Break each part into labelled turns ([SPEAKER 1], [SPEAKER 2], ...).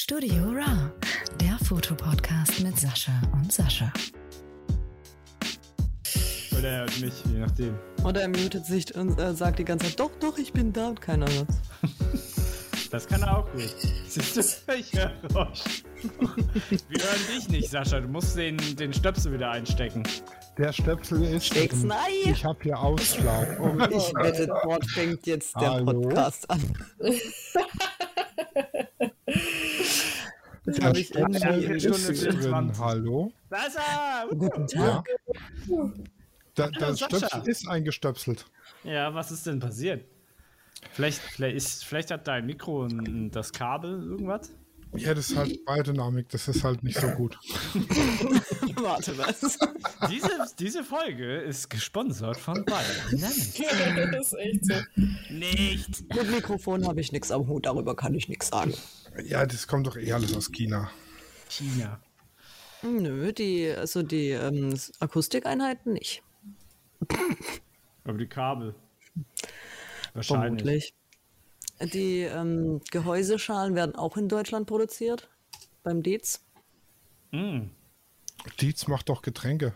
[SPEAKER 1] Studio Raw, der Fotopodcast mit Sascha und Sascha.
[SPEAKER 2] Oder er hört mich, je nachdem.
[SPEAKER 3] Oder er mutet sich und äh, sagt die ganze Zeit, doch, doch, ich bin da und keiner hört.
[SPEAKER 2] Das kann er auch gut. Siehst du, ich höre Roche. Wir hören dich nicht, Sascha. Du musst den, den Stöpsel wieder einstecken.
[SPEAKER 4] Der Stöpsel ist.
[SPEAKER 3] Steck's
[SPEAKER 4] drin.
[SPEAKER 3] rein.
[SPEAKER 4] Ich habe hier Ausschlag. Oh,
[SPEAKER 3] Ich wette, dort fängt jetzt der
[SPEAKER 4] Hallo?
[SPEAKER 3] Podcast an. Das
[SPEAKER 4] da
[SPEAKER 3] habe ich
[SPEAKER 4] steckt
[SPEAKER 3] irgendwie
[SPEAKER 2] Stöpsel
[SPEAKER 3] in den
[SPEAKER 4] eine
[SPEAKER 2] Stunde
[SPEAKER 4] Stunde
[SPEAKER 3] Schiff.
[SPEAKER 2] drin.
[SPEAKER 4] drin. Hallo.
[SPEAKER 2] Sascha!
[SPEAKER 3] Guten
[SPEAKER 4] Ja.
[SPEAKER 3] Tag.
[SPEAKER 4] Da,
[SPEAKER 2] Hallo,
[SPEAKER 4] der
[SPEAKER 2] Sascha.
[SPEAKER 4] Stöpsel ist eingestöpselt.
[SPEAKER 2] Ja, was ist denn passiert? Vielleicht, vielleicht, ist, vielleicht hat dein Mikro und das Kabel irgendwas?
[SPEAKER 4] Ja, das ist halt Biodynamik. Das ist halt nicht so gut.
[SPEAKER 3] Warte, was?
[SPEAKER 2] Diese, diese Folge ist gesponsert von Bayern.
[SPEAKER 5] das ist echt so.
[SPEAKER 2] Nicht!
[SPEAKER 3] Mit Mikrofon habe ich nichts am Hut, darüber kann ich nichts sagen.
[SPEAKER 4] Ja, das kommt doch eh alles aus China.
[SPEAKER 2] China.
[SPEAKER 3] Nö, die, also die ähm, Akustikeinheiten nicht.
[SPEAKER 2] Aber die Kabel. Wahrscheinlich.
[SPEAKER 3] Vermutlich. Die ähm, Gehäuseschalen werden auch in Deutschland produziert. Beim Dietz.
[SPEAKER 2] Mm.
[SPEAKER 4] Dietz macht doch Getränke.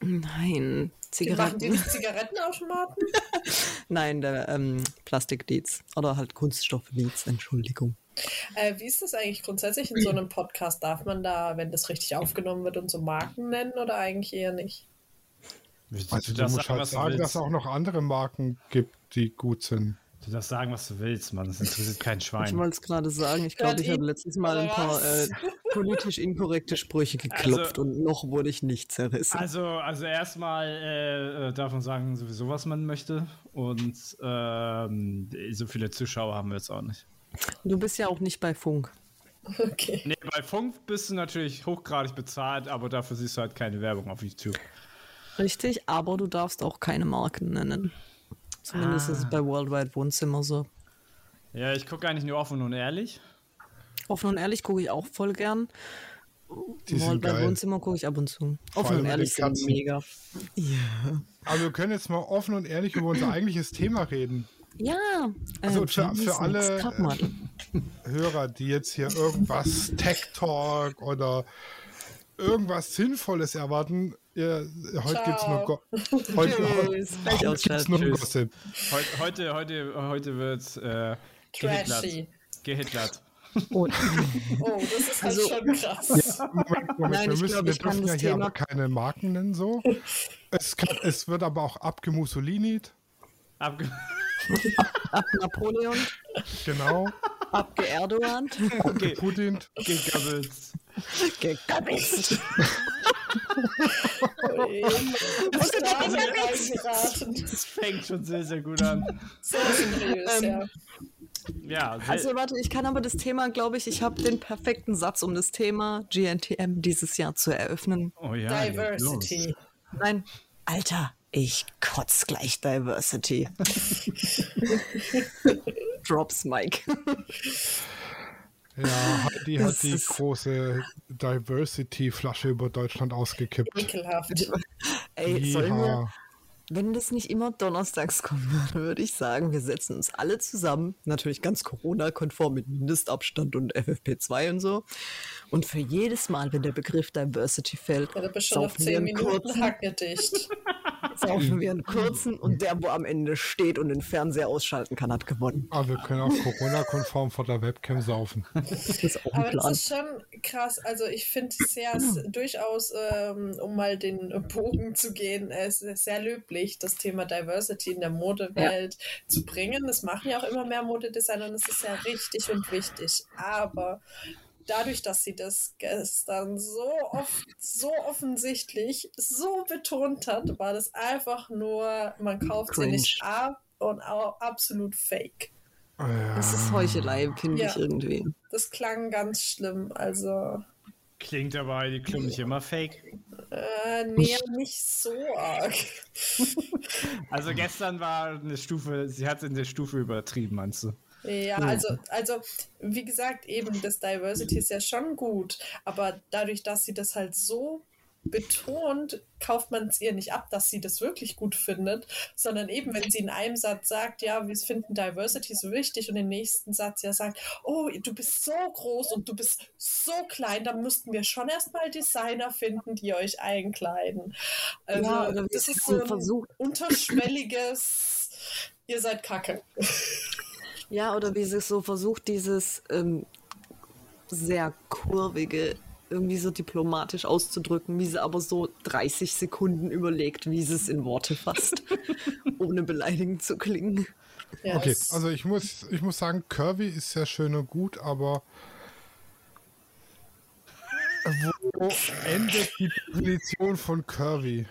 [SPEAKER 3] Nein,
[SPEAKER 5] Die machen die
[SPEAKER 3] Zigaretten.
[SPEAKER 5] nicht Zigarettenautomaten?
[SPEAKER 3] Nein, der ähm, Plastik-Dietz. Oder halt Kunststoff-Dietz, Entschuldigung.
[SPEAKER 5] Äh, wie ist das eigentlich grundsätzlich in so einem Podcast? Darf man da, wenn das richtig aufgenommen wird, und so Marken nennen oder eigentlich eher nicht?
[SPEAKER 2] Willst
[SPEAKER 4] Also, du musst halt sagen, dass
[SPEAKER 2] willst?
[SPEAKER 4] es auch noch andere Marken gibt, die gut sind.
[SPEAKER 2] Du darfst sagen, was du willst, Mann. Das interessiert kein
[SPEAKER 3] Ich
[SPEAKER 2] Schwein.
[SPEAKER 3] wollte es gerade sagen. Ich glaube, ich
[SPEAKER 5] Hört
[SPEAKER 3] habe
[SPEAKER 5] ihn,
[SPEAKER 3] letztes Mal ein
[SPEAKER 5] oder
[SPEAKER 3] paar äh,
[SPEAKER 5] was?
[SPEAKER 3] politisch inkorrekte Sprüche geklopft
[SPEAKER 2] Also-
[SPEAKER 3] und noch wurde ich nicht zerrissen.
[SPEAKER 2] Also, also erstmal äh, äh, darf man sagen, sowieso, was man möchte. Und ähm, so viele Zuschauer haben wir jetzt auch nicht.
[SPEAKER 3] du bist ja auch nicht bei Funk.
[SPEAKER 5] Okay.
[SPEAKER 2] Nee, bei Funk bist du natürlich hochgradig bezahlt, aber dafür siehst du halt keine Werbung auf YouTube.
[SPEAKER 3] Richtig, aber du darfst auch keine Marken nennen. Zumindest ist es bei Worldwide Wohnzimmer so.
[SPEAKER 2] Ja, ich gucke eigentlich nur offen und ehrlich.
[SPEAKER 3] Offen und ehrlich gucke ich auch voll gern.
[SPEAKER 4] Die sind
[SPEAKER 3] Worldwide
[SPEAKER 4] geil.
[SPEAKER 3] Wohnzimmer gucke ich ab und zu. Offen
[SPEAKER 4] allem
[SPEAKER 3] und
[SPEAKER 4] mit
[SPEAKER 3] ehrlich
[SPEAKER 4] den
[SPEAKER 3] sind
[SPEAKER 4] Katzen.
[SPEAKER 3] mega.
[SPEAKER 4] Aber wir können jetzt mal offen und ehrlich über unser eigentliches Thema reden.
[SPEAKER 3] Ja.
[SPEAKER 4] Also
[SPEAKER 3] äh,
[SPEAKER 4] für-
[SPEAKER 3] Germany's
[SPEAKER 4] für alle,
[SPEAKER 3] Next Topmodel.
[SPEAKER 4] Hörer, die jetzt hier irgendwas Tech Talk oder irgendwas Sinnvolles erwarten, ihr, heute
[SPEAKER 5] Ciao.
[SPEAKER 4] gibt's nur Go heute,
[SPEAKER 3] Tschüss. Gleich
[SPEAKER 4] heute gibt's
[SPEAKER 3] ausschalten.
[SPEAKER 4] nur
[SPEAKER 2] Tschüss.
[SPEAKER 4] Gossip.
[SPEAKER 2] Heu heute, heute, heute wird äh,
[SPEAKER 5] Trashy.
[SPEAKER 2] gehitlert. gehitlert.
[SPEAKER 5] Oh, das ist halt
[SPEAKER 3] Also-
[SPEAKER 5] schon krass.
[SPEAKER 4] Moment, Moment,
[SPEAKER 3] Nein,
[SPEAKER 4] wir,
[SPEAKER 3] ich
[SPEAKER 4] müssen,
[SPEAKER 3] glaub,
[SPEAKER 4] wir
[SPEAKER 3] ich kann
[SPEAKER 4] dürfen ja
[SPEAKER 3] das
[SPEAKER 4] hier
[SPEAKER 3] Thema-
[SPEAKER 4] aber keine Marken nennen so. Es, kann, es wird aber auch abgemussolinied,
[SPEAKER 2] Abge
[SPEAKER 3] Ab Napoleon,
[SPEAKER 4] genau,
[SPEAKER 3] ab Erdogan.
[SPEAKER 4] Putin.
[SPEAKER 2] Gegabelt.
[SPEAKER 3] Gekappt.
[SPEAKER 5] Ui. Das darf man eingeraten.
[SPEAKER 2] Das fängt schon sehr, sehr gut an.
[SPEAKER 5] So
[SPEAKER 3] Ähm,
[SPEAKER 5] seriös, ja.
[SPEAKER 2] Ja, sehr,
[SPEAKER 3] Also warte, ich kann aber das Thema, glaube ich, ich habe den perfekten Satz, um das Thema GNTM dieses Jahr zu eröffnen.
[SPEAKER 2] oh ja. leg los.
[SPEAKER 5] Diversity.
[SPEAKER 3] Nein, Alter, ich kotz gleich Diversity. Drops, Mike.
[SPEAKER 4] Ja, Heidi
[SPEAKER 3] Das
[SPEAKER 4] hat die
[SPEAKER 3] ist-
[SPEAKER 4] große Diversity-Flasche über Deutschland ausgekippt.
[SPEAKER 5] Ekelhaft.
[SPEAKER 3] Ey, sollen wir,
[SPEAKER 4] Jeha.
[SPEAKER 3] wenn das nicht immer donnerstags kommen würde, würde ich sagen, wir setzen uns alle zusammen, natürlich ganz Corona-konform mit Mindestabstand und FFP2 und so. Und für jedes Mal, wenn der Begriff Diversity fällt,
[SPEAKER 5] Ja, du bist schon nach
[SPEAKER 3] saufen wir
[SPEAKER 5] 10
[SPEAKER 3] einen
[SPEAKER 5] Minuten
[SPEAKER 3] kurzen-
[SPEAKER 5] hackedicht.
[SPEAKER 3] saufen wir einen kurzen und der, wo am Ende steht und den Fernseher ausschalten kann, hat gewonnen.
[SPEAKER 4] Aber Ah, wir können auch Corona-konform vor der Webcam saufen.
[SPEAKER 3] Das ist auch ein
[SPEAKER 5] Aber das
[SPEAKER 3] Plan.
[SPEAKER 5] ist schon krass. Also ich finde es sehr s- durchaus, ähm, um mal den Bogen zu gehen, äh, es ist sehr löblich, das Thema Diversity in der Modewelt zu bringen. Das machen ja auch immer mehr Modedesigner und es ist ja richtig und wichtig. Aber dadurch, dass sie das gestern so oft, so offensichtlich, so betont hat, war das einfach nur, man kauft
[SPEAKER 3] Cringe.
[SPEAKER 5] sie nicht ab und auch absolut fake.
[SPEAKER 4] Ja.
[SPEAKER 3] Das ist Heuchelei, finde ich
[SPEAKER 5] Ja.
[SPEAKER 3] irgendwie.
[SPEAKER 5] Das klang ganz schlimm. Also.
[SPEAKER 2] Klingt aber Heidi Klum nicht immer fake.
[SPEAKER 5] Äh, nee, nicht so arg.
[SPEAKER 2] Also gestern war eine Stufe, sie hat es in der Stufe übertrieben, meinst du?
[SPEAKER 5] Ja, also, also, wie gesagt, eben, das Diversity ist ja schon gut, aber dadurch, dass sie das halt so betont, kauft man es ihr nicht ab, dass sie das wirklich gut findet, sondern eben, wenn sie in einem Satz sagt, ja, wir finden Diversity so wichtig und im nächsten Satz ja sagt, oh, du bist so groß und du bist so klein, dann müssten wir schon erstmal Designer finden, die euch einkleiden. Also,
[SPEAKER 3] Ja, oder wir
[SPEAKER 5] das ist
[SPEAKER 3] haben
[SPEAKER 5] so ein
[SPEAKER 3] versucht.
[SPEAKER 5] unterschwelliges, ihr seid kacke.
[SPEAKER 3] Ja, oder wie sie so versucht, dieses ähm, sehr kurvige irgendwie so diplomatisch auszudrücken, wie sie aber so 30 Sekunden überlegt, wie sie es in Worte fasst, ohne beleidigend zu klingen.
[SPEAKER 5] Ja,
[SPEAKER 4] Okay,
[SPEAKER 5] es-
[SPEAKER 4] also ich muss, ich muss sagen, Kirby ist sehr schön und gut, aber wo endet die Definition von Kirby?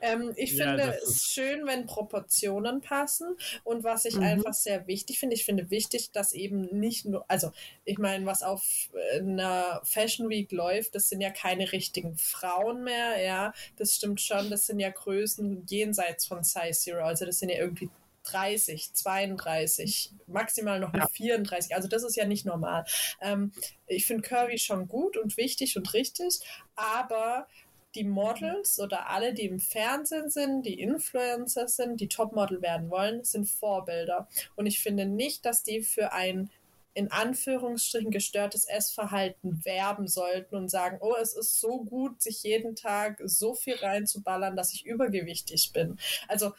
[SPEAKER 5] Ähm, ich
[SPEAKER 2] Ja,
[SPEAKER 5] finde
[SPEAKER 2] das
[SPEAKER 5] es schön, wenn Proportionen passen. Und was
[SPEAKER 2] Mhm.
[SPEAKER 5] ich einfach sehr wichtig finde, ich finde wichtig, dass eben nicht nur, also ich meine, was auf äh, einer Fashion Week läuft, das sind ja keine richtigen Frauen mehr, ja. Das stimmt schon, das sind ja Größen jenseits von Size Zero. Also das sind ja irgendwie 30, 32, maximal noch eine 34. Also das ist ja nicht normal. Ähm, ich finde Curvy schon gut und wichtig und richtig, aber die Models oder alle, die im Fernsehen sind, die Influencer sind, die Topmodel werden wollen, sind Vorbilder. Und ich finde nicht, dass die für ein in Anführungsstrichen gestörtes Essverhalten werben sollten und sagen, oh, es ist so gut, sich jeden Tag so viel reinzuballern, dass ich übergewichtig bin. Also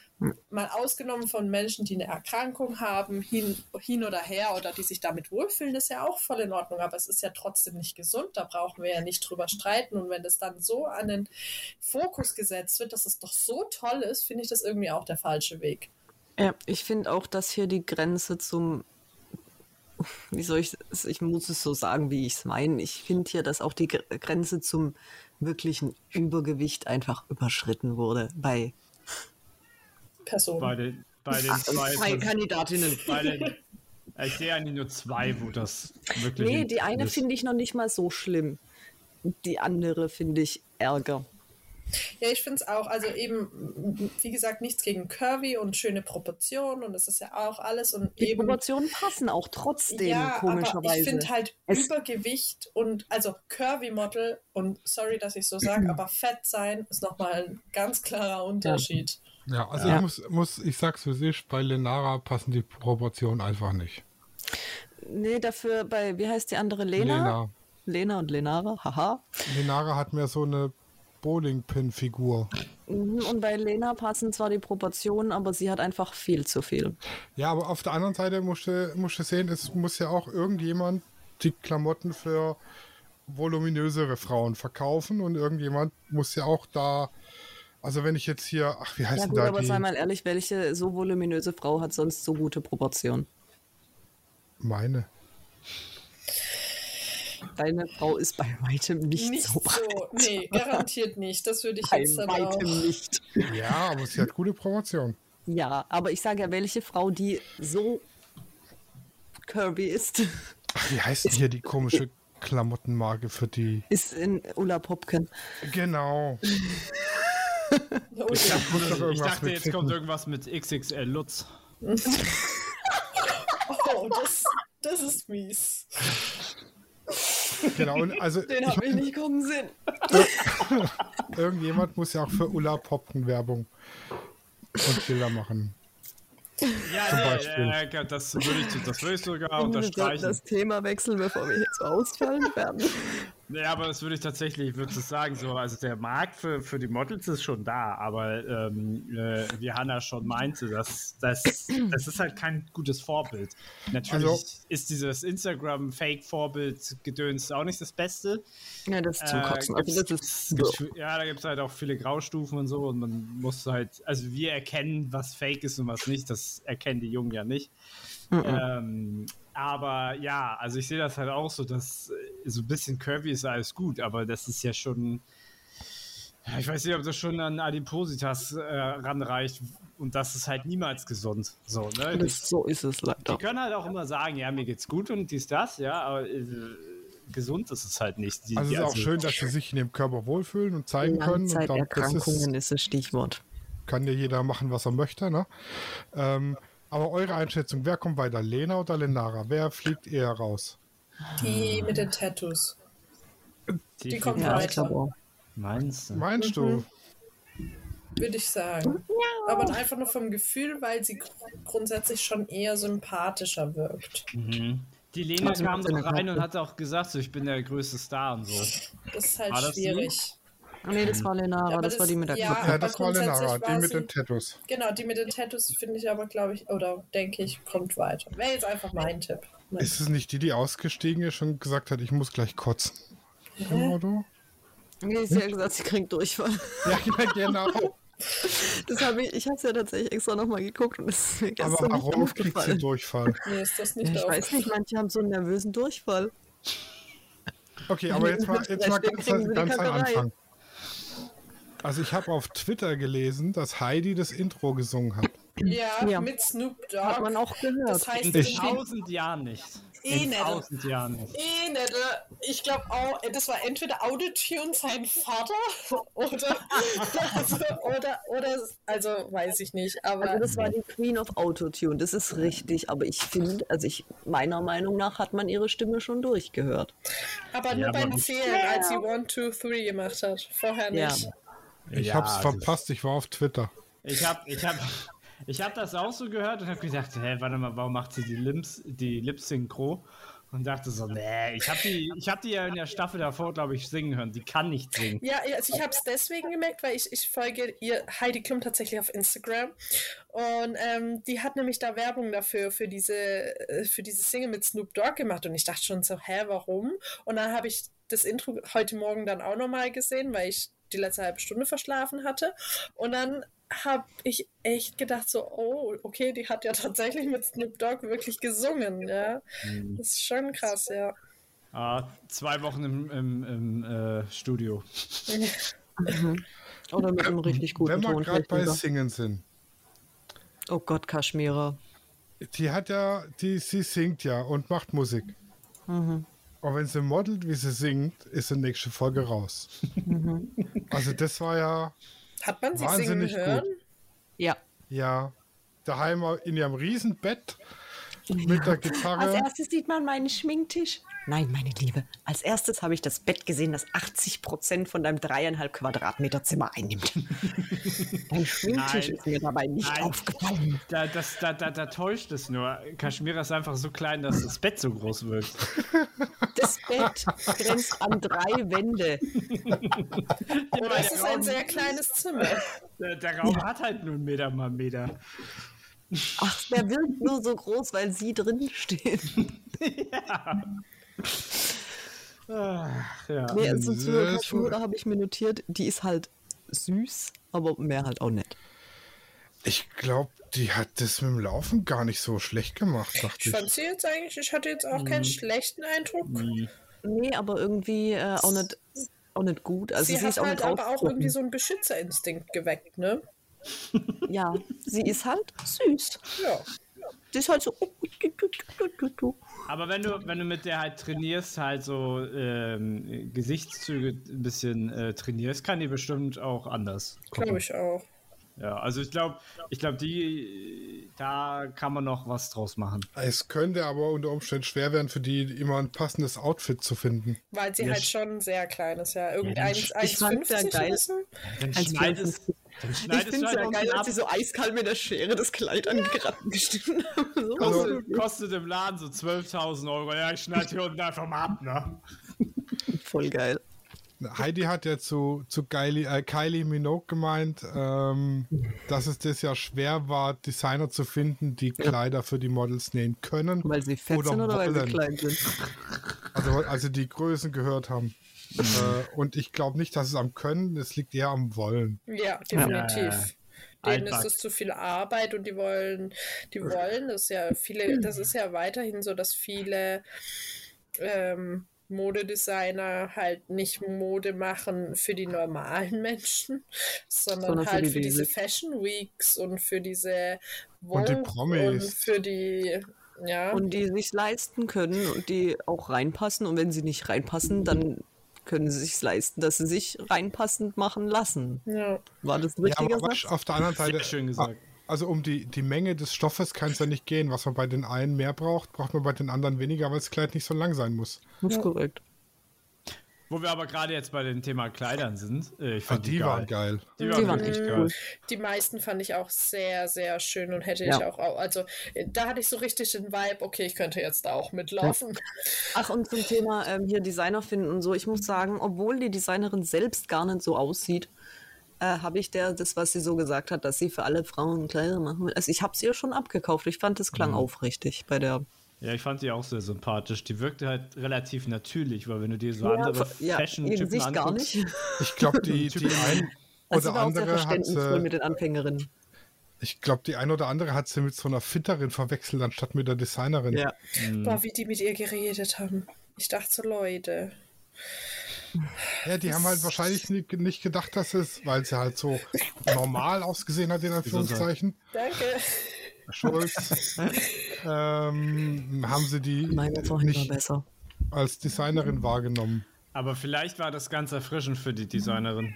[SPEAKER 5] mal ausgenommen von Menschen, die eine Erkrankung haben, hin, hin oder her oder die sich damit wohlfühlen, ist ja auch voll in Ordnung, aber es ist ja trotzdem nicht gesund, da brauchen wir ja nicht drüber streiten und wenn das dann so an den Fokus gesetzt wird, dass es doch so toll ist, finde ich das irgendwie auch der falsche Weg.
[SPEAKER 3] Ja, ich finde auch, dass hier die Grenze zum, wie soll ich es, ich muss es so sagen, wie ich es meine. Ich finde hier, dass auch die Gr- Grenze zum wirklichen Übergewicht einfach überschritten wurde bei,
[SPEAKER 2] Bei
[SPEAKER 5] Person.
[SPEAKER 2] den, bei den
[SPEAKER 3] bei
[SPEAKER 2] zwei.
[SPEAKER 3] Ah, Kandidatinnen.
[SPEAKER 2] Bei den, ich sehe eigentlich nur zwei, wo das wirklich.
[SPEAKER 3] Nee, die eine
[SPEAKER 2] ist.
[SPEAKER 3] finde ich noch nicht mal so schlimm. Die andere finde ich ärger.
[SPEAKER 5] Ja, ich finde es auch, also eben, wie gesagt, nichts gegen Curvy und schöne Proportionen und das ist ja auch alles und
[SPEAKER 3] Die
[SPEAKER 5] eben.
[SPEAKER 3] Proportionen passen auch trotzdem,
[SPEAKER 5] Aber
[SPEAKER 3] komischerweise.
[SPEAKER 5] ich finde halt
[SPEAKER 3] Es-
[SPEAKER 5] Übergewicht und also Curvy Model und sorry, dass ich so sage,
[SPEAKER 3] Mhm.
[SPEAKER 5] aber fett sein ist nochmal ein ganz klarer Unterschied.
[SPEAKER 4] Ja, also ich muss, muss, ich sag's für sich, bei Lenara passen die Proportionen einfach nicht.
[SPEAKER 3] nee, dafür bei, wie heißt die andere? Lena?
[SPEAKER 4] Lena.
[SPEAKER 3] Lena, und Lenara, haha.
[SPEAKER 4] Lenara hat mehr so eine Bowling-Pin-Figur.
[SPEAKER 3] Mhm, Und bei Lena passen zwar die Proportionen, aber sie hat einfach viel zu viel.
[SPEAKER 4] Ja, aber auf der anderen Seite musst du, musst du sehen, es muss ja auch irgendjemand die Klamotten für voluminösere Frauen verkaufen und irgendjemand muss ja auch da. Also wenn ich jetzt hier, ach, wie heißt
[SPEAKER 3] Ja
[SPEAKER 4] denn
[SPEAKER 3] gut,
[SPEAKER 4] da
[SPEAKER 3] aber
[SPEAKER 4] die?
[SPEAKER 3] sei mal ehrlich, welche so voluminöse Frau hat sonst so gute Proportionen?
[SPEAKER 4] Meine.
[SPEAKER 3] Deine Frau ist bei weitem nicht,
[SPEAKER 5] Nicht
[SPEAKER 3] so
[SPEAKER 5] so,
[SPEAKER 3] breit.
[SPEAKER 5] nee, garantiert nicht. Das würde ich
[SPEAKER 3] Bei
[SPEAKER 5] jetzt dann auch.
[SPEAKER 3] weitem nicht.
[SPEAKER 4] Ja, aber sie hat gute Proportionen.
[SPEAKER 3] Ja, aber ich sage ja, welche Frau, die so Kirby ist,
[SPEAKER 4] Ach, wie heißt denn hier die komische Klamottenmarke für die?
[SPEAKER 3] ist in Ulla Popken.
[SPEAKER 4] Genau.
[SPEAKER 5] Oh, ja.
[SPEAKER 4] Muss
[SPEAKER 2] Ich
[SPEAKER 4] doch irgendwas
[SPEAKER 2] dachte,
[SPEAKER 4] mit
[SPEAKER 2] jetzt
[SPEAKER 4] Fitten.
[SPEAKER 2] kommt irgendwas mit XXL Lutz.
[SPEAKER 5] oh das, das ist mies.
[SPEAKER 4] Genau, und also
[SPEAKER 3] Den
[SPEAKER 4] ich
[SPEAKER 3] habe ich
[SPEAKER 4] mein,
[SPEAKER 3] nicht kommen sehen.
[SPEAKER 4] irgendjemand muss ja auch für Ulla Popken Werbung und Bilder machen.
[SPEAKER 2] Ja, nee,
[SPEAKER 4] Beispiel.
[SPEAKER 2] äh, äh, das würde ich, das würde ich sogar
[SPEAKER 3] Wir sollten
[SPEAKER 2] unterstreichen.
[SPEAKER 3] das Thema wechseln, bevor wir hier so ausfallen werden.
[SPEAKER 2] Nee, aber das würde ich tatsächlich, ich würde das sagen, so, also der Markt für, für die Models ist schon da, aber ähm, äh, wie Hanna schon meinte, das, das, das ist halt kein gutes Vorbild. Natürlich
[SPEAKER 4] Also-
[SPEAKER 2] ist dieses Instagram-Fake-Vorbild-Gedöns auch nicht das Beste.
[SPEAKER 3] Ja, das ist zum
[SPEAKER 2] Äh,
[SPEAKER 3] Kotzen.
[SPEAKER 2] gibt's-
[SPEAKER 3] Also das
[SPEAKER 2] gibt's-
[SPEAKER 3] ist,
[SPEAKER 2] gibt's- ja, da gibt es halt auch viele Graustufen und so und man muss halt, also wir erkennen, was fake ist und was nicht, das erkennen die Jungen ja nicht.
[SPEAKER 3] Mhm.
[SPEAKER 2] Ähm, aber ja, also ich sehe das halt auch so, dass äh, so ein bisschen curvy ist alles gut, aber das ist ja schon, ja, ich weiß nicht, ob das schon an Adipositas äh, ranreicht und das ist halt niemals gesund. So, ne?
[SPEAKER 3] das, so ist es leider.
[SPEAKER 2] Die können halt auch immer sagen, ja, mir geht's gut und dies, das, ja, aber äh, gesund ist es halt nicht. Die,
[SPEAKER 4] Also es
[SPEAKER 2] die-
[SPEAKER 4] ist auch schön, dass sie sich in dem Körper wohlfühlen und zeigen können. Und dann, das
[SPEAKER 3] Langzeiterkrankungen
[SPEAKER 4] ist,
[SPEAKER 3] ist das Stichwort.
[SPEAKER 4] kann ja jeder machen, was er möchte. Ne? Ähm, aber eure Einschätzung, wer kommt weiter, Lena oder Lenara? Wer fliegt eher raus?
[SPEAKER 5] Die mit den Tattoos.
[SPEAKER 2] die,
[SPEAKER 5] die kommen
[SPEAKER 2] fliegen
[SPEAKER 3] Ja,
[SPEAKER 5] weiter.
[SPEAKER 3] ich glaube auch.
[SPEAKER 2] Meinst du?
[SPEAKER 4] Meinst
[SPEAKER 3] Mhm.
[SPEAKER 4] du?
[SPEAKER 5] würde ich sagen. Aber einfach nur vom Gefühl, weil sie gr- grundsätzlich schon eher sympathischer wirkt.
[SPEAKER 2] Mhm. Die Lena
[SPEAKER 3] Also,
[SPEAKER 2] kam
[SPEAKER 3] macht Sinn,
[SPEAKER 2] doch rein
[SPEAKER 3] ja.
[SPEAKER 2] und hat auch gesagt, so, ich bin der größte Star und so.
[SPEAKER 5] Das ist halt
[SPEAKER 2] War das
[SPEAKER 5] schwierig.
[SPEAKER 3] Ah, nee, das war Lenara,
[SPEAKER 5] Aber
[SPEAKER 3] das, war
[SPEAKER 5] das-
[SPEAKER 3] die mit der
[SPEAKER 5] ja.
[SPEAKER 3] Kappe.
[SPEAKER 4] Ja,
[SPEAKER 5] aber
[SPEAKER 4] das war Lenara,
[SPEAKER 5] grundsätzlich
[SPEAKER 4] die
[SPEAKER 5] war
[SPEAKER 4] mit
[SPEAKER 5] sie-
[SPEAKER 4] den Tattoos.
[SPEAKER 5] Genau, die mit den Tattoos finde ich aber, glaube ich, oder denke ich, kommt weiter. Wäre jetzt einfach mein Tipp. Mein-
[SPEAKER 4] Ist es nicht die, die ausgestiegen ist und gesagt hat, ich muss gleich kotzen? Im Auto?
[SPEAKER 3] Nee, sie hat gesagt, sie kriegt Durchfall.
[SPEAKER 4] Ja, ja, genau.
[SPEAKER 3] Das habe ich, ich habe es ja tatsächlich extra nochmal geguckt und es ist mir
[SPEAKER 4] Aber
[SPEAKER 3] gestern nicht
[SPEAKER 4] warum kriegt sie
[SPEAKER 3] aufgefallen.
[SPEAKER 4] Durchfall?
[SPEAKER 5] Mir ist das
[SPEAKER 3] Ja,
[SPEAKER 5] nicht
[SPEAKER 3] ich weiß nicht,
[SPEAKER 5] aufgefallen.
[SPEAKER 3] manche haben so einen nervösen Durchfall.
[SPEAKER 4] Okay, aber jetzt mal, jetzt mal
[SPEAKER 3] Deswegen
[SPEAKER 4] ganz,
[SPEAKER 3] kriegen sie die
[SPEAKER 4] ganz am
[SPEAKER 3] Kackerei.
[SPEAKER 4] Anfang. Also ich habe auf Twitter gelesen, dass Heidi das Intro gesungen hat.
[SPEAKER 5] Ja,
[SPEAKER 3] Ja.
[SPEAKER 5] mit Snoop Dogg.
[SPEAKER 3] Hat man auch gehört.
[SPEAKER 5] Das heißt,
[SPEAKER 2] In
[SPEAKER 5] ich
[SPEAKER 4] Ich-
[SPEAKER 2] tausend Jahren nicht.
[SPEAKER 5] Eh
[SPEAKER 2] In
[SPEAKER 5] nicht.
[SPEAKER 2] tausend Jahren nicht.
[SPEAKER 5] eh nicht. Ich glaube auch, das war entweder Auditune sein Vater oder, also, oder, oder, also weiß ich nicht. Aber
[SPEAKER 3] also das war die Queen of Autotune, das ist richtig. Aber ich finde, also ich, meiner Meinung nach hat man ihre Stimme schon durchgehört.
[SPEAKER 5] Aber
[SPEAKER 2] Ja,
[SPEAKER 5] nur bei
[SPEAKER 2] aber-
[SPEAKER 5] den Zählen, als sie 1, 2, 3 gemacht hat. Vorher
[SPEAKER 3] Ja.
[SPEAKER 5] nicht.
[SPEAKER 4] Ich
[SPEAKER 2] Ja,
[SPEAKER 4] habe es
[SPEAKER 2] das-
[SPEAKER 4] verpasst, ich war auf Twitter.
[SPEAKER 2] Ich habe ich hab, ich hab das auch so gehört und habe gedacht, hä, warte mal, warum macht sie die Lips, die Lip-Synchro? Und dachte so, nee, ich habe die, ich hab die ja in der Staffel davor, glaube ich, singen hören. Die kann nicht singen.
[SPEAKER 5] Ja, ja, also ich habe es deswegen gemerkt, weil ich, ich folge ihr Heidi Klum tatsächlich auf Instagram. Und ähm, die hat nämlich da Werbung dafür, für diese, äh, für diese Single mit Snoop Dogg gemacht. Und ich dachte schon so, hä, warum? Und dann habe ich das Intro heute Morgen dann auch nochmal gesehen, weil ich die letzte halbe Stunde verschlafen hatte. Und dann habe ich echt gedacht so, oh, okay, die hat ja tatsächlich mit Snoop Dogg wirklich gesungen. Ja,
[SPEAKER 4] Mhm.
[SPEAKER 5] das ist schon krass, ja.
[SPEAKER 2] Ah, zwei Wochen im, im, im äh, Studio.
[SPEAKER 3] Oder mit einem richtig
[SPEAKER 4] Wenn
[SPEAKER 3] guten
[SPEAKER 4] wir
[SPEAKER 3] Ton.
[SPEAKER 4] gerade bei
[SPEAKER 3] vielleicht
[SPEAKER 4] Singen sind.
[SPEAKER 3] sogar. Oh Gott, Kaschmira.
[SPEAKER 4] Die hat ja, die, sie singt ja und macht Musik. Und wenn sie modelt, wie sie singt, ist die nächste Folge raus. Also das war ja,
[SPEAKER 5] Hat man sie
[SPEAKER 4] Wahnsinnig
[SPEAKER 5] singen hören?
[SPEAKER 4] gut.
[SPEAKER 3] Ja.
[SPEAKER 4] ja, daheim in ihrem Riesenbett mit der
[SPEAKER 3] Als
[SPEAKER 4] Gitarre.
[SPEAKER 3] erstes sieht man meinen Schminktisch. Äh. Nein, meine Liebe. Als erstes habe ich das Bett gesehen, das 80 Prozent von deinem dreieinhalb Quadratmeter Zimmer einnimmt. Dein Schminktisch
[SPEAKER 2] Nein.
[SPEAKER 3] ist mir dabei nicht
[SPEAKER 2] Nein.
[SPEAKER 3] aufgefallen.
[SPEAKER 2] Da, das, da, da, da täuscht es nur. Kaschmira ist einfach so klein, dass das Bett so groß wirkt.
[SPEAKER 3] Das Bett grenzt an drei Wände.
[SPEAKER 5] Oder ist es ein sehr kleines Zimmer?
[SPEAKER 2] Der, der Raum hat halt nur einen Meter mal einen Meter.
[SPEAKER 3] Ach, der wirkt nur so groß, weil sie drin steht.
[SPEAKER 2] Ach, ja.
[SPEAKER 3] Nee, also zu
[SPEAKER 4] sehr
[SPEAKER 3] Kaschmira habe ich mir notiert, die ist halt süß, aber mehr halt auch nett.
[SPEAKER 4] Ich glaube, die hat das mit dem Laufen gar nicht so schlecht gemacht, dachte
[SPEAKER 5] Ich
[SPEAKER 4] ich.
[SPEAKER 5] fand sie jetzt eigentlich, ich hatte jetzt
[SPEAKER 3] Mhm.
[SPEAKER 5] auch keinen schlechten Eindruck.
[SPEAKER 3] also Nee, aber irgendwie äh, auch, nicht, auch nicht gut. Also
[SPEAKER 5] Sie,
[SPEAKER 3] sie,
[SPEAKER 5] hat
[SPEAKER 3] ist auch
[SPEAKER 5] halt
[SPEAKER 3] nicht
[SPEAKER 5] aber auch
[SPEAKER 3] ausdrucken.
[SPEAKER 5] irgendwie so einen Beschützerinstinkt geweckt, ne?
[SPEAKER 3] Ja, sie ist halt süß.
[SPEAKER 5] Ja.
[SPEAKER 3] Sie ist halt so. Und
[SPEAKER 2] Aber wenn du, wenn du mit der halt trainierst, halt so ähm, Gesichtszüge ein bisschen äh, trainierst, kann die bestimmt auch anders.
[SPEAKER 5] Glaube ich auch.
[SPEAKER 2] Ja, also ich glaube, ich glaube, die, äh, da kann man noch was draus machen.
[SPEAKER 4] Es könnte aber unter Umständen schwer werden, für die immer ein passendes Outfit zu finden.
[SPEAKER 5] Weil sie
[SPEAKER 2] Ja,
[SPEAKER 5] halt
[SPEAKER 2] sch-
[SPEAKER 5] schon sehr klein ist, ja. Irgendein
[SPEAKER 2] ich
[SPEAKER 3] fand's ja
[SPEAKER 5] 1,50
[SPEAKER 3] geil.
[SPEAKER 5] oder so.
[SPEAKER 2] Dann
[SPEAKER 3] Als
[SPEAKER 2] schneidest, dann
[SPEAKER 3] Also ich
[SPEAKER 2] schneidest
[SPEAKER 3] finde
[SPEAKER 2] du
[SPEAKER 3] es
[SPEAKER 2] halt
[SPEAKER 3] ja
[SPEAKER 2] unten
[SPEAKER 3] geil,
[SPEAKER 2] ab.
[SPEAKER 3] als sie so eiskalt mit der Schere das Kleid angeschnitten haben. So
[SPEAKER 4] Also-
[SPEAKER 3] was.
[SPEAKER 2] Kostet, kostet im Laden so 12.000 Euro. Ja, ich schneide hier unten einfach mal ab, ne?
[SPEAKER 3] voll geil.
[SPEAKER 4] Heidi hat ja zu, zu Kylie, äh, Kylie Minogue gemeint, ähm, dass es das ja schwer war, Designer zu finden, die Kleider für die Models nähen können.
[SPEAKER 3] Weil sie fett sind oder weil sie
[SPEAKER 4] wollen.
[SPEAKER 3] klein sind.
[SPEAKER 4] Also, also die Größen gehört haben. äh, und ich glaube nicht, dass es am Können, es liegt eher am Wollen.
[SPEAKER 5] Ja, definitiv.
[SPEAKER 3] Äh,
[SPEAKER 5] Denen
[SPEAKER 2] Altback.
[SPEAKER 5] ist es zu viel Arbeit und die wollen, die wollen das ist ja viele, das ist ja weiterhin so, dass viele ähm, Modedesigner halt nicht Mode machen für die normalen Menschen, sondern,
[SPEAKER 3] Sondern für
[SPEAKER 5] halt
[SPEAKER 3] die
[SPEAKER 5] für diese
[SPEAKER 3] Basic.
[SPEAKER 5] Fashion Weeks und für diese
[SPEAKER 4] Und die
[SPEAKER 5] Vogue
[SPEAKER 4] Promis.
[SPEAKER 5] und für die ja
[SPEAKER 3] Und die sich leisten können und die auch reinpassen. Und wenn sie nicht reinpassen, dann können sie sich leisten, dass sie sich reinpassend machen lassen.
[SPEAKER 5] ja.
[SPEAKER 3] War das ein
[SPEAKER 4] Ja,
[SPEAKER 3] richtiger
[SPEAKER 4] aber
[SPEAKER 3] Satz?
[SPEAKER 4] weißt, auf der anderen Seite,
[SPEAKER 2] Sehr schön gesagt.
[SPEAKER 4] also um die, die Menge des Stoffes kann es ja nicht gehen. Was man bei den einen mehr braucht, braucht man bei den anderen weniger, weil das Kleid nicht so lang sein muss.
[SPEAKER 3] Das ist korrekt.
[SPEAKER 2] Wo wir aber gerade jetzt bei dem Thema Kleidern sind. Äh, ich
[SPEAKER 4] Ah,
[SPEAKER 2] fand
[SPEAKER 4] die waren geil.
[SPEAKER 2] Die,
[SPEAKER 3] Die
[SPEAKER 2] waren,
[SPEAKER 3] waren
[SPEAKER 2] wirklich
[SPEAKER 5] echt
[SPEAKER 2] geil.
[SPEAKER 5] cool. Die meisten fand ich auch sehr, sehr schön und hätte ich
[SPEAKER 3] Ja.
[SPEAKER 5] auch, au- also äh, da hatte ich so richtig den Vibe, okay, ich könnte jetzt da auch mitlaufen.
[SPEAKER 3] Ach, und zum Thema ähm, hier Designer finden und so. Ich muss sagen, obwohl die Designerin selbst gar nicht so aussieht, äh, habe ich der, das, was sie so gesagt hat, dass sie für alle Frauen Kleider machen will. Also ich habe es ihr schon abgekauft. Ich fand, das klang aufrichtig bei der.
[SPEAKER 2] Ja, ich fand die auch sehr sympathisch. Die wirkte halt relativ natürlich, weil wenn du dir so andere
[SPEAKER 3] ja, ihr
[SPEAKER 2] Fashion-Typen
[SPEAKER 3] Gesicht
[SPEAKER 2] anguckst,
[SPEAKER 3] gar nicht.
[SPEAKER 4] Ich glaube, die, die ein
[SPEAKER 3] Also sie war
[SPEAKER 4] oder
[SPEAKER 3] auch sehr
[SPEAKER 4] andere hat äh,
[SPEAKER 3] verständnisvoll mit
[SPEAKER 4] sie,
[SPEAKER 3] den Anfängerinnen.
[SPEAKER 4] ich glaube, die ein oder andere hat sie mit so einer Fitterin verwechselt, anstatt mit der Designerin.
[SPEAKER 3] Ja.
[SPEAKER 5] Boah, wie die mit ihr geredet haben. Ich dachte so, Leute.
[SPEAKER 4] Ja, die haben halt wahrscheinlich ni- nicht gedacht, dass es, weil sie halt so normal ausgesehen hat, in Anführungszeichen,
[SPEAKER 5] Danke.
[SPEAKER 4] Schulz, ähm, haben sie die
[SPEAKER 3] Meine vorhin war
[SPEAKER 4] nicht
[SPEAKER 3] besser.
[SPEAKER 4] als Designerin wahrgenommen.
[SPEAKER 2] Aber vielleicht war das ganz erfrischend für die Designerin.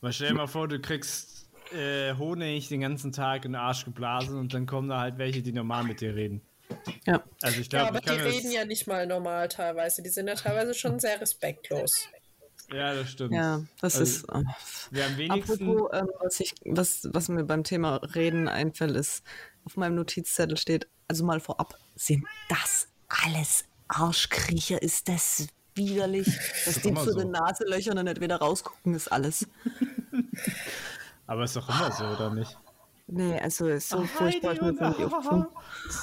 [SPEAKER 2] Weil stell dir mal vor, du kriegst äh, Honig den ganzen Tag in den Arsch geblasen und dann kommen da halt welche, die normal mit dir reden.
[SPEAKER 3] Ja.
[SPEAKER 2] Also ich glaube,
[SPEAKER 5] Ja, aber
[SPEAKER 2] ich kann
[SPEAKER 5] die
[SPEAKER 2] das-
[SPEAKER 5] reden ja nicht mal normal teilweise. Die sind ja teilweise schon sehr respektlos.
[SPEAKER 2] Ja, das stimmt.
[SPEAKER 3] Ja, das
[SPEAKER 2] Also,
[SPEAKER 3] ist. äh,
[SPEAKER 2] Wir am wenigsten.
[SPEAKER 3] Apropos, ähm, was, ich, was, was mir beim Thema Reden einfällt, ist, auf meinem Notizzettel steht, also mal vorab, sind das alles Arschkriecher? Ist das widerlich? Dass die
[SPEAKER 2] immer
[SPEAKER 3] zu
[SPEAKER 2] so.
[SPEAKER 3] den Naselöchern und nicht wieder rausgucken, ist alles.
[SPEAKER 2] aber ist doch immer so, oder nicht?
[SPEAKER 3] Nee, also ist so furchtbar, ich mir das nicht oft zu.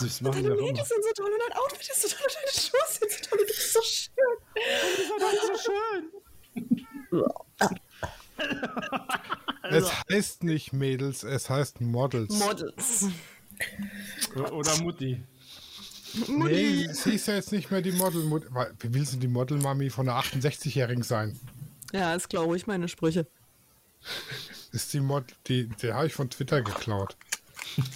[SPEAKER 2] Das machen die
[SPEAKER 3] Deine
[SPEAKER 2] doch
[SPEAKER 3] Mädels
[SPEAKER 2] immer.
[SPEAKER 3] sind so toll und dein Outfit ist so toll und deine Schuhe sind so toll und du bist so schön. Also
[SPEAKER 4] Es heißt nicht Mädels, es heißt Models.
[SPEAKER 3] Models.
[SPEAKER 2] O- Oder Mutti.
[SPEAKER 4] nee, sie ist ja jetzt nicht mehr die Model. Mut- weil- Wie will sie die Model-Mami von einer 68-Jährigen sein?
[SPEAKER 3] Ja, ist glaube ich meine Sprüche.
[SPEAKER 4] Ist die Model, die, die habe ich von Twitter geklaut.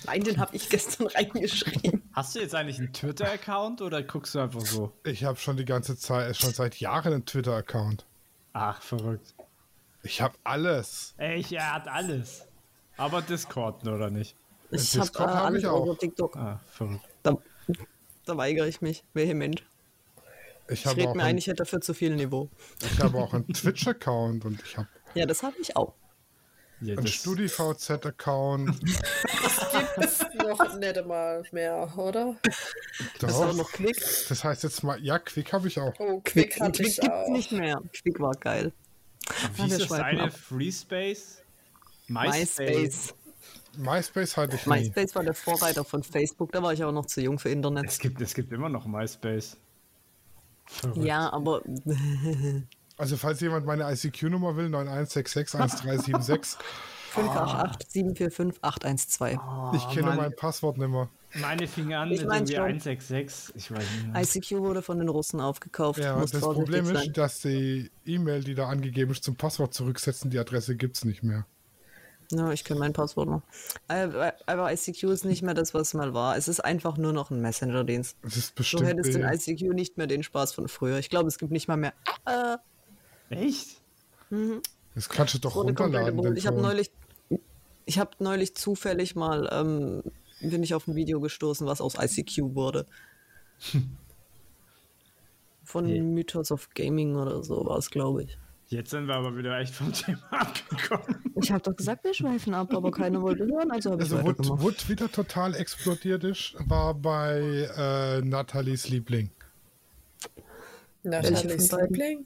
[SPEAKER 3] Nein, den habe ich gestern reingeschrieben.
[SPEAKER 2] Hast du jetzt eigentlich einen Twitter-Account oder guckst du einfach so?
[SPEAKER 4] Ich habe schon die ganze Zeit, schon seit Jahren einen Twitter-Account.
[SPEAKER 2] Ach, verrückt.
[SPEAKER 4] Ich habe alles.
[SPEAKER 2] Ey, ich- er hat alles. Aber Discord, ne, oder nicht?
[SPEAKER 3] Ich habe
[SPEAKER 4] Discord
[SPEAKER 3] äh,
[SPEAKER 4] hab ich
[SPEAKER 3] alles
[SPEAKER 4] auch.
[SPEAKER 3] außer TikTok.
[SPEAKER 2] Ah, verrückt.
[SPEAKER 3] Da, da weigere ich mich vehement.
[SPEAKER 4] Ich
[SPEAKER 3] Ich
[SPEAKER 4] habe
[SPEAKER 3] rede
[SPEAKER 4] auch,
[SPEAKER 3] mir ein,
[SPEAKER 4] einen-
[SPEAKER 3] ich hätte dafür zu viel Niveau.
[SPEAKER 4] ich habe auch einen Twitch-Account und ich habe
[SPEAKER 3] Ja, das habe ich auch.
[SPEAKER 2] Ja,
[SPEAKER 4] einen
[SPEAKER 2] das-
[SPEAKER 4] StudiVZ-Account.
[SPEAKER 5] Noch nicht einmal mehr, oder?
[SPEAKER 3] Das war
[SPEAKER 4] Doch.
[SPEAKER 3] noch Quick.
[SPEAKER 4] Das heißt jetzt mal, ja, Quick habe ich auch.
[SPEAKER 5] Oh,
[SPEAKER 3] Quick,
[SPEAKER 5] Quick
[SPEAKER 3] Quick,
[SPEAKER 5] hatte
[SPEAKER 3] Quick
[SPEAKER 5] ich
[SPEAKER 3] gibt's
[SPEAKER 5] auch.
[SPEAKER 3] nicht mehr. Quick war geil.
[SPEAKER 2] Wie
[SPEAKER 3] Ah, wir
[SPEAKER 2] ist das
[SPEAKER 3] schweifen
[SPEAKER 2] eine?
[SPEAKER 3] ab.
[SPEAKER 2] Free Space?
[SPEAKER 3] MySpace.
[SPEAKER 4] MySpace hatte ich nie.
[SPEAKER 3] MySpace war der Vorreiter von Facebook. Da war ich aber noch zu jung für Internet.
[SPEAKER 2] Es gibt, es gibt immer noch MySpace. Verrückt.
[SPEAKER 3] Ja, aber
[SPEAKER 4] Also falls jemand meine ICQ-Nummer will, 91661376.
[SPEAKER 5] Ah.
[SPEAKER 3] 588-745-812.
[SPEAKER 4] ich kenne
[SPEAKER 2] Mann.
[SPEAKER 4] mein Passwort nicht mehr.
[SPEAKER 2] Meine fing an
[SPEAKER 3] Ich
[SPEAKER 2] mit
[SPEAKER 3] mein's
[SPEAKER 2] irgendwie
[SPEAKER 3] schon.
[SPEAKER 2] 166. Ich weiß nicht. mehr.
[SPEAKER 3] ICQ wurde von den Russen aufgekauft.
[SPEAKER 4] Ja,
[SPEAKER 3] Muss
[SPEAKER 4] das
[SPEAKER 3] vorsichtig
[SPEAKER 4] Problem
[SPEAKER 3] sein.
[SPEAKER 4] ist, dass die E-Mail, die da angegeben ist, zum Passwort zurücksetzen, die Adresse gibt es nicht mehr.
[SPEAKER 3] Ja, ich kenne mein Passwort noch. Aber Äh, aber ICQ ist nicht mehr das, was es mal war. Es ist einfach nur noch ein Messenger-Dienst.
[SPEAKER 4] Das ist
[SPEAKER 3] Du
[SPEAKER 4] bestimmt.
[SPEAKER 3] hättest den
[SPEAKER 4] äh,
[SPEAKER 3] ICQ nicht mehr den Spaß von früher. Ich glaube, es gibt nicht mal mehr. Äh,
[SPEAKER 2] Echt?
[SPEAKER 4] das kannst du doch
[SPEAKER 3] wurde komplett
[SPEAKER 4] runterladen.
[SPEAKER 3] überholt.
[SPEAKER 4] Den
[SPEAKER 3] Ich habe
[SPEAKER 4] Ton.
[SPEAKER 3] neulich, ich habe neulich zufällig mal ähm, bin ich auf ein Video gestoßen, was aus ICQ wurde. Von
[SPEAKER 2] Nee.
[SPEAKER 3] Mythos of Gaming oder so war es, glaube ich.
[SPEAKER 2] Jetzt sind wir aber wieder echt vom Thema abgekommen.
[SPEAKER 3] Ich habe doch gesagt, wir schweifen ab, aber keiner wollte hören, also habe ich
[SPEAKER 4] also wo,
[SPEAKER 3] weitergemacht.
[SPEAKER 4] wo Twitter total explodiert ist, war bei äh, Nathalies Liebling.
[SPEAKER 5] Nathalie's
[SPEAKER 3] von beiden?
[SPEAKER 5] Liebling.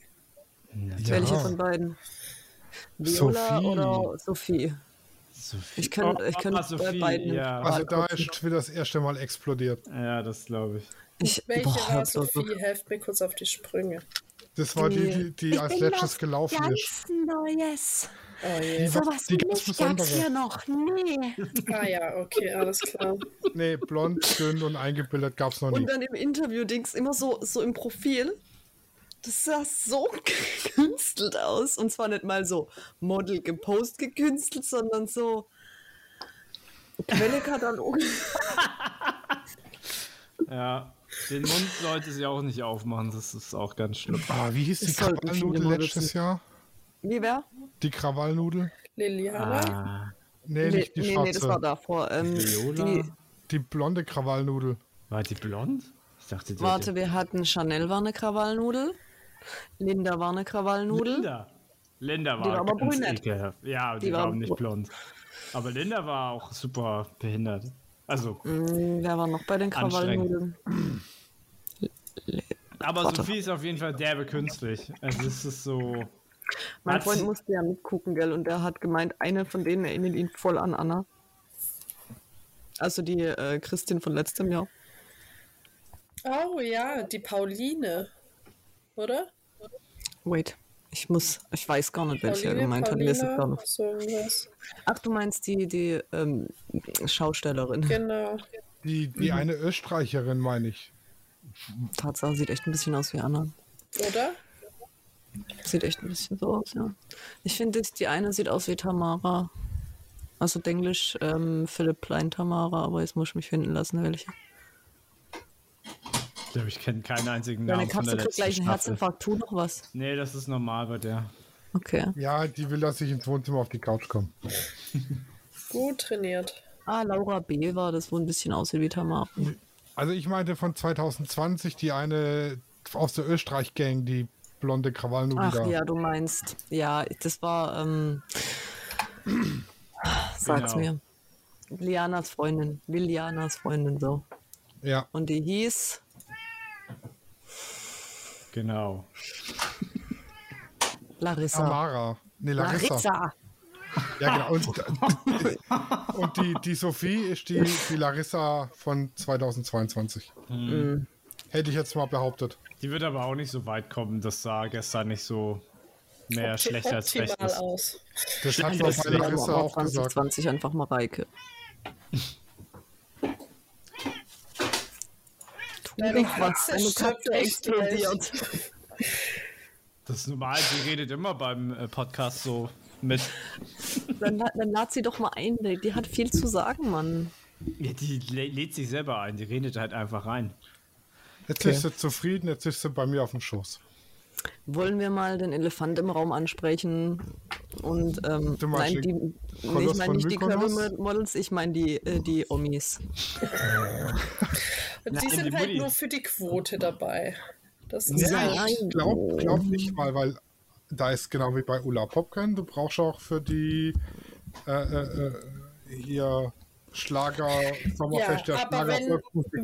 [SPEAKER 3] Welche
[SPEAKER 4] Ja.
[SPEAKER 3] von beiden? Viola
[SPEAKER 4] Sophie.
[SPEAKER 3] oder Sophie? Ich kann- ich kann
[SPEAKER 2] ah,
[SPEAKER 3] bei beiden-
[SPEAKER 2] Ja,
[SPEAKER 4] Also da
[SPEAKER 3] Warte,
[SPEAKER 4] ist Twitter das erste Mal explodiert.
[SPEAKER 2] ja das glaube ich.
[SPEAKER 3] Ich,
[SPEAKER 5] Welche
[SPEAKER 3] boah,
[SPEAKER 5] war
[SPEAKER 3] hab's auch so-
[SPEAKER 5] Sophie? Helft mir kurz auf die Sprünge.
[SPEAKER 4] Das war die, die, die
[SPEAKER 6] Ich
[SPEAKER 4] als
[SPEAKER 6] bin
[SPEAKER 4] letztes
[SPEAKER 6] was
[SPEAKER 4] gelaufen ist.
[SPEAKER 6] ganz Neues.
[SPEAKER 5] Oh je.
[SPEAKER 4] Die, war-
[SPEAKER 6] Sowas
[SPEAKER 4] die ganz
[SPEAKER 6] nicht gab's
[SPEAKER 4] besondere.
[SPEAKER 6] hier noch nie.
[SPEAKER 5] Ah ja, okay, alles klar.
[SPEAKER 4] Nee, blond, dünn und eingebildet gab es noch nie.
[SPEAKER 3] Und dann im Interview-Dings immer so, so im Profil. Das sah so gekünstelt aus. Und zwar nicht mal so Model gepost gekünstelt, sondern so. Quellekatalog.
[SPEAKER 2] Ja. Den Mund sollte sie auch nicht aufmachen, das ist auch ganz schlimm.
[SPEAKER 4] Ah, wie hieß die
[SPEAKER 3] Es sollten viele
[SPEAKER 4] Krawallnudel
[SPEAKER 3] Models
[SPEAKER 4] letztes Jahr?
[SPEAKER 3] Wie wer?
[SPEAKER 4] Die Krawallnudel?
[SPEAKER 5] Liliana?
[SPEAKER 2] Ah,
[SPEAKER 4] Nee, nicht die schwarze.
[SPEAKER 3] das war davor. Ähm,
[SPEAKER 2] Viola?
[SPEAKER 3] die,
[SPEAKER 4] Die blonde Krawallnudel.
[SPEAKER 2] War die blond? Ich dachte, die
[SPEAKER 3] warte,
[SPEAKER 2] hatte-
[SPEAKER 3] wir hatten Chanel war eine Krawallnudel. Linda war eine Krawallnudel.
[SPEAKER 2] Linda. Linda war,
[SPEAKER 3] Die war aber
[SPEAKER 2] ganz
[SPEAKER 3] brünett.
[SPEAKER 2] ekelhaft. Ja, die,
[SPEAKER 3] Die
[SPEAKER 2] war,
[SPEAKER 3] war
[SPEAKER 2] auch nicht
[SPEAKER 3] br-
[SPEAKER 2] blond. Aber Linda war auch super behindert. Also,
[SPEAKER 3] Mm, Wer war noch bei den Krawallnudeln? Le-
[SPEAKER 2] aber
[SPEAKER 3] Warte.
[SPEAKER 2] Sophie ist auf jeden Fall derbe künstlich. Also es ist so.
[SPEAKER 3] Mein
[SPEAKER 2] Hat
[SPEAKER 3] Freund
[SPEAKER 2] sie-
[SPEAKER 3] musste ja mitgucken, gell? Und der hat gemeint, eine von denen erinnert ihn voll an Anna. Also die äh, Christin von letztem Jahr.
[SPEAKER 5] Oh ja, die Pauline. Oder?
[SPEAKER 3] Wait. Ich muss, ich weiß gar nicht, welche er
[SPEAKER 5] Pauline,
[SPEAKER 3] gemeint hat. Mir ist es gar
[SPEAKER 5] Paulina,
[SPEAKER 3] nicht.
[SPEAKER 5] so was.
[SPEAKER 3] Ach, du meinst die, die ähm, Schaustellerin.
[SPEAKER 5] Genau.
[SPEAKER 4] Die, die eine Österreicherin, meine ich.
[SPEAKER 3] Tatsache sieht echt ein bisschen aus wie Anna.
[SPEAKER 5] Oder?
[SPEAKER 3] Sieht echt ein bisschen so aus, ja. Ich finde, die eine sieht aus wie Tamara. Also Denglisch ähm, Philipp Plein Tamara, aber jetzt muss ich mich finden lassen, welche.
[SPEAKER 2] Ich glaube, ich kenne keinen einzigen Namen.
[SPEAKER 3] Deine
[SPEAKER 2] von
[SPEAKER 3] Katze
[SPEAKER 2] der
[SPEAKER 3] kriegt
[SPEAKER 2] letzten
[SPEAKER 3] gleich einen
[SPEAKER 2] Staffel.
[SPEAKER 3] Herzinfarkt, tu noch was.
[SPEAKER 2] Nee, das ist normal bei der.
[SPEAKER 3] Okay.
[SPEAKER 4] Ja, die will, dass ich ins Wohnzimmer auf die Couch komme.
[SPEAKER 5] Gut trainiert.
[SPEAKER 3] Ah, Laura B. war das, wo ein bisschen aussieht wie Tamara.
[SPEAKER 4] Also ich meinte von 2020 die eine aus der Österreich-Gang, die blonde Krawallnudel
[SPEAKER 3] Ach
[SPEAKER 4] da.
[SPEAKER 3] ja, du meinst. Ja, das war, ähm, sag's
[SPEAKER 2] Genau.
[SPEAKER 3] mir. Lianas Freundin, Lilianas Freundin, so.
[SPEAKER 4] Ja.
[SPEAKER 3] Und die hieß,
[SPEAKER 2] Genau.
[SPEAKER 3] Larissa.
[SPEAKER 4] Tamara. Nee, Larissa.
[SPEAKER 3] Larissa.
[SPEAKER 4] Ja, genau. Und, und die, die Sophie ist die, die Larissa von 2022.
[SPEAKER 3] Mhm.
[SPEAKER 4] Hätte ich jetzt mal behauptet.
[SPEAKER 2] Die wird aber auch nicht so weit kommen, das sah gestern nicht so mehr
[SPEAKER 5] Opti-
[SPEAKER 2] schlecht als
[SPEAKER 5] optimal
[SPEAKER 2] recht ist.
[SPEAKER 5] aus.
[SPEAKER 4] Das hat doch bei
[SPEAKER 2] deswegen.
[SPEAKER 4] Larissa auch gesagt.
[SPEAKER 3] 2020 einfach Mareike. Tu
[SPEAKER 5] Deine
[SPEAKER 3] doch was,
[SPEAKER 5] Katze
[SPEAKER 3] deine
[SPEAKER 5] stirbt
[SPEAKER 3] Katze
[SPEAKER 5] echt
[SPEAKER 3] explodiert.
[SPEAKER 2] Das ist normal, sie redet immer beim äh, Podcast so mit.
[SPEAKER 3] Dann, la- dann lad sie doch mal ein, die die hat viel zu sagen, Mann.
[SPEAKER 2] Ja, die lä- lädt sich selber ein, die redet halt einfach rein.
[SPEAKER 4] Jetzt
[SPEAKER 3] Okay.
[SPEAKER 4] ist sie zufrieden, jetzt ist sie bei mir auf dem Schoß.
[SPEAKER 3] Wollen wir mal den Elefant im Raum ansprechen? Und ähm,
[SPEAKER 4] Du meinst
[SPEAKER 3] nein, die,
[SPEAKER 4] den
[SPEAKER 3] nee, ich
[SPEAKER 4] Koloss
[SPEAKER 3] meine
[SPEAKER 4] von
[SPEAKER 3] nicht die
[SPEAKER 4] Mykonos?
[SPEAKER 3] Curvy Models, ich meine die, äh, die Omis.
[SPEAKER 5] Und
[SPEAKER 2] Nein,
[SPEAKER 5] die
[SPEAKER 2] die
[SPEAKER 5] sind halt
[SPEAKER 2] Mutti.
[SPEAKER 5] nur für die Quote dabei. Das ist
[SPEAKER 4] Ja,
[SPEAKER 5] halt-
[SPEAKER 4] ich glaube glaub nicht mal, weil da ist genau wie bei Ulla Popken, du brauchst auch für die äh, äh, äh, hier Schlager,
[SPEAKER 5] Ja,
[SPEAKER 4] Sommerfest der
[SPEAKER 5] aber
[SPEAKER 4] Schlager,
[SPEAKER 5] wenn, wenn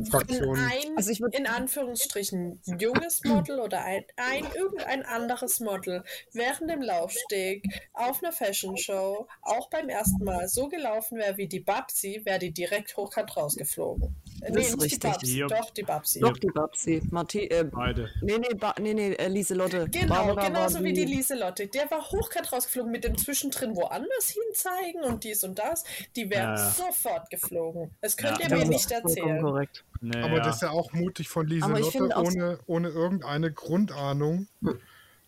[SPEAKER 4] Volksmusikfraktion.
[SPEAKER 5] ein,
[SPEAKER 3] Also ich würd-
[SPEAKER 5] in Anführungsstrichen, junges Model oder ein, ein irgendein anderes Model während dem Laufsteg auf einer Fashion Show auch beim ersten Mal so gelaufen wäre wie die Babsi, wäre die direkt hochkant rausgeflogen. Das nee,
[SPEAKER 3] ist
[SPEAKER 5] nicht
[SPEAKER 3] richtig.
[SPEAKER 5] die
[SPEAKER 2] Ja.
[SPEAKER 5] Babsi, doch die Babsi.
[SPEAKER 3] Doch, die Babsi. Marti, äh,
[SPEAKER 2] Beide.
[SPEAKER 3] nee, nee, ba, nee, nee äh, Lieselotte.
[SPEAKER 5] Genau,
[SPEAKER 3] Barbara
[SPEAKER 5] genauso
[SPEAKER 3] war
[SPEAKER 5] wie die Lieselotte. Der war hochkant rausgeflogen mit dem zwischendrin woanders hinzeigen und dies und das. Die wäre
[SPEAKER 2] Ja.
[SPEAKER 5] sofort geflogen. Das könnt
[SPEAKER 2] Ja.
[SPEAKER 5] ihr mir
[SPEAKER 3] Das ist
[SPEAKER 5] nicht
[SPEAKER 3] vollkommen
[SPEAKER 5] erzählen.
[SPEAKER 3] korrekt.
[SPEAKER 2] Naja.
[SPEAKER 4] Aber das ist ja auch mutig von
[SPEAKER 3] Aber ich
[SPEAKER 4] Lieselotte,
[SPEAKER 3] finde auch-
[SPEAKER 4] ohne, ohne irgendeine Grundahnung.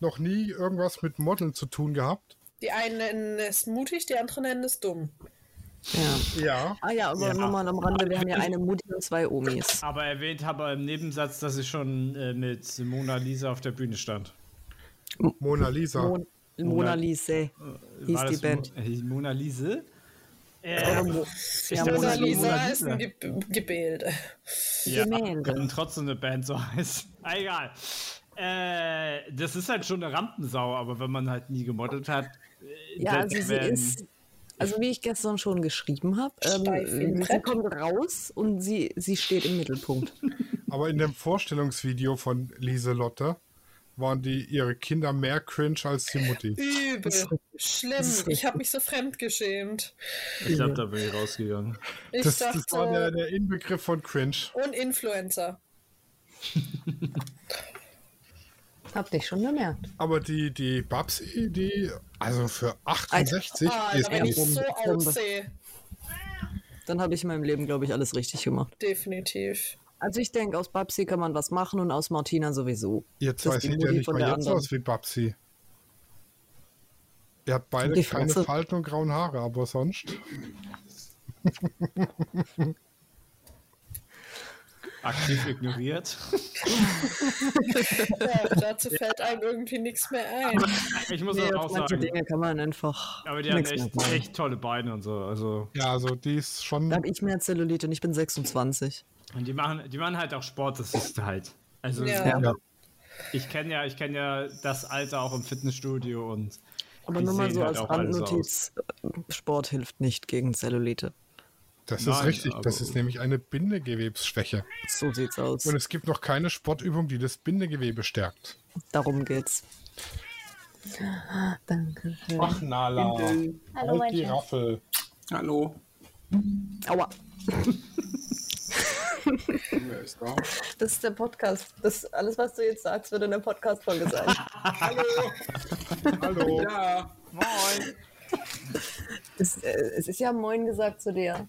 [SPEAKER 4] Noch nie irgendwas mit Modeln zu tun gehabt.
[SPEAKER 5] Die einen nennen es mutig, die anderen nennen es dumm.
[SPEAKER 3] Ja.
[SPEAKER 4] Ja.
[SPEAKER 3] Ah ja, aber
[SPEAKER 2] Ja.
[SPEAKER 3] nur mal am Rande, wir haben ja eine Mutti und zwei Omis.
[SPEAKER 2] aber erwähnt habe er im Nebensatz, dass ich schon äh, mit Mona Lisa auf der Bühne stand.
[SPEAKER 4] Mona Lisa.
[SPEAKER 3] Mon Mona
[SPEAKER 4] Äh,
[SPEAKER 3] Lise hie's die
[SPEAKER 2] das
[SPEAKER 3] Band.
[SPEAKER 2] Mo äh, Mona Lisa?
[SPEAKER 3] Oder
[SPEAKER 2] Äh,
[SPEAKER 3] Mo
[SPEAKER 2] dachte,
[SPEAKER 3] ja, Mona
[SPEAKER 5] Mona
[SPEAKER 2] das
[SPEAKER 3] Lisa.
[SPEAKER 5] Lisa
[SPEAKER 2] Mona
[SPEAKER 5] ist
[SPEAKER 2] Lisa.
[SPEAKER 5] ein Ge Gebilde.
[SPEAKER 2] ja,
[SPEAKER 3] Gemälde.
[SPEAKER 2] kann trotzdem eine Band so heißt. Egal. Äh, das ist halt schon eine Rampensau, aber wenn man halt nie gemodelt hat. äh,
[SPEAKER 3] Ja,
[SPEAKER 2] selbst
[SPEAKER 3] also sie
[SPEAKER 2] wenn-
[SPEAKER 3] ist, also wie ich gestern schon geschrieben habe,
[SPEAKER 5] Steif wie ein
[SPEAKER 3] ähm, sie
[SPEAKER 5] Brett.
[SPEAKER 3] kommt raus und sie, sie steht im Mittelpunkt.
[SPEAKER 4] Aber in dem Vorstellungsvideo von Lieselotte waren die ihre Kinder mehr cringe als die Mutti.
[SPEAKER 5] Übel.
[SPEAKER 3] ist
[SPEAKER 5] Schlimm. Ich habe mich so fremd geschämt.
[SPEAKER 2] Ich glaube, da bin ich rausgegangen.
[SPEAKER 5] Ich
[SPEAKER 4] Das, das war der,
[SPEAKER 5] dachte,
[SPEAKER 4] der Inbegriff von cringe.
[SPEAKER 5] und Influencer.
[SPEAKER 3] Habt ihr schon bemerkt?
[SPEAKER 4] Aber die, die Babsi, die, also für 68
[SPEAKER 5] Ah,
[SPEAKER 4] ist
[SPEAKER 5] wenn ich
[SPEAKER 4] die-
[SPEAKER 5] so
[SPEAKER 3] Bombe.
[SPEAKER 5] aussehe.
[SPEAKER 3] Dann habe ich in meinem Leben, glaube ich, alles richtig gemacht.
[SPEAKER 5] Definitiv.
[SPEAKER 3] Also ich denke, aus Babsi kann man was machen und aus Martina sowieso.
[SPEAKER 4] jetzt
[SPEAKER 3] Das
[SPEAKER 4] weiß
[SPEAKER 3] ist die
[SPEAKER 4] sieht ja
[SPEAKER 3] Mutti
[SPEAKER 4] nicht
[SPEAKER 3] von
[SPEAKER 4] mal
[SPEAKER 3] der
[SPEAKER 4] jetzt
[SPEAKER 3] anderen.
[SPEAKER 4] aus wie Babsi. Ihr habt beide
[SPEAKER 3] Die
[SPEAKER 4] keine
[SPEAKER 3] Fresse.
[SPEAKER 4] Falten und grauen Haare, aber sonst.
[SPEAKER 2] Aktiv ignoriert.
[SPEAKER 5] Ja, dazu fällt einem irgendwie nichts mehr ein.
[SPEAKER 2] Ich muss
[SPEAKER 3] Nee,
[SPEAKER 2] aber
[SPEAKER 3] auf
[SPEAKER 2] auch
[SPEAKER 3] manche
[SPEAKER 2] sagen,
[SPEAKER 3] Dinge kann man einfach
[SPEAKER 2] aber die haben
[SPEAKER 3] nichts mehr
[SPEAKER 2] echt,
[SPEAKER 3] machen.
[SPEAKER 2] echt tolle Beine und so. Also,
[SPEAKER 4] Ja, also die ist schon.
[SPEAKER 3] Da habe ich mehr Zellulite und ich bin 26.
[SPEAKER 2] und die machen, die machen halt auch Sport, das ist halt. Also,
[SPEAKER 5] Ja.
[SPEAKER 4] Ja.
[SPEAKER 2] Ich kenne ja, ich kenne ja das Alter auch im Fitnessstudio und
[SPEAKER 3] Aber
[SPEAKER 2] die
[SPEAKER 3] nur mal
[SPEAKER 2] sehen
[SPEAKER 3] so
[SPEAKER 2] halt
[SPEAKER 3] als
[SPEAKER 2] auch alle so
[SPEAKER 3] Randnotiz: äh, Sport hilft nicht gegen Zellulite.
[SPEAKER 4] Das ist
[SPEAKER 2] Nein,
[SPEAKER 4] richtig. Das
[SPEAKER 2] aber-
[SPEAKER 4] ist nämlich eine Bindegewebsschwäche.
[SPEAKER 3] So sieht's aus.
[SPEAKER 4] Und es gibt noch keine Sportübung, die das Bindegewebe stärkt.
[SPEAKER 3] Darum geht's. Danke.
[SPEAKER 4] Ach, Nala.
[SPEAKER 7] Hallo, mein Schatz.
[SPEAKER 4] Raffel.
[SPEAKER 8] Hallo.
[SPEAKER 3] Aua,
[SPEAKER 8] Wer ist da?
[SPEAKER 3] das ist der Podcast. Das, alles, was du jetzt sagst, wird in der Podcast-Folge sein.
[SPEAKER 4] Hallo.
[SPEAKER 8] Ja. Moin.
[SPEAKER 3] es, äh, es ist ja Moin gesagt zu dir.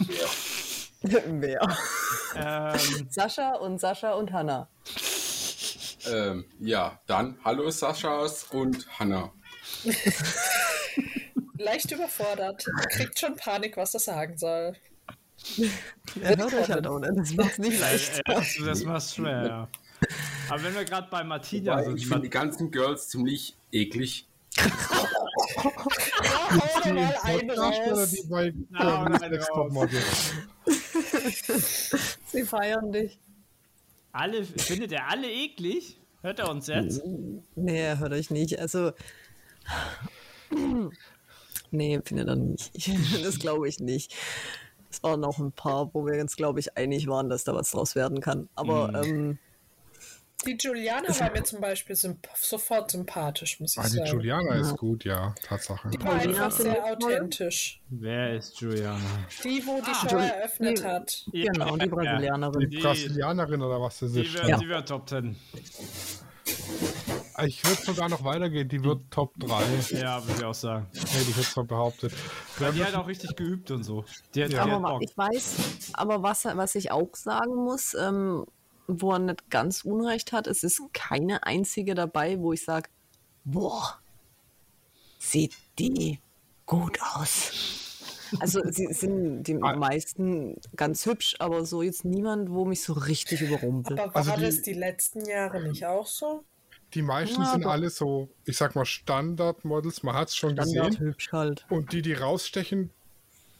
[SPEAKER 8] Ja.
[SPEAKER 3] Wer?
[SPEAKER 2] ähm,
[SPEAKER 3] Sascha und Sascha und Hanna.
[SPEAKER 8] Ähm, ja, dann hallo Saschas und Hanna.
[SPEAKER 5] Leicht überfordert. Kriegt schon Panik, was das sagen soll.
[SPEAKER 3] Er hört euch halt auch nicht. Das macht's nicht
[SPEAKER 2] äh,
[SPEAKER 3] leicht.
[SPEAKER 2] äh, das, das war's schwer, ja. Aber wenn wir gerade bei Martina
[SPEAKER 8] Weil
[SPEAKER 2] sind,
[SPEAKER 8] ich finde die ganzen Girls ziemlich eklig.
[SPEAKER 4] Die im Podcast oder die
[SPEAKER 5] Äh,
[SPEAKER 4] bei
[SPEAKER 2] Ja,
[SPEAKER 4] bei
[SPEAKER 2] nein,
[SPEAKER 4] Next
[SPEAKER 2] raus.
[SPEAKER 4] Topmodel?
[SPEAKER 3] Sie feiern dich.
[SPEAKER 2] alle, findet ihr alle eklig? Hört er uns jetzt?
[SPEAKER 3] Nee, er hört euch nicht. Also. Nee, finde dann nicht. Ich- Das glaube ich nicht. Es waren auch ein paar, wo wir uns, glaube ich, einig waren, dass da was draus werden kann. Aber ähm,
[SPEAKER 5] Die Juliana war mir zum Beispiel symp sofort sympathisch, muss ich
[SPEAKER 4] Ah, die
[SPEAKER 5] sagen.
[SPEAKER 4] Juliana ist gut, ja, Tatsache.
[SPEAKER 5] die war einfach sehr authentisch.
[SPEAKER 2] Wer ist Juliana?
[SPEAKER 5] Die,
[SPEAKER 3] Ah.
[SPEAKER 5] wo die Show eröffnet hat.
[SPEAKER 3] genau, die Brasilianerin.
[SPEAKER 2] Die, die,
[SPEAKER 4] Brasilianerin oder was das ist.
[SPEAKER 2] wird,
[SPEAKER 3] Ja.
[SPEAKER 2] die wird Top 10.
[SPEAKER 4] Ich würde sogar noch weitergehen, die wird Top 3, hätte
[SPEAKER 2] Ja, würde ich auch sagen.
[SPEAKER 4] ich jetzt mal behauptet.
[SPEAKER 2] Weil die hat auch richtig geübt und so. Die hat, die
[SPEAKER 3] Aber
[SPEAKER 2] hat
[SPEAKER 3] wa-
[SPEAKER 2] Bock.
[SPEAKER 3] ich weiß, aber was, was ich auch sagen muss, ähm, wo er nicht ganz Unrecht hat, es ist keine einzige dabei, wo ich sage, boah, sieht die gut aus. Also sie sind die
[SPEAKER 5] Ah.
[SPEAKER 3] meisten ganz hübsch, aber so jetzt niemand, wo mich so richtig überrumpelt.
[SPEAKER 5] Aber war
[SPEAKER 4] Also die-
[SPEAKER 5] das die letzten Jahre nicht auch so?
[SPEAKER 4] Die meisten
[SPEAKER 3] Ja,
[SPEAKER 4] sind
[SPEAKER 3] doch.
[SPEAKER 4] alle so, ich sag mal, Standard-Models, man hat es schon
[SPEAKER 3] Standard
[SPEAKER 4] gesehen.
[SPEAKER 3] hübsch halt.
[SPEAKER 4] Und die, die rausstechen,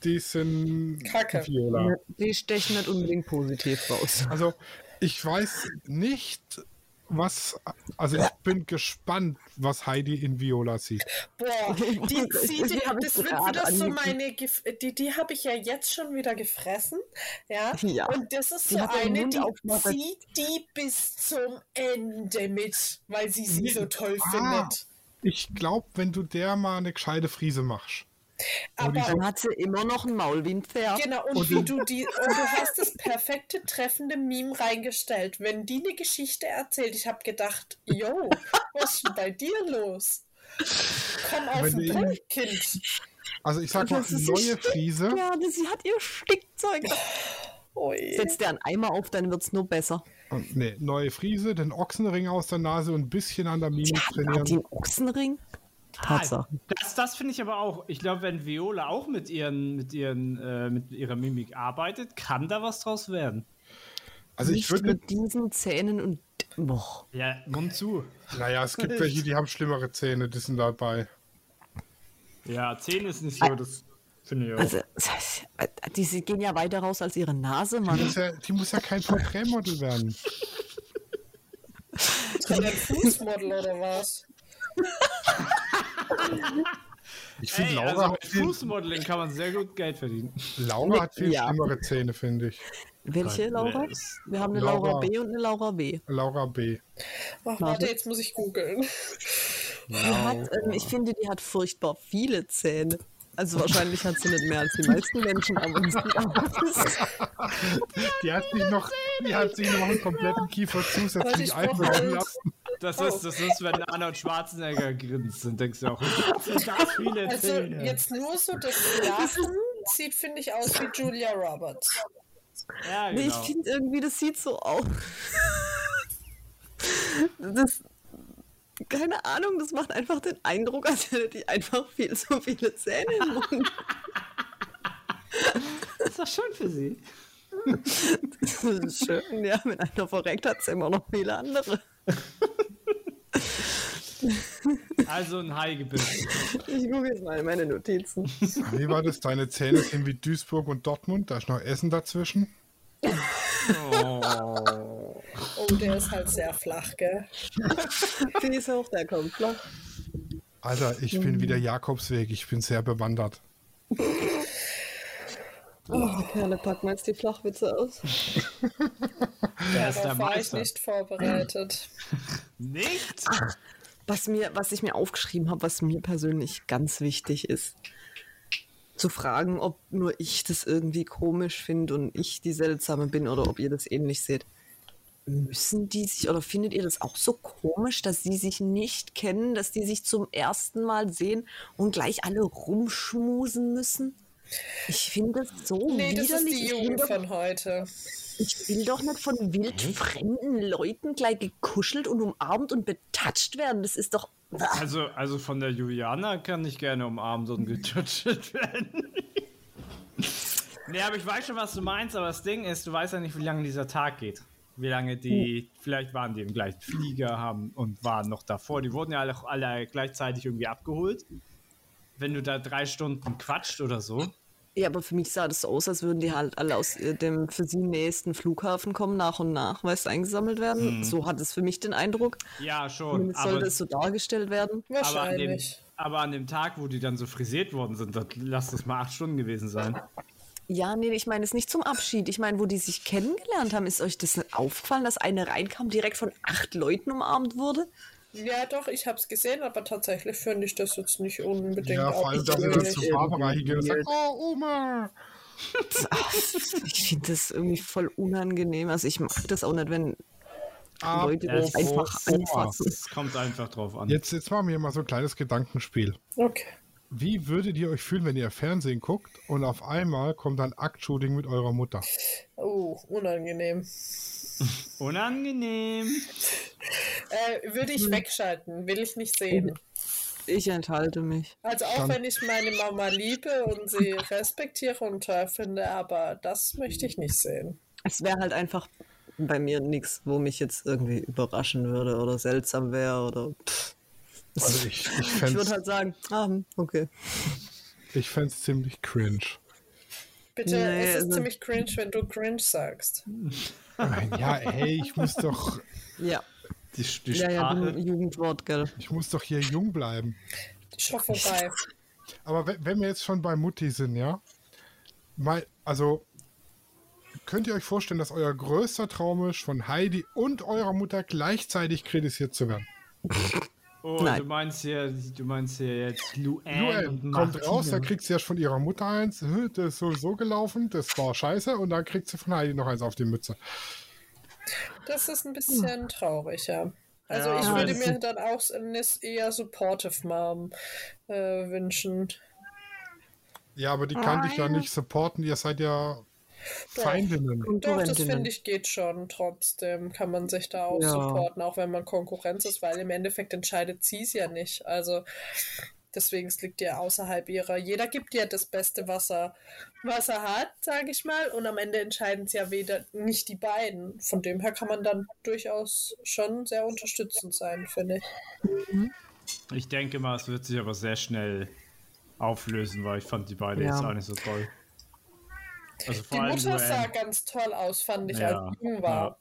[SPEAKER 4] die sind
[SPEAKER 5] Kacke.
[SPEAKER 4] Viola.
[SPEAKER 3] Ne, Die stechen nicht unbedingt positiv raus.
[SPEAKER 4] Also, ich weiß nicht, was. Also, ich bin gespannt, was Heidi in Viola sieht.
[SPEAKER 5] Boah, die
[SPEAKER 3] Das
[SPEAKER 5] zieht, die,
[SPEAKER 3] hab ich
[SPEAKER 5] das wird
[SPEAKER 3] gerade
[SPEAKER 5] wieder so
[SPEAKER 3] angeguckt.
[SPEAKER 5] meine, Gef die, die habe ich ja jetzt schon wieder gefressen, ja.
[SPEAKER 3] Ja.
[SPEAKER 5] Und das ist
[SPEAKER 3] Die
[SPEAKER 5] so
[SPEAKER 3] hat den
[SPEAKER 5] eine,
[SPEAKER 3] Mund
[SPEAKER 5] die
[SPEAKER 3] aufgemacht.
[SPEAKER 5] zieht die bis zum Ende mit, weil sie sie so toll
[SPEAKER 4] Ah.
[SPEAKER 5] findet.
[SPEAKER 4] Ich glaube, wenn du der mal eine gescheite Friese machst.
[SPEAKER 5] Aber
[SPEAKER 3] Dann hat sie immer noch ein Maul wie ein Pferd.
[SPEAKER 5] genau, und, wie du die, und du hast das perfekte treffende Meme reingestellt. Wenn die eine Geschichte erzählt, ich habe gedacht, yo, was ist denn bei dir los? Komm auf
[SPEAKER 4] Wenn
[SPEAKER 5] den
[SPEAKER 4] die-
[SPEAKER 5] Punkt, Kind.
[SPEAKER 4] Also, ich sag mal,
[SPEAKER 3] Das ist
[SPEAKER 4] neue
[SPEAKER 3] echt-
[SPEAKER 4] Friese.
[SPEAKER 3] Ja, sie hat ihr Stickzeug.
[SPEAKER 5] Ui.
[SPEAKER 3] Setz dir einen Eimer auf, dann wird's nur besser.
[SPEAKER 4] Und, nee, neue Friese, den Ochsenring aus der Nase und ein bisschen an der Mimik
[SPEAKER 3] Hat die
[SPEAKER 4] trainieren.
[SPEAKER 3] einen Ochsenring? Tatsache.
[SPEAKER 2] Das, das finde ich aber auch. Ich glaube, wenn Viola auch mit, ihren, mit, ihren, äh, mit ihrer Mimik arbeitet, kann da was draus werden.
[SPEAKER 4] Also, ich
[SPEAKER 3] Nicht
[SPEAKER 4] würde.
[SPEAKER 3] mit diesen Zähnen und. Boah.
[SPEAKER 2] Ja, Mund zu.
[SPEAKER 4] Naja, es gibt welche, die haben schlimmere Zähne, die sind dabei.
[SPEAKER 2] Ja, 10 ist nicht so, das finde ich auch.
[SPEAKER 3] Also, das heißt, äh, die sie gehen ja weiter raus als ihre Nase,
[SPEAKER 4] Die
[SPEAKER 3] Mann.
[SPEAKER 4] muss ja, die muss ja kein Porträtmodel werden.
[SPEAKER 5] Kann der Fußmodel oder was?
[SPEAKER 4] Ich finde,
[SPEAKER 2] Ey,
[SPEAKER 4] Laura,
[SPEAKER 2] also
[SPEAKER 4] hat
[SPEAKER 2] mit
[SPEAKER 4] viel,
[SPEAKER 2] Fußmodeling kann man sehr gut Geld verdienen.
[SPEAKER 4] Laura hat viel
[SPEAKER 3] Ja.
[SPEAKER 4] schlimmere Zähne, finde ich.
[SPEAKER 3] Welche Laura?
[SPEAKER 2] Yes.
[SPEAKER 3] Wir haben eine
[SPEAKER 4] Laura.
[SPEAKER 3] Laura. B und eine Laura B.
[SPEAKER 4] Laura B.
[SPEAKER 5] Ach, warte, jetzt muss ich googeln.
[SPEAKER 3] Die hat, ähm, ich finde, die hat furchtbar viele Zähne. Also wahrscheinlich hat sie nicht mehr als die meisten Menschen, aber es sieht aus.
[SPEAKER 4] Die hat sich noch, die hat sich noch einen kompletten Kiefer
[SPEAKER 5] Wollte ich
[SPEAKER 4] zusätzlich einbekommen
[SPEAKER 5] googeln.
[SPEAKER 4] lassen.
[SPEAKER 2] Das, ist, das ist, wenn Arnold Schwarzenegger grinst, dann denkst du auch, das sind das viele
[SPEAKER 5] Also
[SPEAKER 2] Zähne.
[SPEAKER 5] jetzt nur so das Lachen sieht, finde ich, aus wie Julia Roberts.
[SPEAKER 2] ja,
[SPEAKER 3] Nee, ich
[SPEAKER 2] genau.
[SPEAKER 3] finde irgendwie, das sieht so aus. Das, keine Ahnung, das macht einfach den Eindruck, als hätte die einfach viel so viele Zähne im Mund.
[SPEAKER 2] Das ist doch schön für sie.
[SPEAKER 3] Das ist schön, ja, wenn einer verreckt hat, es immer noch viele andere.
[SPEAKER 2] Also ein Haigebiss.
[SPEAKER 3] Ich gucke jetzt mal in meine Notizen.
[SPEAKER 4] Wie war das? Deine Zähne sind wie Duisburg und Dortmund. Da ist noch Essen dazwischen.
[SPEAKER 2] Oh.
[SPEAKER 5] Oh, der ist halt sehr flach, gell?
[SPEAKER 3] Die ist hoch, der kommt flach.
[SPEAKER 4] Alter, ich bin wieder Jakobsweg. Ich bin sehr bewandert.
[SPEAKER 3] Oh, Kerle, pack mal jetzt die Flachwitze aus.
[SPEAKER 2] Der ist der
[SPEAKER 5] Darauf war ich
[SPEAKER 2] Meister.
[SPEAKER 5] nicht vorbereitet.
[SPEAKER 2] Nicht?
[SPEAKER 3] Was, mir, was ich mir aufgeschrieben habe, was mir persönlich ganz wichtig ist, zu fragen, ob nur ich das irgendwie komisch finde und ich die Seltsame bin oder ob ihr das ähnlich seht. Müssen die sich oder findet ihr das auch so komisch, dass die sich nicht kennen, dass die sich zum ersten Mal sehen und gleich alle rumschmusen müssen? Ich finde das so
[SPEAKER 5] Nee, das
[SPEAKER 3] widerlich.
[SPEAKER 5] ist die
[SPEAKER 3] Ich will
[SPEAKER 5] Jugend
[SPEAKER 3] doch-
[SPEAKER 5] von heute.
[SPEAKER 3] ich will doch nicht von wild fremden Leuten gleich gekuschelt und umarmt und betatscht werden. Das ist doch.
[SPEAKER 2] Also, also von der Juliana kann ich gerne umarmt und getutscht werden. nee, aber ich weiß schon, was du meinst, aber das Ding ist, du weißt ja nicht, wie lange dieser Tag geht. Wie lange die, vielleicht waren die im gleichen Flieger haben und waren noch davor. Die wurden ja alle, alle gleichzeitig irgendwie abgeholt. Wenn du da drei Stunden quatscht oder so.
[SPEAKER 3] Ja, aber für mich sah das so aus, als würden die halt alle aus äh, dem für sie nächsten Flughafen kommen, nach und nach, weißt du, eingesammelt werden. So hat es für mich den Eindruck.
[SPEAKER 2] Ja, Mhm. schon.
[SPEAKER 3] Zumindest
[SPEAKER 2] Aber,
[SPEAKER 3] sollte es so dargestellt werden.
[SPEAKER 2] aber, an dem,
[SPEAKER 5] Wahrscheinlich.
[SPEAKER 2] aber an dem Tag, wo die dann so frisiert worden sind, das, lass das mal acht Stunden gewesen sein.
[SPEAKER 3] Ja, nee, ich meine es nicht zum Abschied. Ich meine, wo die sich kennengelernt haben, ist euch das nicht aufgefallen, dass eine reinkam, direkt von acht Leuten umarmt wurde?
[SPEAKER 5] Ja, doch, ich hab's gesehen, aber tatsächlich finde ich das jetzt nicht unbedingt
[SPEAKER 4] Ja, vor allem, dass sie dann
[SPEAKER 5] abwegig.
[SPEAKER 4] zu Barbara hingehen und sagt, oh, Oma.
[SPEAKER 3] Ich finde das irgendwie voll unangenehm. Also ich mag das auch nicht, wenn Leute
[SPEAKER 2] das
[SPEAKER 3] das einfach
[SPEAKER 4] Ohr.
[SPEAKER 3] anfassen.
[SPEAKER 2] Es kommt einfach drauf an.
[SPEAKER 4] Jetzt, jetzt machen wir mal so ein kleines Gedankenspiel.
[SPEAKER 5] Okay.
[SPEAKER 4] Wie würdet ihr euch fühlen, wenn ihr Fernsehen guckt und auf einmal kommt ein Akt-Shooting mit eurer Mutter?
[SPEAKER 5] Oh, unangenehm.
[SPEAKER 2] Unangenehm.
[SPEAKER 5] Äh, würde
[SPEAKER 4] Hm.
[SPEAKER 5] ich wegschalten, will ich nicht
[SPEAKER 4] Oh.
[SPEAKER 5] sehen.
[SPEAKER 3] Ich enthalte mich.
[SPEAKER 5] Also auch wenn ich meine Mama liebe und sie respektiere und toll finde, aber das möchte ich nicht sehen.
[SPEAKER 3] Es wäre halt einfach bei mir nichts, wo mich jetzt irgendwie überraschen würde oder seltsam wäre oder. Pff.
[SPEAKER 4] Also ich, ich
[SPEAKER 3] Ich würde
[SPEAKER 4] fände
[SPEAKER 3] halt sagen, ah, hm, okay.
[SPEAKER 4] ich fänd's ziemlich cringe.
[SPEAKER 5] Bitte,
[SPEAKER 3] Nee,
[SPEAKER 5] es ist
[SPEAKER 3] also-
[SPEAKER 5] ziemlich cringe, wenn du cringe sagst.
[SPEAKER 4] Nein, ja, hey, ich muss doch,
[SPEAKER 3] Ja,
[SPEAKER 2] Die, die
[SPEAKER 3] ja,
[SPEAKER 2] Sprache.
[SPEAKER 3] ja, du Jugendwort, gell.
[SPEAKER 4] ich muss doch hier jung bleiben.
[SPEAKER 5] Schau vorbei.
[SPEAKER 4] Aber we- wenn wir jetzt schon bei Mutti sind, ja? Mal, also, könnt ihr euch vorstellen, dass euer größter Traum ist, von Heidi und eurer Mutter gleichzeitig kritisiert zu werden?
[SPEAKER 2] Oh,
[SPEAKER 3] Nein.
[SPEAKER 2] du meinst hier, du meinst hier jetzt Luann
[SPEAKER 4] Joel
[SPEAKER 2] und
[SPEAKER 4] kommt raus, da
[SPEAKER 2] Martina.
[SPEAKER 4] kriegt sie erst von ihrer Mutter eins, "Hä, das ist so, so gelaufen, das war scheiße, und dann kriegt sie von Heidi noch eins auf die Mütze.
[SPEAKER 5] Das ist ein
[SPEAKER 4] Hm.
[SPEAKER 5] bisschen traurig, ja. Also
[SPEAKER 2] Ja,
[SPEAKER 5] ich
[SPEAKER 2] aber
[SPEAKER 5] würde
[SPEAKER 2] das-
[SPEAKER 5] mir dann auch eine eher supportive Mom äh, wünschen.
[SPEAKER 4] Ja, aber die kann dich ja nicht supporten, ihr seid ja Feindinnen.
[SPEAKER 5] Doch, das
[SPEAKER 3] Konkurrentinnen.
[SPEAKER 5] finde ich geht schon. Trotzdem kann man sich da auch
[SPEAKER 3] Ja.
[SPEAKER 5] supporten, auch wenn man Konkurrenz ist, weil im Endeffekt entscheidet sie es ja nicht. Also deswegen es liegt ja außerhalb ihrer. Jeder gibt ja das Beste, was er, was er hat, sage ich mal. Und am Ende entscheiden es ja weder nicht die beiden. Von dem her kann man dann durchaus schon sehr unterstützend sein, finde ich.
[SPEAKER 2] Ich denke mal, es wird sich aber sehr schnell auflösen, weil ich fand die beiden
[SPEAKER 3] Ja.
[SPEAKER 2] jetzt auch nicht so toll. Also vor
[SPEAKER 5] Die
[SPEAKER 2] allem
[SPEAKER 5] Mutter
[SPEAKER 2] Luann.
[SPEAKER 5] sah ganz toll aus, fand ich,
[SPEAKER 2] ja.
[SPEAKER 5] als sie jung war.
[SPEAKER 2] ja.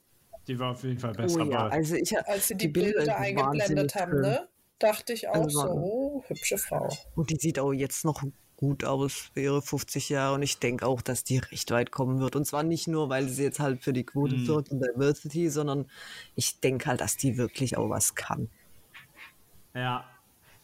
[SPEAKER 2] Die war auf jeden Fall
[SPEAKER 3] Oh
[SPEAKER 2] besser.
[SPEAKER 3] ja,
[SPEAKER 2] aber
[SPEAKER 3] also ich
[SPEAKER 5] Als sie die, Bilder,
[SPEAKER 3] sind
[SPEAKER 5] eingeblendet
[SPEAKER 3] wahnsinnig
[SPEAKER 5] haben,
[SPEAKER 3] schön.
[SPEAKER 5] ne? Dachte ich auch
[SPEAKER 3] Also-
[SPEAKER 5] so, oh, hübsche Frau.
[SPEAKER 3] Und die sieht auch jetzt noch gut aus für ihre 50 Jahre. Und ich denke auch, dass die recht weit kommen wird. Und zwar nicht nur, weil sie jetzt halt für die Quote
[SPEAKER 2] Hm.
[SPEAKER 3] sorgt und Diversity, sondern ich denke halt, dass die wirklich auch was kann.
[SPEAKER 2] ja.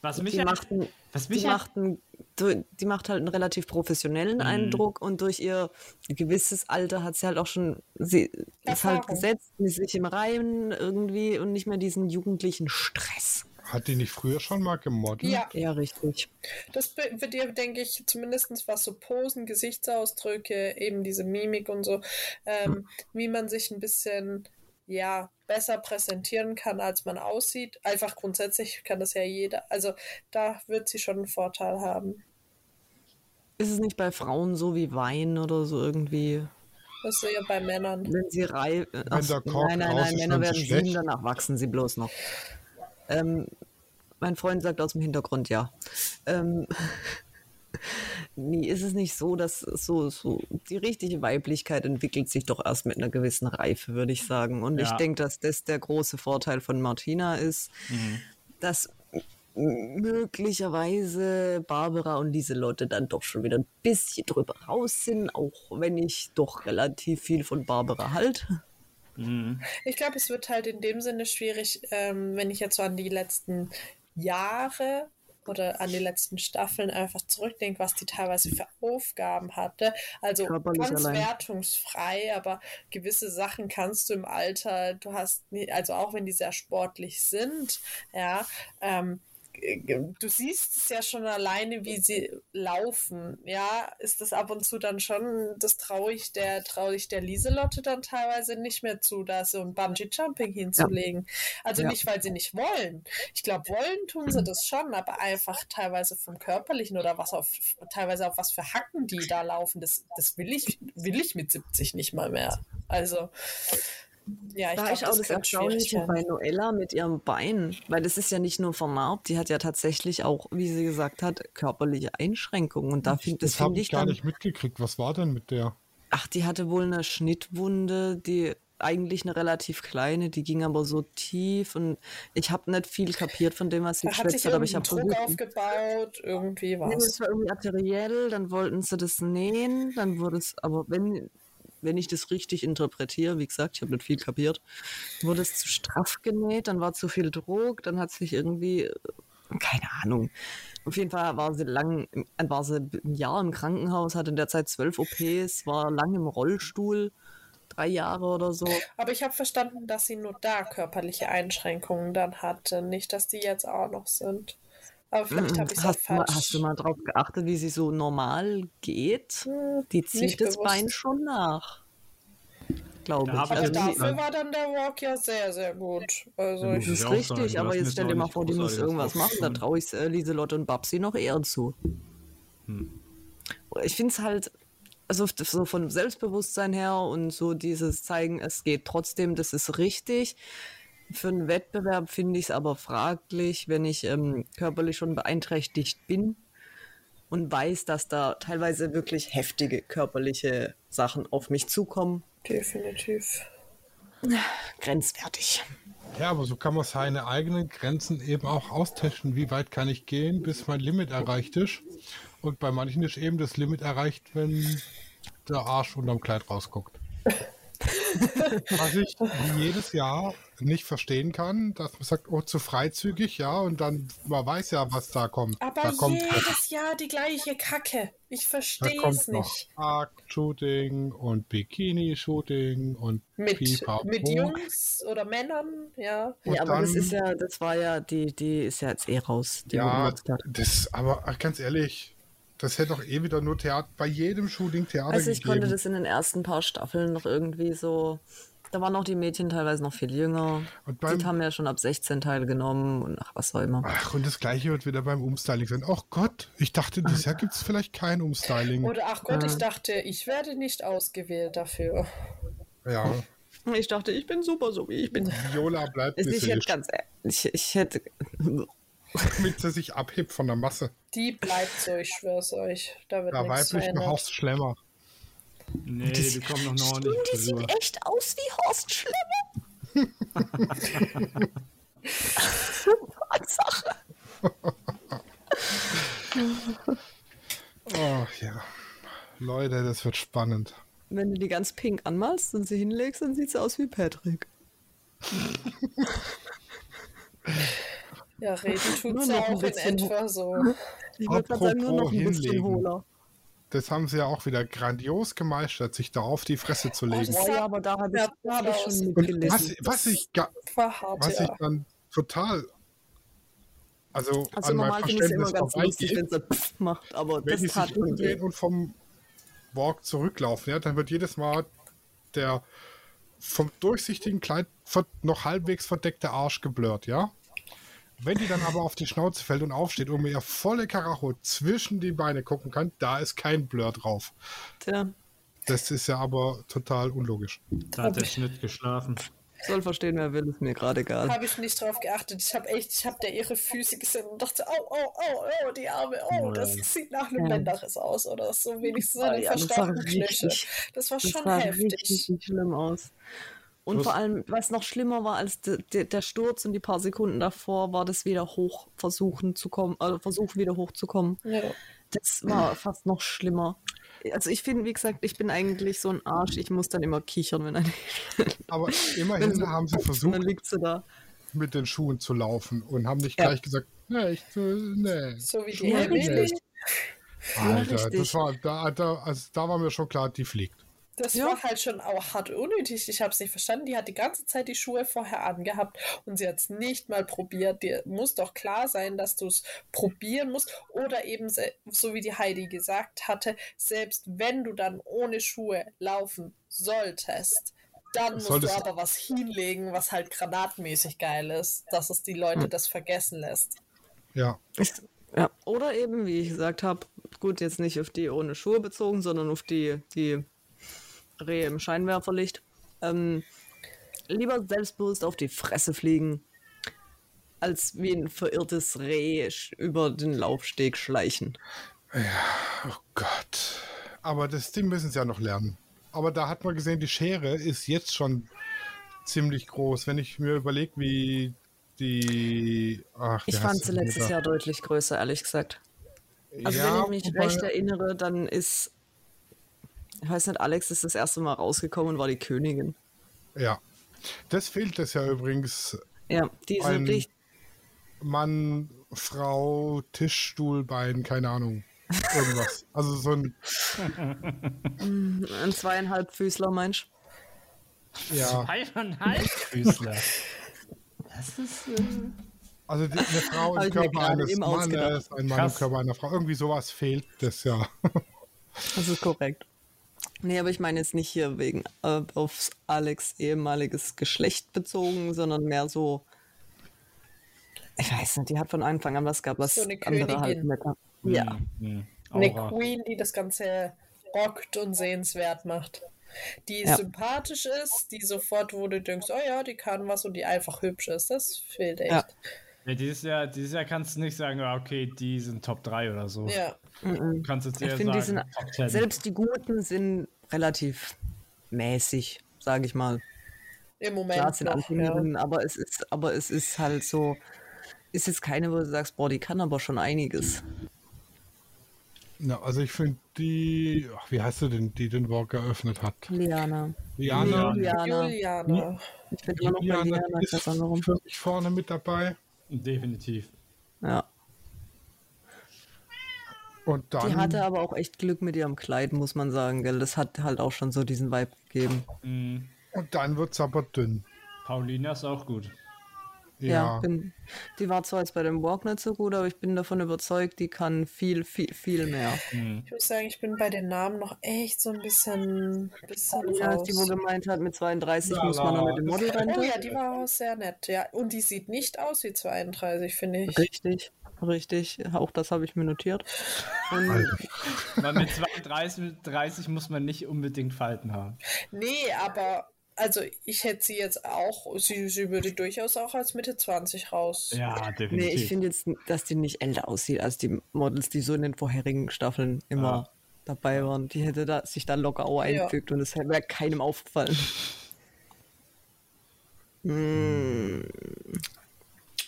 [SPEAKER 2] Was mich,
[SPEAKER 3] Die
[SPEAKER 2] halt-
[SPEAKER 3] macht, einen-
[SPEAKER 2] was mich
[SPEAKER 3] die,
[SPEAKER 2] halt-
[SPEAKER 3] macht einen, du- die macht halt einen relativ professionellen Eindruck und durch ihr gewisses Alter hat sie halt auch schon, sie ist halt
[SPEAKER 5] Erfahrung.
[SPEAKER 3] gesetzt, sie ist sich im Reimen irgendwie und nicht mehr diesen jugendlichen Stress.
[SPEAKER 4] Hat die nicht früher schon mal gemodelt?
[SPEAKER 5] Ja,
[SPEAKER 3] Ja, richtig.
[SPEAKER 5] Das be- wird dir, denke ich, zumindest was so Posen, Gesichtsausdrücke, eben diese Mimik und so, ähm, wie man sich ein bisschen, ja, besser präsentieren kann, als man aussieht. Einfach grundsätzlich kann das ja jeder. Also da wird sie schon einen Vorteil haben.
[SPEAKER 3] Ist es nicht bei Frauen so wie Wein oder so irgendwie?
[SPEAKER 5] Das ist ja bei Männern.
[SPEAKER 3] Wenn sie reif.
[SPEAKER 4] Wenn der Kork
[SPEAKER 3] nein, nein,
[SPEAKER 4] raus
[SPEAKER 3] nein,
[SPEAKER 4] ist,
[SPEAKER 3] Männer
[SPEAKER 4] werden sie
[SPEAKER 3] werden
[SPEAKER 4] schlecht.
[SPEAKER 3] sieben, danach wachsen sie bloß noch. Ähm, mein Freund sagt aus dem Hintergrund ja. Ähm, nee, ist es nicht so, dass es so, so die richtige Weiblichkeit entwickelt sich doch erst mit einer gewissen Reife, würde ich sagen. Und ich
[SPEAKER 2] Ja.
[SPEAKER 3] denke, dass das der große Vorteil von Martina ist, dass m- möglicherweise Barbara und Lieselotte dann doch schon wieder ein bisschen drüber raus sind, auch wenn ich doch relativ viel von Barbara halte.
[SPEAKER 2] Hm.
[SPEAKER 5] Ich glaube, es wird halt in dem Sinne schwierig, ähm, wenn ich jetzt so an die letzten Jahre oder an die letzten Staffeln einfach zurückdenke, was die teilweise für Aufgaben hatte. Also
[SPEAKER 3] Körperlich
[SPEAKER 5] ganz
[SPEAKER 3] allein.
[SPEAKER 5] wertungsfrei, aber gewisse Sachen kannst du im Alter, du hast, nie, also auch wenn die sehr sportlich sind, ja, ähm, du siehst es ja schon alleine, wie sie laufen. Ja, ist das ab und zu dann schon, das traue ich der, traue ich der Lieselotte dann teilweise nicht mehr zu, da so ein Bungee-Jumping hinzulegen. Also
[SPEAKER 3] Ja.
[SPEAKER 5] nicht, weil sie nicht wollen. Ich glaube, wollen tun sie das schon, aber einfach teilweise vom Körperlichen oder was auf, teilweise auf was für Hacken die da laufen, das, das will ich, will ich mit 70 nicht mal mehr. Also, ja, ich
[SPEAKER 3] Da
[SPEAKER 5] glaube,
[SPEAKER 3] ist auch das,
[SPEAKER 5] könnte schwierig
[SPEAKER 3] Erstaunliche
[SPEAKER 5] werden.
[SPEAKER 3] bei Noella mit ihrem Bein, weil das ist ja nicht nur vernarbt, die hat ja tatsächlich auch, wie sie gesagt hat, körperliche Einschränkungen. Und da find, das,
[SPEAKER 4] Das habe
[SPEAKER 3] finde
[SPEAKER 4] ich
[SPEAKER 3] ich
[SPEAKER 4] gar
[SPEAKER 3] dann.
[SPEAKER 4] nicht mitgekriegt. Was war denn mit der?
[SPEAKER 3] Ach, die hatte wohl eine Schnittwunde, die eigentlich eine relativ kleine, die ging aber so tief und ich habe nicht viel kapiert von dem, was sie
[SPEAKER 5] Da hat
[SPEAKER 3] geschwätzt
[SPEAKER 5] sich
[SPEAKER 3] hat, aber ich
[SPEAKER 5] irgendein
[SPEAKER 3] habe
[SPEAKER 5] Druck aufgebaut, irgendwie
[SPEAKER 3] Nee,
[SPEAKER 5] was.
[SPEAKER 3] das war irgendwie arteriell, dann wollten sie das nähen, dann wurde es, aber wenn, wenn ich das richtig interpretiere, wie gesagt, ich habe nicht viel kapiert, wurde es zu straff genäht, dann war zu viel Druck, dann hat sich irgendwie, äh, keine Ahnung. Auf jeden Fall war sie lang, im- äh, war sie ein Jahr im Krankenhaus, hatte in der Zeit zwölf OPs, war lang im Rollstuhl, drei Jahre oder so.
[SPEAKER 5] Aber ich habe verstanden, dass sie nur da körperliche Einschränkungen dann hatte, nicht, dass die jetzt auch noch sind. Aber vielleicht habe ich es auch
[SPEAKER 3] Hast du, mal,
[SPEAKER 5] falsch.
[SPEAKER 3] hast du mal drauf geachtet, wie sie so normal geht?
[SPEAKER 5] Hm,
[SPEAKER 3] Die zieht
[SPEAKER 5] nicht
[SPEAKER 3] das
[SPEAKER 5] bewusst.
[SPEAKER 3] Bein schon nach.
[SPEAKER 2] Da
[SPEAKER 3] Glaube ich.
[SPEAKER 2] hab ich
[SPEAKER 5] Also
[SPEAKER 2] jetzt
[SPEAKER 3] die-
[SPEAKER 2] nicht
[SPEAKER 5] dafür war dann der Walk ja sehr, sehr gut. Also
[SPEAKER 3] das
[SPEAKER 5] ich,
[SPEAKER 2] muss ich
[SPEAKER 3] ist
[SPEAKER 2] auch sagen,
[SPEAKER 3] richtig,
[SPEAKER 2] die
[SPEAKER 3] aber
[SPEAKER 2] lassen
[SPEAKER 3] jetzt
[SPEAKER 2] jetzt
[SPEAKER 3] stell
[SPEAKER 2] auch
[SPEAKER 3] dir mal
[SPEAKER 2] nicht
[SPEAKER 3] vor, die muss
[SPEAKER 2] großartig was
[SPEAKER 3] irgendwas machen. Da
[SPEAKER 2] drauf.
[SPEAKER 3] traue ich äh, Lieselotte und Babsi noch eher zu.
[SPEAKER 2] Hm.
[SPEAKER 3] Ich finde es halt, also f- so von Selbstbewusstsein her und so dieses Zeigen, es geht trotzdem, das ist richtig. Für einen Wettbewerb finde ich es aber fraglich, wenn ich ähm, körperlich schon beeinträchtigt bin und weiß, dass da teilweise wirklich heftige körperliche Sachen auf mich zukommen.
[SPEAKER 5] definitiv.
[SPEAKER 3] Grenzwertig.
[SPEAKER 4] Ja, aber so kann man seine eigenen Grenzen eben auch austesten. Wie weit kann ich gehen, bis mein Limit erreicht ist? Und bei manchen ist eben das Limit erreicht, wenn der Arsch unterm Kleid rausguckt. Was ich jedes Jahr nicht verstehen kann, dass man sagt, oh, zu freizügig, ja, und dann, man weiß ja, was da kommt.
[SPEAKER 5] Aber
[SPEAKER 4] da kommt
[SPEAKER 5] jedes Jahr die gleiche Kacke. Ich
[SPEAKER 4] da
[SPEAKER 5] verstehe es
[SPEAKER 4] kommt noch
[SPEAKER 5] nicht.
[SPEAKER 4] Arc-Shooting und Bikini-Shooting und
[SPEAKER 5] Mit,
[SPEAKER 4] Pipapo.
[SPEAKER 5] mit Jungs oder Männern, ja.
[SPEAKER 4] Und
[SPEAKER 3] ja, aber das
[SPEAKER 4] dann-
[SPEAKER 3] ist ja, das war ja, die, die ist ja jetzt eh raus. Die wurde
[SPEAKER 4] Ja,
[SPEAKER 3] jetzt gerade-
[SPEAKER 4] das, aber ach, ganz ehrlich, das hätte doch eh wieder nur Theater, bei jedem Shooting Theater
[SPEAKER 3] Also ich
[SPEAKER 4] gegeben.
[SPEAKER 3] konnte das in den ersten paar Staffeln noch irgendwie so. Da waren auch die Mädchen teilweise noch viel jünger.
[SPEAKER 4] Und beim-
[SPEAKER 3] die haben ja schon ab 16 teilgenommen und ach, was auch immer.
[SPEAKER 4] Ach, und das gleiche wird wieder beim Umstyling sein. Ach Gott, ich dachte, dieses Jahr gibt es vielleicht kein Umstyling.
[SPEAKER 5] Oder ach Gott, ich dachte, ich werde nicht ausgewählt dafür.
[SPEAKER 4] ja,
[SPEAKER 3] Ich dachte, ich bin super, so wie ich bin.
[SPEAKER 4] Viola bleibt
[SPEAKER 3] Ist ich jetzt
[SPEAKER 4] bisselig,
[SPEAKER 3] ganz ich, ich hätte.
[SPEAKER 4] damit sie sich abhebt von der Masse.
[SPEAKER 5] Die bleibt so, ich schwör's euch. Da wird
[SPEAKER 4] Da weiblich
[SPEAKER 5] nichts
[SPEAKER 4] noch
[SPEAKER 5] verändert.
[SPEAKER 4] Horst Schlemmer.
[SPEAKER 2] Nee, die kommen noch eine ordentliche Frisur.
[SPEAKER 6] echt aus wie Horst Schlemmer.
[SPEAKER 4] Oh ja. Leute, das wird spannend.
[SPEAKER 3] Wenn du die ganz pink anmalst und sie hinlegst, dann sieht sie aus wie Patrick.
[SPEAKER 5] Ja, reden
[SPEAKER 3] Nur
[SPEAKER 5] tut's ja
[SPEAKER 3] noch ein
[SPEAKER 5] auch in
[SPEAKER 3] bisschen.
[SPEAKER 5] etwa so.
[SPEAKER 3] Mhm. Ich wollte gerade sagen, nur
[SPEAKER 4] Apropos
[SPEAKER 3] noch ein bisschen
[SPEAKER 4] hinlegen.
[SPEAKER 3] hohler.
[SPEAKER 4] Das haben sie ja auch wieder grandios gemeistert, sich da auf die Fresse zu legen.
[SPEAKER 3] Boah, ja, aber da habe ich,
[SPEAKER 5] Ja,
[SPEAKER 3] da hab ich
[SPEAKER 5] raus.
[SPEAKER 3] schon
[SPEAKER 4] Und was,
[SPEAKER 3] mitgelesen.
[SPEAKER 4] was ich ga-
[SPEAKER 5] War hart,
[SPEAKER 4] was
[SPEAKER 5] ja.
[SPEAKER 4] ich dann total, also,
[SPEAKER 3] Also
[SPEAKER 4] an meinem
[SPEAKER 3] normal finde ich es
[SPEAKER 4] Verständnis
[SPEAKER 3] immer ganz lustig,
[SPEAKER 4] vorbeigeht,
[SPEAKER 3] wenn sie pff macht, aber
[SPEAKER 4] wenn
[SPEAKER 3] das
[SPEAKER 4] die
[SPEAKER 3] tat
[SPEAKER 4] sich
[SPEAKER 3] schon weh.
[SPEAKER 4] umdrehen und vom Walk zurücklaufen, ja, dann wird jedes Mal der vom durchsichtigen Kleid ver- noch halbwegs verdeckte Arsch geblurrt, ja. Wenn die dann aber auf die Schnauze fällt und aufsteht und mir ihr volle Karacho zwischen die Beine gucken kann, da ist kein Blur drauf.
[SPEAKER 3] Tja.
[SPEAKER 4] Das ist ja aber total unlogisch.
[SPEAKER 2] Da hat der Schnitt geschlafen.
[SPEAKER 3] Soll verstehen, wer will, ist mir gerade egal.
[SPEAKER 5] Habe ich nicht drauf geachtet. Ich habe echt, ich habe da ihre Füße gesehen und dachte, oh, oh, oh, oh, die Arme, oh, das sieht nach einem Bänderriss aus oder so wenigstens so
[SPEAKER 3] Oh
[SPEAKER 5] eine
[SPEAKER 3] ja, das war
[SPEAKER 5] verstauchten Knöchel.
[SPEAKER 3] richtig-
[SPEAKER 5] Das war
[SPEAKER 3] Das
[SPEAKER 5] schon
[SPEAKER 3] sah
[SPEAKER 5] heftig.
[SPEAKER 3] richtig richtig schlimm aus. Und
[SPEAKER 4] Plus-
[SPEAKER 3] vor allem, was noch schlimmer war als de, de, der Sturz und die paar Sekunden davor, war das wieder hoch versuchen zu kommen, also versuchen wieder hochzukommen.
[SPEAKER 5] Ja.
[SPEAKER 3] Das war fast noch schlimmer. Also ich finde, wie gesagt, ich bin eigentlich so ein Arsch. Ich muss dann immer kichern, wenn eine.
[SPEAKER 4] Aber immerhin haben sie
[SPEAKER 3] Und dann
[SPEAKER 4] versucht,
[SPEAKER 3] liegt sie da.
[SPEAKER 4] mit den Schuhen zu laufen und haben nicht
[SPEAKER 3] Ja.
[SPEAKER 4] gleich gesagt, nee, ich, äh, nee.
[SPEAKER 5] So wie die
[SPEAKER 3] Ja,
[SPEAKER 5] Emily.
[SPEAKER 4] richtig. Alter,
[SPEAKER 3] richtig.
[SPEAKER 4] das war, da, da, also da war mir schon klar, die fliegt.
[SPEAKER 5] Das
[SPEAKER 3] Ja.
[SPEAKER 5] war halt schon auch hart unnötig. Ich habe es nicht verstanden. Die hat die ganze Zeit die Schuhe vorher angehabt und sie hat es nicht mal probiert. Dir muss doch klar sein, dass du es probieren musst. Oder eben, se- so wie die Heidi gesagt hatte, selbst wenn du dann ohne Schuhe laufen solltest, dann musst
[SPEAKER 4] Solltest-
[SPEAKER 5] du aber was hinlegen, was halt granatmäßig geil ist, dass es die Leute das vergessen lässt.
[SPEAKER 4] Ja.
[SPEAKER 3] Ja. Oder eben, wie ich gesagt habe, gut, jetzt nicht auf die ohne Schuhe bezogen, sondern auf die, die Rehe im Scheinwerferlicht. Ähm, lieber selbstbewusst auf die Fresse fliegen, als wie ein verirrtes Reh sch- über den Laufsteg schleichen.
[SPEAKER 4] Oh Gott. Aber das Ding müssen sie ja noch lernen. Aber da hat man gesehen, die Schere ist jetzt schon ziemlich groß. Wenn ich mir überlege, wie die. Ach,
[SPEAKER 3] Ich
[SPEAKER 4] wie
[SPEAKER 3] fand
[SPEAKER 4] heißt
[SPEAKER 3] sie
[SPEAKER 4] die
[SPEAKER 3] letztes
[SPEAKER 4] wieder?
[SPEAKER 3] Jahr deutlich größer, ehrlich gesagt. Also
[SPEAKER 4] Ja,
[SPEAKER 3] wenn ich mich
[SPEAKER 4] wobei-
[SPEAKER 3] recht erinnere, dann ist, ich weiß nicht, Alex ist das erste Mal rausgekommen und war die Königin.
[SPEAKER 4] Ja. Das fehlt es ja übrigens.
[SPEAKER 3] Ja, die ist
[SPEAKER 4] Ein-
[SPEAKER 3] wirklich,
[SPEAKER 4] Mann, Frau, Tischstuhl, Bein, keine Ahnung. Irgendwas. also so ein.
[SPEAKER 3] ein zweieinhalb Füßler, Mensch.
[SPEAKER 4] Ja.
[SPEAKER 2] Zweieinhalb Füßler.
[SPEAKER 4] Also die, eine Frau
[SPEAKER 3] äh, Hab ich
[SPEAKER 4] im
[SPEAKER 3] mir
[SPEAKER 4] Körper
[SPEAKER 3] gerade
[SPEAKER 4] eines
[SPEAKER 3] eben
[SPEAKER 4] Mannes,
[SPEAKER 3] ausgedacht.
[SPEAKER 4] ein Mann
[SPEAKER 2] Krass.
[SPEAKER 4] im Körper einer Frau. Irgendwie sowas fehlt das ja.
[SPEAKER 3] Das ist korrekt. Nee, aber ich meine jetzt nicht hier wegen äh, aufs Alex ehemaliges Geschlecht bezogen, sondern mehr so, ich weiß nicht, die hat von Anfang an was gehabt, was
[SPEAKER 5] So eine
[SPEAKER 3] andere halt
[SPEAKER 5] Königin.
[SPEAKER 3] nicht haben. Ja,
[SPEAKER 2] Hm.
[SPEAKER 5] Eine
[SPEAKER 2] Aura.
[SPEAKER 5] Queen, die das Ganze rockt und sehenswert macht. Die
[SPEAKER 3] Ja.
[SPEAKER 5] sympathisch ist, die sofort, wo du denkst, oh ja, die kann was und die einfach hübsch ist. Das fehlt echt.
[SPEAKER 3] Ja.
[SPEAKER 5] Ja.
[SPEAKER 2] Ja, dieses Jahr, dieses Jahr kannst du nicht sagen, ah, okay, die sind Top 3 oder so. Du kannst jetzt
[SPEAKER 3] mhm. ich
[SPEAKER 2] eher
[SPEAKER 3] finde, die sind,
[SPEAKER 2] sagen, Top 10.
[SPEAKER 3] selbst die Guten sind relativ mäßig, sage ich mal. Klar,
[SPEAKER 5] Im Moment.
[SPEAKER 3] es sind
[SPEAKER 5] Noch, ja.
[SPEAKER 3] Anfängerinnen, aber es ist, aber es ist halt so, ist jetzt keine, wo du sagst, boah, die kann aber schon einiges.
[SPEAKER 4] Na, also ich finde die, ach, wie heißt du denn, die den Walk eröffnet hat?
[SPEAKER 3] Liana.
[SPEAKER 4] Liana,
[SPEAKER 3] Liana.
[SPEAKER 5] Juliana.
[SPEAKER 3] Ich bin immer noch bei
[SPEAKER 4] Liana
[SPEAKER 3] Liana, ich weiß auch nicht warum.
[SPEAKER 4] ist für mich vorne mit dabei.
[SPEAKER 2] Definitiv.
[SPEAKER 3] Ja.
[SPEAKER 4] Und dann,
[SPEAKER 3] Die hatte aber auch echt Glück mit ihrem Kleid, muss man sagen, gell? Das hat halt auch schon so diesen Vibe gegeben.
[SPEAKER 2] Mhm.
[SPEAKER 4] und dann wird es aber dünn.
[SPEAKER 2] Paulina ist auch gut.
[SPEAKER 3] Ja,
[SPEAKER 4] Ja,
[SPEAKER 3] bin, die war zwar jetzt bei dem Walk nicht so gut, aber ich bin davon überzeugt, die kann viel, viel, viel mehr.
[SPEAKER 5] Ich muss sagen, ich bin bei den Namen noch echt so ein bisschen, bisschen
[SPEAKER 3] Ja, als
[SPEAKER 5] raus.
[SPEAKER 3] die wo gemeint hat, mit 32
[SPEAKER 2] Ja,
[SPEAKER 3] muss man noch
[SPEAKER 2] aber-
[SPEAKER 3] mit dem Model
[SPEAKER 5] Oh
[SPEAKER 3] rennen.
[SPEAKER 5] ja, die war sehr nett, ja. Und die sieht nicht aus wie 32, finde ich.
[SPEAKER 3] Richtig, richtig. Auch das habe ich mir notiert. Und
[SPEAKER 2] Weil mit 32 mit 30 muss man nicht unbedingt Falten haben.
[SPEAKER 5] Nee, aber also ich hätte sie jetzt auch, sie, sie würde durchaus auch als Mitte 20 raus.
[SPEAKER 2] Ja,
[SPEAKER 3] nee,
[SPEAKER 2] definitiv.
[SPEAKER 3] ich finde jetzt, dass die nicht älter aussieht als die Models, die so in den vorherigen Staffeln immer dabei waren. Die hätte da, sich da locker auch
[SPEAKER 5] Ja.
[SPEAKER 3] eingefügt und es wäre keinem aufgefallen.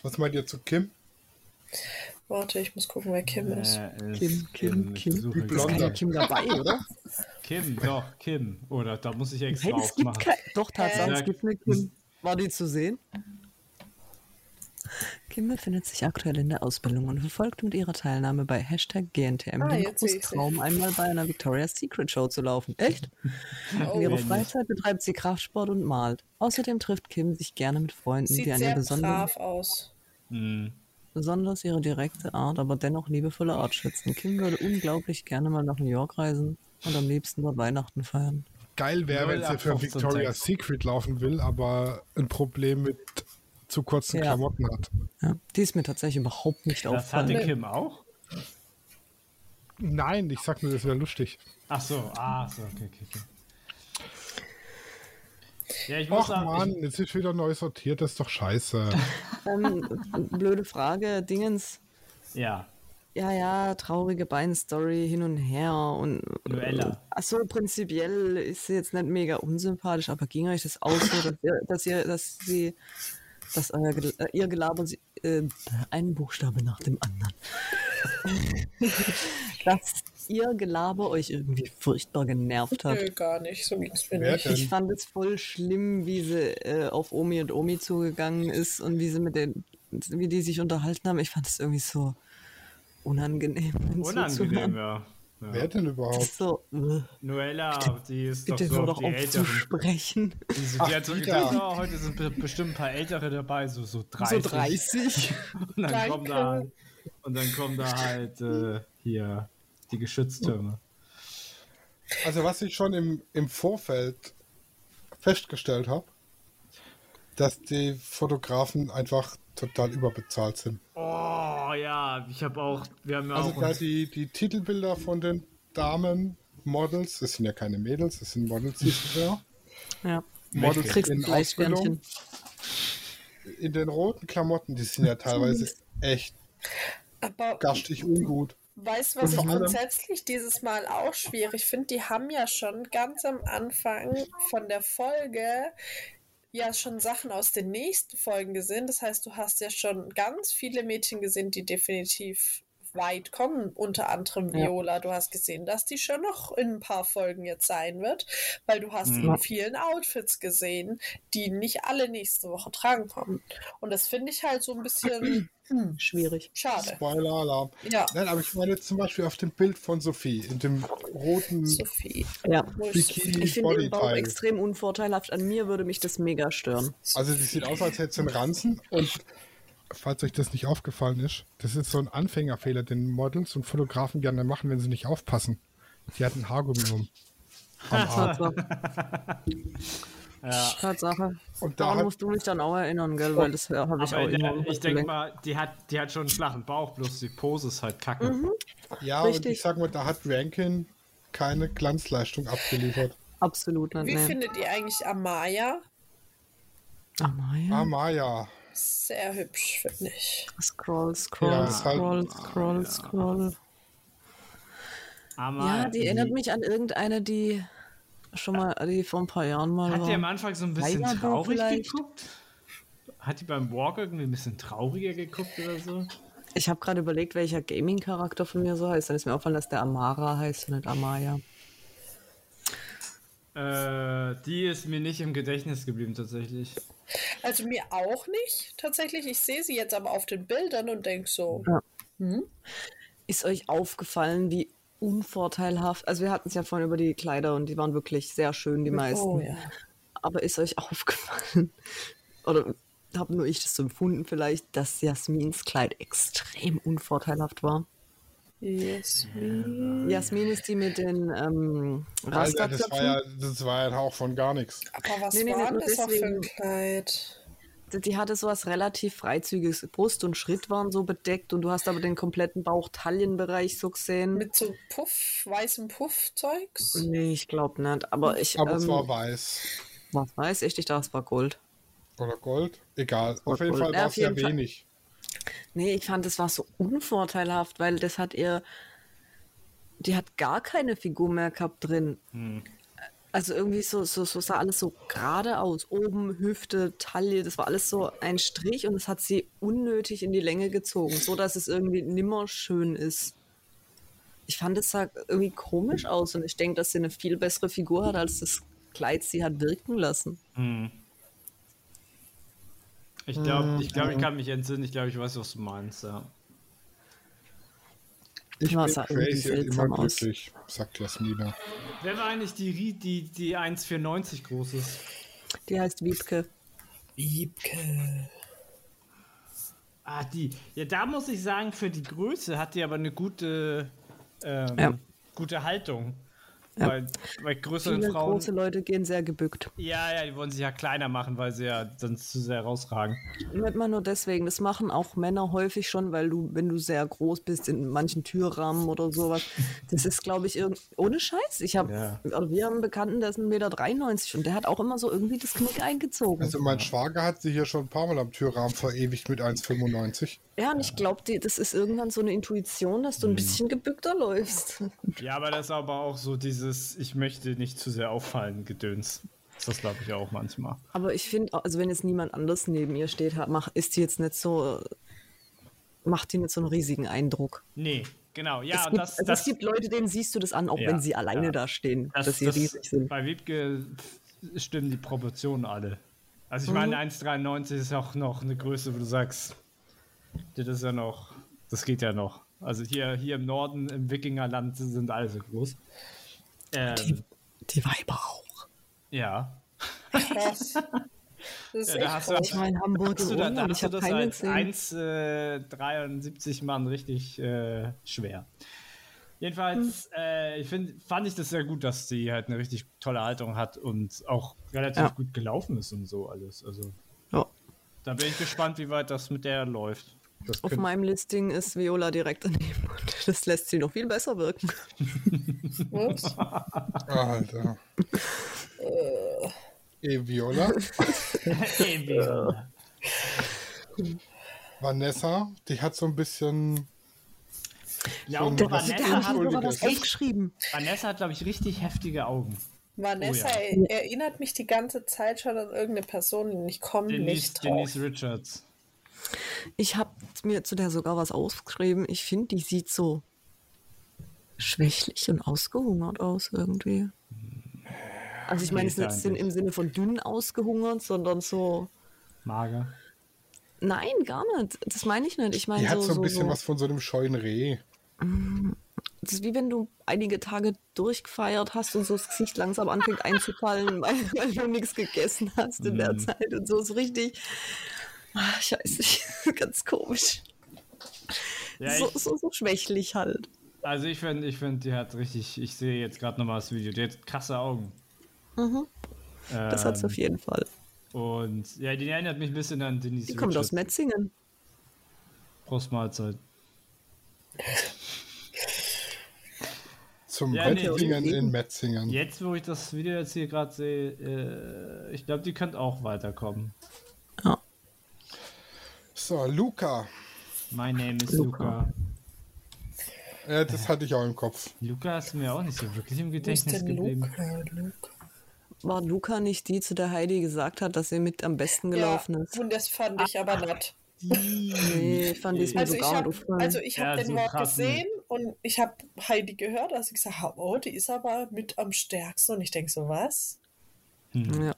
[SPEAKER 4] was meint ihr zu Kim?
[SPEAKER 5] Warte, ich muss gucken, wer Kim ist.
[SPEAKER 2] Äh, es-
[SPEAKER 3] Kim, Kim,
[SPEAKER 2] ich
[SPEAKER 3] Kim.
[SPEAKER 2] versuche
[SPEAKER 4] Die
[SPEAKER 3] Ist
[SPEAKER 2] gerade-
[SPEAKER 3] keine Kim dabei, oder?
[SPEAKER 2] Kim, doch, Kim. Oder da muss ich extra
[SPEAKER 3] Hey, es gibt
[SPEAKER 2] aufmachen.
[SPEAKER 3] keine. Doch, Tatsache,
[SPEAKER 2] Äh,
[SPEAKER 3] es gibt eine Kim. War die zu sehen? Kim befindet sich aktuell in der Ausbildung und verfolgt mit ihrer Teilnahme bei Hashtag GNTM
[SPEAKER 5] Ah,
[SPEAKER 3] den
[SPEAKER 5] jetzt sehe
[SPEAKER 3] großen
[SPEAKER 5] ich sie.
[SPEAKER 3] Traum, einmal bei einer Victoria's Secret Show zu laufen. Echt?
[SPEAKER 5] Oh,
[SPEAKER 3] In ihrer Freizeit betreibt sie Kraftsport und malt. Außerdem trifft Kim sich gerne mit Freunden, die
[SPEAKER 5] Sieht
[SPEAKER 3] an ihr
[SPEAKER 5] sehr
[SPEAKER 3] besonderen,
[SPEAKER 5] brav aus.
[SPEAKER 3] besonders ihre direkte Art, aber dennoch liebevolle Art schätzen. Kim würde unglaublich gerne mal nach New York reisen und am liebsten mal Weihnachten feiern.
[SPEAKER 4] Geil wäre, wenn sie für
[SPEAKER 2] 0815
[SPEAKER 4] Victoria's
[SPEAKER 2] Text.
[SPEAKER 4] Secret laufen will, aber ein Problem mit zu kurzen
[SPEAKER 3] Ja.
[SPEAKER 4] Klamotten hat.
[SPEAKER 3] Ja, die ist mir tatsächlich überhaupt nicht
[SPEAKER 2] Das hatte
[SPEAKER 3] aufgefallen.
[SPEAKER 2] Kim auch?
[SPEAKER 4] Nein, ich sag nur, das wäre lustig.
[SPEAKER 2] Ach so, ah, so, okay, okay, okay. Ja, ich muss
[SPEAKER 4] Och
[SPEAKER 2] sagen,
[SPEAKER 4] Mann, jetzt ist wieder neu sortiert, das ist doch scheiße.
[SPEAKER 3] Ähm, blöde Frage, Dingens.
[SPEAKER 2] ich, ja.
[SPEAKER 3] Ja, ja, traurige Beinstory hin und her und.
[SPEAKER 2] Luella.
[SPEAKER 3] Achso, prinzipiell ist sie jetzt nicht mega unsympathisch, aber ging euch das auch so, dass ihr, dass ihr, dass sie, dass euer, Gel- äh, ihr Gelaber sie- äh, einen Buchstabe nach dem anderen. dass ihr Gelaber euch irgendwie furchtbar genervt hat.
[SPEAKER 5] Nö, gar nicht. So ging's mir
[SPEAKER 4] Wer
[SPEAKER 5] nicht.
[SPEAKER 4] denn?
[SPEAKER 3] Ich fand es voll schlimm, wie sie äh, auf Omi und Omi zugegangen ist und wie sie mit den, wie die sich unterhalten haben. Ich fand es irgendwie so unangenehm. denen
[SPEAKER 2] Unangenehm,
[SPEAKER 3] zuzuhören.
[SPEAKER 2] ja.
[SPEAKER 4] Wer
[SPEAKER 2] ja.
[SPEAKER 4] denn
[SPEAKER 3] Das
[SPEAKER 4] überhaupt?
[SPEAKER 3] ist so, äh,
[SPEAKER 2] Noella, die ist doch
[SPEAKER 3] bitte
[SPEAKER 2] so
[SPEAKER 3] hör
[SPEAKER 2] auf
[SPEAKER 3] doch
[SPEAKER 2] die
[SPEAKER 3] auf zu
[SPEAKER 2] Älteren.
[SPEAKER 3] sprechen.
[SPEAKER 2] Die, die
[SPEAKER 4] Ach,
[SPEAKER 2] hat so
[SPEAKER 4] die
[SPEAKER 2] gedacht,
[SPEAKER 4] da.
[SPEAKER 2] oh, heute sind be- bestimmt ein paar Ältere dabei, so, so 30.
[SPEAKER 3] So 30.
[SPEAKER 2] Und dann
[SPEAKER 5] Danke.
[SPEAKER 2] kommen da halt, und dann kommen da halt äh, hier die Geschütztürme.
[SPEAKER 4] Also was ich schon im, im Vorfeld festgestellt habe, dass die Fotografen einfach total überbezahlt sind.
[SPEAKER 2] Oh ja, ich habe auch, wir haben ja
[SPEAKER 4] Also
[SPEAKER 2] auch
[SPEAKER 4] da
[SPEAKER 2] uns,
[SPEAKER 4] die, die Titelbilder von den Damen, Models, das sind ja keine Mädels, das sind Models, siehst du ja.
[SPEAKER 3] Ja.
[SPEAKER 4] Models
[SPEAKER 3] Kriegst ein
[SPEAKER 4] in Ausbildung,
[SPEAKER 3] Fleischsternchen.
[SPEAKER 4] in den roten Klamotten, die sind ja teilweise echt
[SPEAKER 5] Aber
[SPEAKER 4] gastig ungut.
[SPEAKER 5] Weißt du, was ich
[SPEAKER 4] vor allem-
[SPEAKER 5] grundsätzlich dieses Mal auch schwierig finde? Die haben ja schon ganz am Anfang von der Folge ja schon Sachen aus den nächsten Folgen gesehen. Das heißt, du hast ja schon ganz viele Mädchen gesehen, die definitiv weit kommen, unter anderem
[SPEAKER 3] Ja.
[SPEAKER 5] Viola. Du hast gesehen, dass die schon noch in ein paar Folgen jetzt sein wird, weil du hast sie
[SPEAKER 3] Ja.
[SPEAKER 5] in vielen Outfits gesehen, die nicht alle nächste Woche tragen kommen. Und das finde ich halt so ein bisschen hm,
[SPEAKER 3] Schwierig.
[SPEAKER 5] schade.
[SPEAKER 4] Spoiler-Alarm.
[SPEAKER 5] Ja.
[SPEAKER 4] Nein, aber ich meine zum Beispiel auf dem Bild von Sophie, in dem roten
[SPEAKER 5] Sophie.
[SPEAKER 3] Ja.
[SPEAKER 5] Wo ist Sophie?
[SPEAKER 3] Ich finde den Bauch
[SPEAKER 4] Bikini-Bodyteil.
[SPEAKER 3] extrem unvorteilhaft. An mir würde mich das mega stören.
[SPEAKER 4] Also die sieht aus, als hätte sie einen Ranzen und falls euch das nicht aufgefallen ist, das ist so ein Anfängerfehler, den Models und Fotografen gerne machen, wenn sie nicht aufpassen. Die hat ein Haargummi um. Am Haar.
[SPEAKER 3] Tatsache. Tatsache.
[SPEAKER 4] Und da
[SPEAKER 3] Daran
[SPEAKER 4] hat-
[SPEAKER 3] musst du mich dann auch erinnern, gell? Weil das habe ich auch
[SPEAKER 2] aber in
[SPEAKER 3] immer
[SPEAKER 2] der, ich denke mal, die hat, die hat schon einen flachen Bauch, bloß die Pose ist halt kacke.
[SPEAKER 3] Mhm.
[SPEAKER 4] Ja, und
[SPEAKER 3] Richtig.
[SPEAKER 4] ich sag mal, da hat Rankin keine Glanzleistung abgeliefert.
[SPEAKER 3] Absolut nicht.
[SPEAKER 5] Wie
[SPEAKER 3] Nee.
[SPEAKER 5] findet ihr eigentlich Amaya?
[SPEAKER 3] Ah, Maya.
[SPEAKER 4] Ah, Maya.
[SPEAKER 5] Sehr hübsch, finde ich.
[SPEAKER 3] Scroll, scroll,
[SPEAKER 4] Ja, ist halt-
[SPEAKER 3] scroll, scroll, scroll.
[SPEAKER 2] Aber
[SPEAKER 3] Ja, die erinnert mich an irgendeine, die schon mal, die vor ein paar Jahren mal
[SPEAKER 2] Hat die am
[SPEAKER 3] war.
[SPEAKER 2] Anfang so ein bisschen
[SPEAKER 3] Weiberbuch
[SPEAKER 2] traurig
[SPEAKER 3] vielleicht?
[SPEAKER 2] geguckt? Hat die beim Walk irgendwie ein bisschen trauriger geguckt oder so?
[SPEAKER 3] Ich habe gerade überlegt, welcher Gaming-Charakter von mir so heißt. Dann ist mir aufgefallen, dass der Amara heißt und nicht Amaya.
[SPEAKER 2] Äh, die ist mir nicht im Gedächtnis geblieben, tatsächlich.
[SPEAKER 5] Also mir auch nicht, tatsächlich. Ich sehe sie jetzt aber auf den Bildern und denke so,
[SPEAKER 3] Ist euch aufgefallen, wie unvorteilhaft, also wir hatten es ja vorhin über die Kleider und die waren wirklich sehr schön, die meisten.
[SPEAKER 5] oh ja.
[SPEAKER 3] Aber ist euch aufgefallen, oder habe nur ich das so empfunden vielleicht, dass Jasmins Kleid extrem unvorteilhaft war?
[SPEAKER 5] Yes.
[SPEAKER 3] Jasmin ist die mit den ähm,
[SPEAKER 4] Alter, das war,
[SPEAKER 3] Rasterköpfen.
[SPEAKER 4] ja, das war ja ein Hauch von gar nichts.
[SPEAKER 5] Aber was
[SPEAKER 3] Nee, nee,
[SPEAKER 5] war
[SPEAKER 3] nee,
[SPEAKER 5] denn
[SPEAKER 3] nur
[SPEAKER 5] das auch für
[SPEAKER 3] deswegen.
[SPEAKER 5] ein Kleid?
[SPEAKER 3] Die- Die hatte sowas relativ freizügiges. Brust und Schritt waren so bedeckt und du hast aber den kompletten Bauch-Taillenbereich so gesehen.
[SPEAKER 5] Mit so Puff, weißem Puff-Zeugs?
[SPEAKER 3] nee, ich glaube nicht. Aber ich.
[SPEAKER 4] Aber
[SPEAKER 3] ähm,
[SPEAKER 4] es war weiß.
[SPEAKER 3] was weiß ich? Ich dachte, es war Gold.
[SPEAKER 4] Oder Gold? Egal. Auf jeden
[SPEAKER 3] Gold.
[SPEAKER 4] Fall
[SPEAKER 3] Ja,
[SPEAKER 4] war
[SPEAKER 3] auf
[SPEAKER 4] es ja
[SPEAKER 3] jeden Fall.
[SPEAKER 4] wenig.
[SPEAKER 3] Nee, ich fand, es war so unvorteilhaft, weil das hat ihr. Die hat gar keine Figur mehr gehabt drin. Also irgendwie so, so, so sah alles so gerade aus. Oben, Hüfte, Taille, das war alles so ein Strich und das hat sie unnötig in die Länge gezogen, so dass es irgendwie nimmer schön ist. Ich fand, es sah irgendwie komisch aus und ich denke, dass sie eine viel bessere Figur hat, als das Kleid sie hat wirken lassen.
[SPEAKER 2] Ich
[SPEAKER 3] Hm,
[SPEAKER 2] glaube, ich, glaub, ich kann mich entsinnen. Ich glaube, ich weiß, was du meinst. Ja.
[SPEAKER 4] Ich
[SPEAKER 3] Ja,
[SPEAKER 4] bin
[SPEAKER 3] sah irgendwie
[SPEAKER 4] crazy und immer
[SPEAKER 3] seltsam aus.
[SPEAKER 4] glücklich, sagt Jasmina.
[SPEAKER 2] Wer war eigentlich die, Rie- die, die 1,94 groß ist?
[SPEAKER 3] Die heißt Wiebke.
[SPEAKER 2] Ah, die. Ja, da muss ich sagen, für die Größe hat die aber eine gute, ähm,
[SPEAKER 3] Ja.
[SPEAKER 2] gute Haltung.
[SPEAKER 3] Ja.
[SPEAKER 2] Bei, bei größeren
[SPEAKER 3] Viele
[SPEAKER 2] Frauen.
[SPEAKER 3] große Leute gehen sehr gebückt.
[SPEAKER 2] Ja, ja, die wollen sich ja kleiner machen, weil sie ja sonst zu sehr rausragen.
[SPEAKER 3] Nicht mal nur deswegen, das machen auch Männer häufig schon, weil du, wenn du sehr groß bist, in manchen Türrahmen oder sowas, das ist, glaube ich, irgend ohne Scheiß. Ich habe,
[SPEAKER 2] Ja.
[SPEAKER 3] also wir haben einen Bekannten, der ist 1,93 Meter und der hat auch immer so irgendwie das Knick eingezogen.
[SPEAKER 4] Also mein Schwager hat sie hier schon ein paar Mal am Türrahmen verewigt mit 1,95.
[SPEAKER 3] ja, und ich glaube, das ist irgendwann so eine Intuition, dass du ein bisschen gebückter läufst.
[SPEAKER 2] Ja, aber das ist aber auch so dieses, ich möchte nicht zu sehr auffallen, Gedöns. Das glaube ich auch manchmal.
[SPEAKER 3] Aber ich finde, also wenn jetzt niemand anders neben ihr steht, hat, mach, ist die jetzt nicht so, macht die nicht so einen riesigen Eindruck.
[SPEAKER 2] Nee, genau. Ja,
[SPEAKER 3] es,
[SPEAKER 2] und
[SPEAKER 3] gibt,
[SPEAKER 2] das,
[SPEAKER 3] also
[SPEAKER 2] das,
[SPEAKER 3] es gibt Leute, denen siehst du das an, auch
[SPEAKER 2] Ja,
[SPEAKER 3] wenn sie alleine
[SPEAKER 2] ja.
[SPEAKER 3] da stehen,
[SPEAKER 2] das,
[SPEAKER 3] dass sie
[SPEAKER 2] das-
[SPEAKER 3] riesig sind.
[SPEAKER 2] Bei Wiebke stimmen die Proportionen alle. Also ich
[SPEAKER 3] Mhm.
[SPEAKER 2] meine, 1,93 ist auch noch eine Größe, wo du sagst, das ist ja noch, das geht ja noch. Also hier, hier im Norden, im Wikingerland sind alle so groß. Ähm,
[SPEAKER 3] Die Weiber auch.
[SPEAKER 2] ja.
[SPEAKER 5] Krass. Das ist
[SPEAKER 2] Ja, da
[SPEAKER 5] echt
[SPEAKER 2] hast du-
[SPEAKER 5] krass.
[SPEAKER 3] Ich war in Hamburg
[SPEAKER 2] Hast
[SPEAKER 3] im
[SPEAKER 2] du da, da
[SPEAKER 3] Urlaub,
[SPEAKER 2] hast
[SPEAKER 3] ich
[SPEAKER 2] du
[SPEAKER 3] habe
[SPEAKER 2] das
[SPEAKER 3] keine
[SPEAKER 2] als
[SPEAKER 3] gesehen.
[SPEAKER 2] 1,73 Mann richtig äh, schwer.
[SPEAKER 3] Mhm.
[SPEAKER 2] Jedenfalls äh, ich find, fand ich das sehr gut, dass sie halt eine richtig tolle Haltung hat und auch relativ
[SPEAKER 3] Ja.
[SPEAKER 2] gut gelaufen ist und so alles. Also
[SPEAKER 3] Ja.
[SPEAKER 2] da bin ich gespannt, wie weit das mit der läuft.
[SPEAKER 4] Das
[SPEAKER 3] Auf
[SPEAKER 4] könnte,
[SPEAKER 3] meinem Listing ist Viola direkt daneben und das lässt sie noch viel besser wirken.
[SPEAKER 5] Ups.
[SPEAKER 4] ah, Alter.
[SPEAKER 3] Äh.
[SPEAKER 4] E. Viola,
[SPEAKER 2] Ewig.
[SPEAKER 4] Vanessa, die hat so ein bisschen
[SPEAKER 2] ja, und
[SPEAKER 4] Der-
[SPEAKER 2] Vanessa hat,
[SPEAKER 4] Hamburger das
[SPEAKER 3] aufgeschrieben.
[SPEAKER 2] Vanessa hat, glaube ich, richtig heftige Augen.
[SPEAKER 5] Vanessa
[SPEAKER 2] Oh
[SPEAKER 5] er- erinnert mich die ganze Zeit schon an irgendeine Person und ich komme
[SPEAKER 2] Denise,
[SPEAKER 5] nicht drauf.
[SPEAKER 2] Denise Richards.
[SPEAKER 3] Ich habe mir zu der sogar was aufgeschrieben. Ich finde, die sieht so schwächlich und ausgehungert aus irgendwie.
[SPEAKER 2] Hm.
[SPEAKER 3] Also ich meine, es
[SPEAKER 2] Geht
[SPEAKER 3] ist nicht
[SPEAKER 2] eigentlich.
[SPEAKER 3] im Sinne von dünn ausgehungert, sondern so.
[SPEAKER 2] Mager.
[SPEAKER 3] Nein, gar nicht. Das meine ich nicht. Ich meine
[SPEAKER 4] Die hat
[SPEAKER 3] so,
[SPEAKER 4] so ein
[SPEAKER 3] Also so,
[SPEAKER 4] bisschen
[SPEAKER 3] so.
[SPEAKER 4] was von so einem scheuen Reh.
[SPEAKER 3] Das ist wie wenn du einige Tage durchgefeiert hast und so das Gesicht langsam anfängt einzufallen, weil, weil du nichts gegessen hast in
[SPEAKER 4] Mhm.
[SPEAKER 3] der Zeit und so ist richtig. Ah, scheiße, ganz komisch.
[SPEAKER 2] Ja,
[SPEAKER 3] so,
[SPEAKER 2] ich-
[SPEAKER 3] so, so schwächlich halt.
[SPEAKER 2] Also ich finde, ich find, die hat richtig, ich sehe jetzt gerade nochmal das Video, die hat krasse Augen.
[SPEAKER 3] Das hat
[SPEAKER 2] Ähm,
[SPEAKER 3] sie auf jeden Fall.
[SPEAKER 2] Und ja, die erinnert mich ein bisschen an Denise
[SPEAKER 3] Die kommt
[SPEAKER 2] Richards.
[SPEAKER 3] aus Metzingen.
[SPEAKER 2] Prost-Mahlzeit.
[SPEAKER 4] Zum
[SPEAKER 2] Ja, nee,
[SPEAKER 4] Metzingen
[SPEAKER 3] die-
[SPEAKER 4] in Metzingen.
[SPEAKER 2] Jetzt, wo ich das Video jetzt hier gerade sehe, äh, ich glaube, die könnte auch weiterkommen.
[SPEAKER 3] Ja.
[SPEAKER 4] So, Luca.
[SPEAKER 2] My name is
[SPEAKER 3] Luca.
[SPEAKER 2] Luca.
[SPEAKER 4] Äh, das hatte ich auch im Kopf.
[SPEAKER 2] Luca ist mir auch nicht so wirklich im
[SPEAKER 5] Wo ist
[SPEAKER 2] Gedächtnis
[SPEAKER 5] denn
[SPEAKER 2] geblieben.
[SPEAKER 5] Luca? Luca.
[SPEAKER 3] War Luca nicht die, zu der Heidi gesagt hat, dass sie mit am besten gelaufen ist? Ah.
[SPEAKER 5] Ja, und das fand ich aber nett.
[SPEAKER 3] Nee, ich fand die ist mir
[SPEAKER 5] Also ich
[SPEAKER 3] sogar
[SPEAKER 5] habe
[SPEAKER 3] aufgefallen.
[SPEAKER 5] also ich hab
[SPEAKER 2] Ja,
[SPEAKER 5] den
[SPEAKER 2] so
[SPEAKER 5] Wort
[SPEAKER 2] krass, ne?
[SPEAKER 5] gesehen und ich habe Heidi gehört, also ich gesagt habe, oh, die ist aber mit am stärksten. Und ich denke so, was?
[SPEAKER 2] Mhm.
[SPEAKER 3] ja.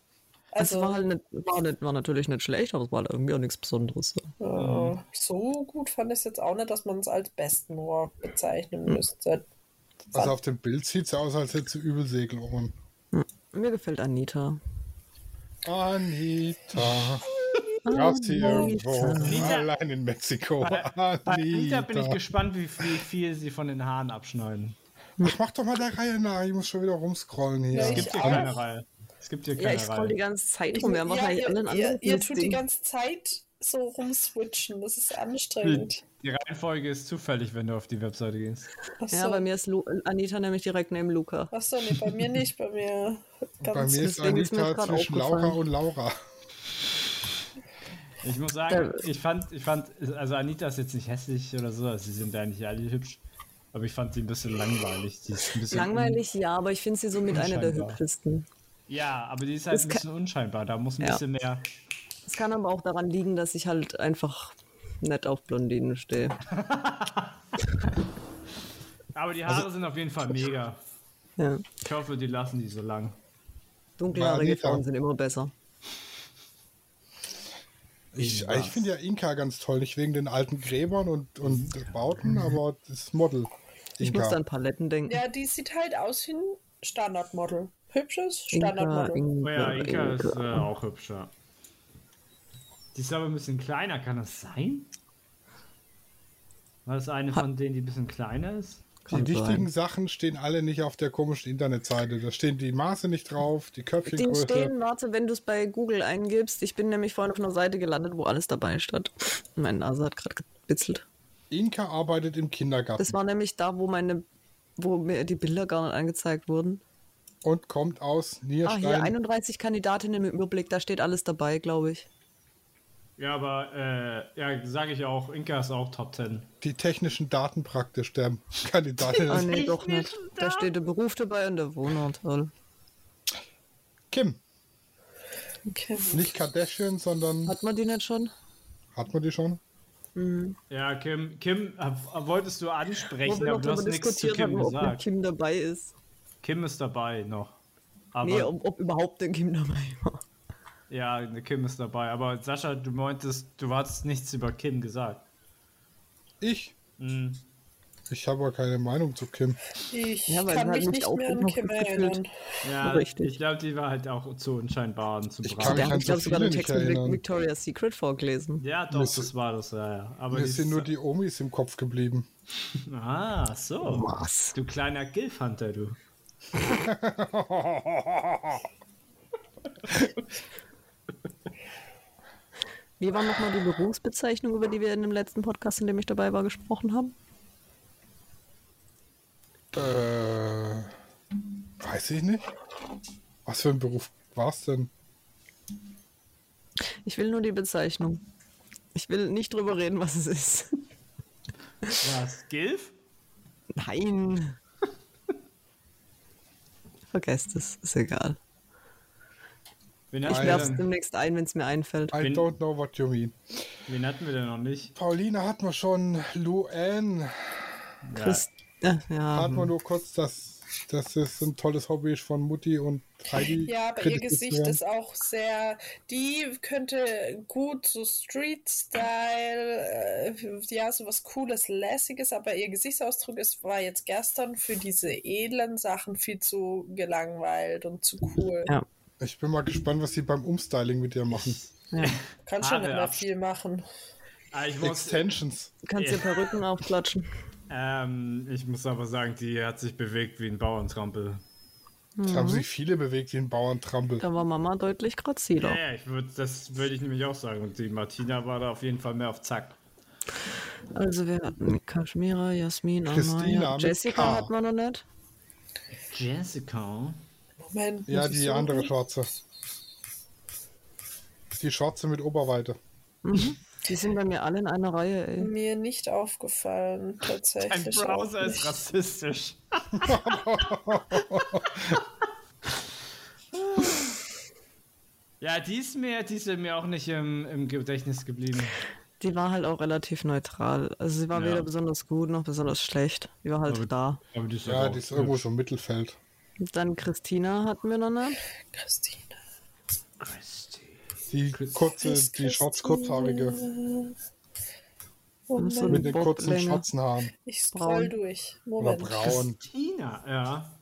[SPEAKER 5] Also
[SPEAKER 3] es war, halt nicht, war, nicht, war natürlich nicht schlecht, aber es war halt irgendwie auch nichts Besonderes. Ja.
[SPEAKER 5] äh, so gut fand ich es jetzt auch nicht, dass man es als besten Rohr bezeichnen
[SPEAKER 3] Hm.
[SPEAKER 5] müsste.
[SPEAKER 4] Also auf dem Bild sieht sie aus, als hätte sie Übelsegelohren.
[SPEAKER 3] Mir gefällt Anita.
[SPEAKER 4] Anita. Gab sie irgendwo. Allein in Mexiko.
[SPEAKER 2] Bei Anita bin ich
[SPEAKER 4] Anita.
[SPEAKER 2] gespannt, wie viel, viel sie von den Haaren abschneiden.
[SPEAKER 4] Ach, mach doch mal der Reihe nach. Ich muss schon wieder rumscrollen hier.
[SPEAKER 5] Ja,
[SPEAKER 2] Es
[SPEAKER 5] Ich
[SPEAKER 2] gibt hier
[SPEAKER 5] auch.
[SPEAKER 2] keine Reihe. Es gibt hier
[SPEAKER 3] Ja,
[SPEAKER 2] keine
[SPEAKER 3] ich scroll die
[SPEAKER 2] Reihe.
[SPEAKER 3] ganze Zeit rum. Wir haben
[SPEAKER 5] ja,
[SPEAKER 3] wahrscheinlich
[SPEAKER 5] ihr,
[SPEAKER 3] alle einen
[SPEAKER 5] ihr,
[SPEAKER 3] anderen
[SPEAKER 5] ihr
[SPEAKER 3] Dienst-
[SPEAKER 5] tut die
[SPEAKER 3] Ding.
[SPEAKER 5] ganze Zeit so rumswitchen, das ist anstrengend.
[SPEAKER 2] Hm. Die Reihenfolge ist zufällig, wenn du auf die Webseite gehst.
[SPEAKER 5] Achso,
[SPEAKER 3] Ja, bei mir ist Lu Anita nämlich direkt neben Luca.
[SPEAKER 5] Achso nee, bei mir nicht, bei mir
[SPEAKER 4] Bei
[SPEAKER 5] ganz
[SPEAKER 4] mir ist
[SPEAKER 3] deswegen ist mir
[SPEAKER 4] Anita
[SPEAKER 3] gerade
[SPEAKER 4] zwischen Laura
[SPEAKER 3] aufgefallen.
[SPEAKER 4] und Laura.
[SPEAKER 2] Ich muss sagen, ich fand, ich fand, also Anita ist jetzt nicht hässlich oder so, also sie sind eigentlich alle hübsch, aber ich fand sie ein bisschen langweilig. Die ist ein bisschen
[SPEAKER 3] Langweilig, ja, aber ich finde sie so mit einer der
[SPEAKER 2] Unscheinbar.
[SPEAKER 3] hübschesten.
[SPEAKER 2] Ja, aber die ist halt
[SPEAKER 3] Das
[SPEAKER 2] ein
[SPEAKER 3] kann-
[SPEAKER 2] bisschen unscheinbar. Da muss ein
[SPEAKER 3] Ja.
[SPEAKER 2] bisschen mehr.
[SPEAKER 3] Es kann aber auch daran liegen, dass ich halt einfach nett auf Blondinen stehe.
[SPEAKER 2] Aber die Also Haare sind auf jeden Fall mega.
[SPEAKER 3] Ja.
[SPEAKER 2] Ich hoffe, die lassen die so lang.
[SPEAKER 3] Dunkelhaarige
[SPEAKER 4] Anita.
[SPEAKER 3] Frauen sind immer besser.
[SPEAKER 4] Ich,
[SPEAKER 2] Ja.
[SPEAKER 4] ich finde ja Inka ganz toll. Nicht wegen den alten Gräbern und, und Bauten, aber das Model.
[SPEAKER 3] Ich muss an Paletten denken.
[SPEAKER 5] Ja, die sieht halt aus wie ein Standardmodel. Hübsches
[SPEAKER 3] Inka,
[SPEAKER 5] Standardmodel.
[SPEAKER 2] Oh
[SPEAKER 3] Inka,
[SPEAKER 2] ja, Inka ist
[SPEAKER 3] Inka.
[SPEAKER 2] äh, auch hübscher. Die ist aber ein bisschen kleiner, kann das sein? War das eine von denen, die ein bisschen kleiner ist?
[SPEAKER 3] Kann
[SPEAKER 4] die wichtigen
[SPEAKER 3] sein.
[SPEAKER 4] Sachen stehen alle nicht auf der komischen Internetseite. Da stehen die Maße nicht drauf, die
[SPEAKER 3] Die
[SPEAKER 4] Köpfchengröße.
[SPEAKER 3] stehen, warte, wenn du es bei Google eingibst. Ich bin nämlich vorhin auf einer Seite gelandet, wo alles dabei stand. Meine Nase hat gerade gebitzelt.
[SPEAKER 4] Inka arbeitet im Kindergarten
[SPEAKER 3] Das war nämlich da, wo meine, wo mir die Bilder gar nicht angezeigt wurden.
[SPEAKER 4] und kommt aus
[SPEAKER 3] Ah, hier
[SPEAKER 4] Nierstein.
[SPEAKER 3] 31 Kandidatinnen im Überblick, da steht alles dabei, glaube ich.
[SPEAKER 2] Ja, aber äh, ja, sage ich auch, Inka ist auch Top 10.
[SPEAKER 4] die technischen Daten praktisch der
[SPEAKER 5] Oh
[SPEAKER 4] Kandidatin.
[SPEAKER 3] Ah,
[SPEAKER 4] ist.
[SPEAKER 3] nee, doch nicht. Da steht der Beruf dabei und der Wohnort. Toll.
[SPEAKER 4] Kim,
[SPEAKER 5] Okay.
[SPEAKER 4] nicht Kardashian, sondern
[SPEAKER 3] Hat man die nicht schon?
[SPEAKER 4] hat man die schon?
[SPEAKER 2] Ja, Kim, Kim äh, wolltest du
[SPEAKER 3] Wo
[SPEAKER 2] ansprechen,
[SPEAKER 3] wir
[SPEAKER 2] aber
[SPEAKER 3] noch
[SPEAKER 2] du hast
[SPEAKER 3] darüber
[SPEAKER 2] nichts zu
[SPEAKER 3] diskutiert haben,
[SPEAKER 2] Kim
[SPEAKER 3] ob eine
[SPEAKER 2] gesagt. Kim.
[SPEAKER 3] Kim dabei ist.
[SPEAKER 2] ist dabei noch. Aber
[SPEAKER 3] Nee, um ob, ob überhaupt denn Kim dabei war.
[SPEAKER 2] ja, eine Kim ist dabei. Aber Sascha, du meintest, du hast nichts über Kim gesagt.
[SPEAKER 4] Ich?
[SPEAKER 2] Mhm.
[SPEAKER 4] Ich habe aber keine Meinung zu Kim.
[SPEAKER 5] Ich
[SPEAKER 3] Ja, weil
[SPEAKER 5] kann
[SPEAKER 3] sie hat
[SPEAKER 5] mich
[SPEAKER 3] mich
[SPEAKER 5] nicht
[SPEAKER 3] auch
[SPEAKER 5] mehr an
[SPEAKER 3] noch
[SPEAKER 5] Kim
[SPEAKER 3] gefühlt.
[SPEAKER 5] erinnern.
[SPEAKER 2] Ja,
[SPEAKER 3] Richtig.
[SPEAKER 2] ich glaube, die war halt auch zu unscheinbar und zu
[SPEAKER 4] Ich
[SPEAKER 2] brav.
[SPEAKER 4] kann-
[SPEAKER 3] Der hat,
[SPEAKER 4] an
[SPEAKER 3] ich
[SPEAKER 4] so
[SPEAKER 3] glaube, sogar
[SPEAKER 4] viele
[SPEAKER 3] den
[SPEAKER 4] nicht
[SPEAKER 3] Text mit
[SPEAKER 4] erinnern.
[SPEAKER 3] Victoria's Secret vorgelesen.
[SPEAKER 2] Ja, doch,
[SPEAKER 4] Miss-
[SPEAKER 2] das war das, ja, ja. Aber
[SPEAKER 4] Mir
[SPEAKER 2] die
[SPEAKER 4] sind nur die Omis im Kopf geblieben.
[SPEAKER 2] Ah, so.
[SPEAKER 3] Was?
[SPEAKER 2] Du kleiner Gilfhunter, du.
[SPEAKER 3] Wie war nochmal die Berufsbezeichnung, über die wir in dem letzten Podcast, in dem ich dabei war, gesprochen haben?
[SPEAKER 4] Äh, weiß ich nicht. Was für ein Beruf war es denn?
[SPEAKER 3] Ich will nur die Bezeichnung. Ich will nicht drüber reden, was es ist.
[SPEAKER 2] Was? Gilf?
[SPEAKER 3] Nein. Vergesst es, ist egal.
[SPEAKER 2] Wen
[SPEAKER 3] Ich
[SPEAKER 2] hatten, wir
[SPEAKER 3] werf's
[SPEAKER 2] denn,
[SPEAKER 3] demnächst ein, wenn es mir einfällt.
[SPEAKER 4] I
[SPEAKER 2] Bin-
[SPEAKER 4] don't know what you mean.
[SPEAKER 2] wen hatten wir denn noch nicht?
[SPEAKER 4] Pauline hat man schon, Lou Ann
[SPEAKER 3] Christ ja. ja.
[SPEAKER 4] hat
[SPEAKER 2] Mhm.
[SPEAKER 4] man nur kurz, dass das ist ein tolles Hobby von Mutti und Heidi.
[SPEAKER 5] Ja, aber ihr
[SPEAKER 4] kritisiert
[SPEAKER 5] Gesicht
[SPEAKER 4] werden.
[SPEAKER 5] ist auch sehr. Die könnte gut so Street-Style, äh, ja, sowas Cooles, Lässiges, aber ihr Gesichtsausdruck ist, war jetzt gestern für diese edlen Sachen viel zu gelangweilt und zu cool.
[SPEAKER 3] Ja.
[SPEAKER 4] Ich bin mal gespannt, was sie beim Umstyling mit dir machen.
[SPEAKER 5] Kann schon
[SPEAKER 2] Haare
[SPEAKER 5] nicht mehr
[SPEAKER 2] ab-
[SPEAKER 5] viel machen.
[SPEAKER 2] Ah, ich, muss,
[SPEAKER 4] Extensions.
[SPEAKER 3] Du kannst dir Perücken aufklatschen.
[SPEAKER 2] ähm, ich muss aber sagen, die hat sich bewegt wie ein Bauerntrampel.
[SPEAKER 4] Es haben sich viele bewegt wie ein Bauerntrampel.
[SPEAKER 3] Da war Mama deutlich graziler.
[SPEAKER 2] Ja, ja, ich würd, das würde ich nämlich auch sagen. Und die Martina war da auf jeden Fall mehr auf Zack.
[SPEAKER 3] Also wir hatten Kashmira, Jasmin,
[SPEAKER 4] Christina
[SPEAKER 3] Amaya.
[SPEAKER 4] mit
[SPEAKER 3] Jessica
[SPEAKER 4] K.
[SPEAKER 3] hat man noch nicht.
[SPEAKER 2] Jessica?
[SPEAKER 5] Moment.
[SPEAKER 4] Ja,
[SPEAKER 5] muss ich
[SPEAKER 4] die
[SPEAKER 5] suchen?
[SPEAKER 4] andere Schwarze. Die Schwarze mit Oberweite.
[SPEAKER 3] Die sind bei mir alle in einer Reihe, ey.
[SPEAKER 5] Mir nicht aufgefallen,
[SPEAKER 2] Ein
[SPEAKER 5] tatsächlich. auch
[SPEAKER 2] Browser ist
[SPEAKER 5] nicht.
[SPEAKER 2] rassistisch. ja, die ist mir, die ist mir auch nicht im, im Gedächtnis geblieben.
[SPEAKER 3] Die war halt auch relativ neutral. Also sie war
[SPEAKER 2] Ja.
[SPEAKER 3] weder besonders gut noch besonders schlecht. Die war halt da.
[SPEAKER 2] Aber die ist
[SPEAKER 4] Ja, die ist irgendwo so im Mittelfeld.
[SPEAKER 3] Und Dann Christina hatten wir noch ne? nicht.
[SPEAKER 5] Christine.
[SPEAKER 4] Die kurze, die schwarz kurzhaarige
[SPEAKER 3] Das ist so
[SPEAKER 5] Moment,
[SPEAKER 4] mit
[SPEAKER 3] eine
[SPEAKER 4] den kurzen
[SPEAKER 3] Boblänge.
[SPEAKER 4] schwarzen Haaren.
[SPEAKER 5] ich scroll
[SPEAKER 3] braun.
[SPEAKER 5] durch.
[SPEAKER 4] Oder
[SPEAKER 5] Moment.
[SPEAKER 4] braun.
[SPEAKER 2] Tina, ja.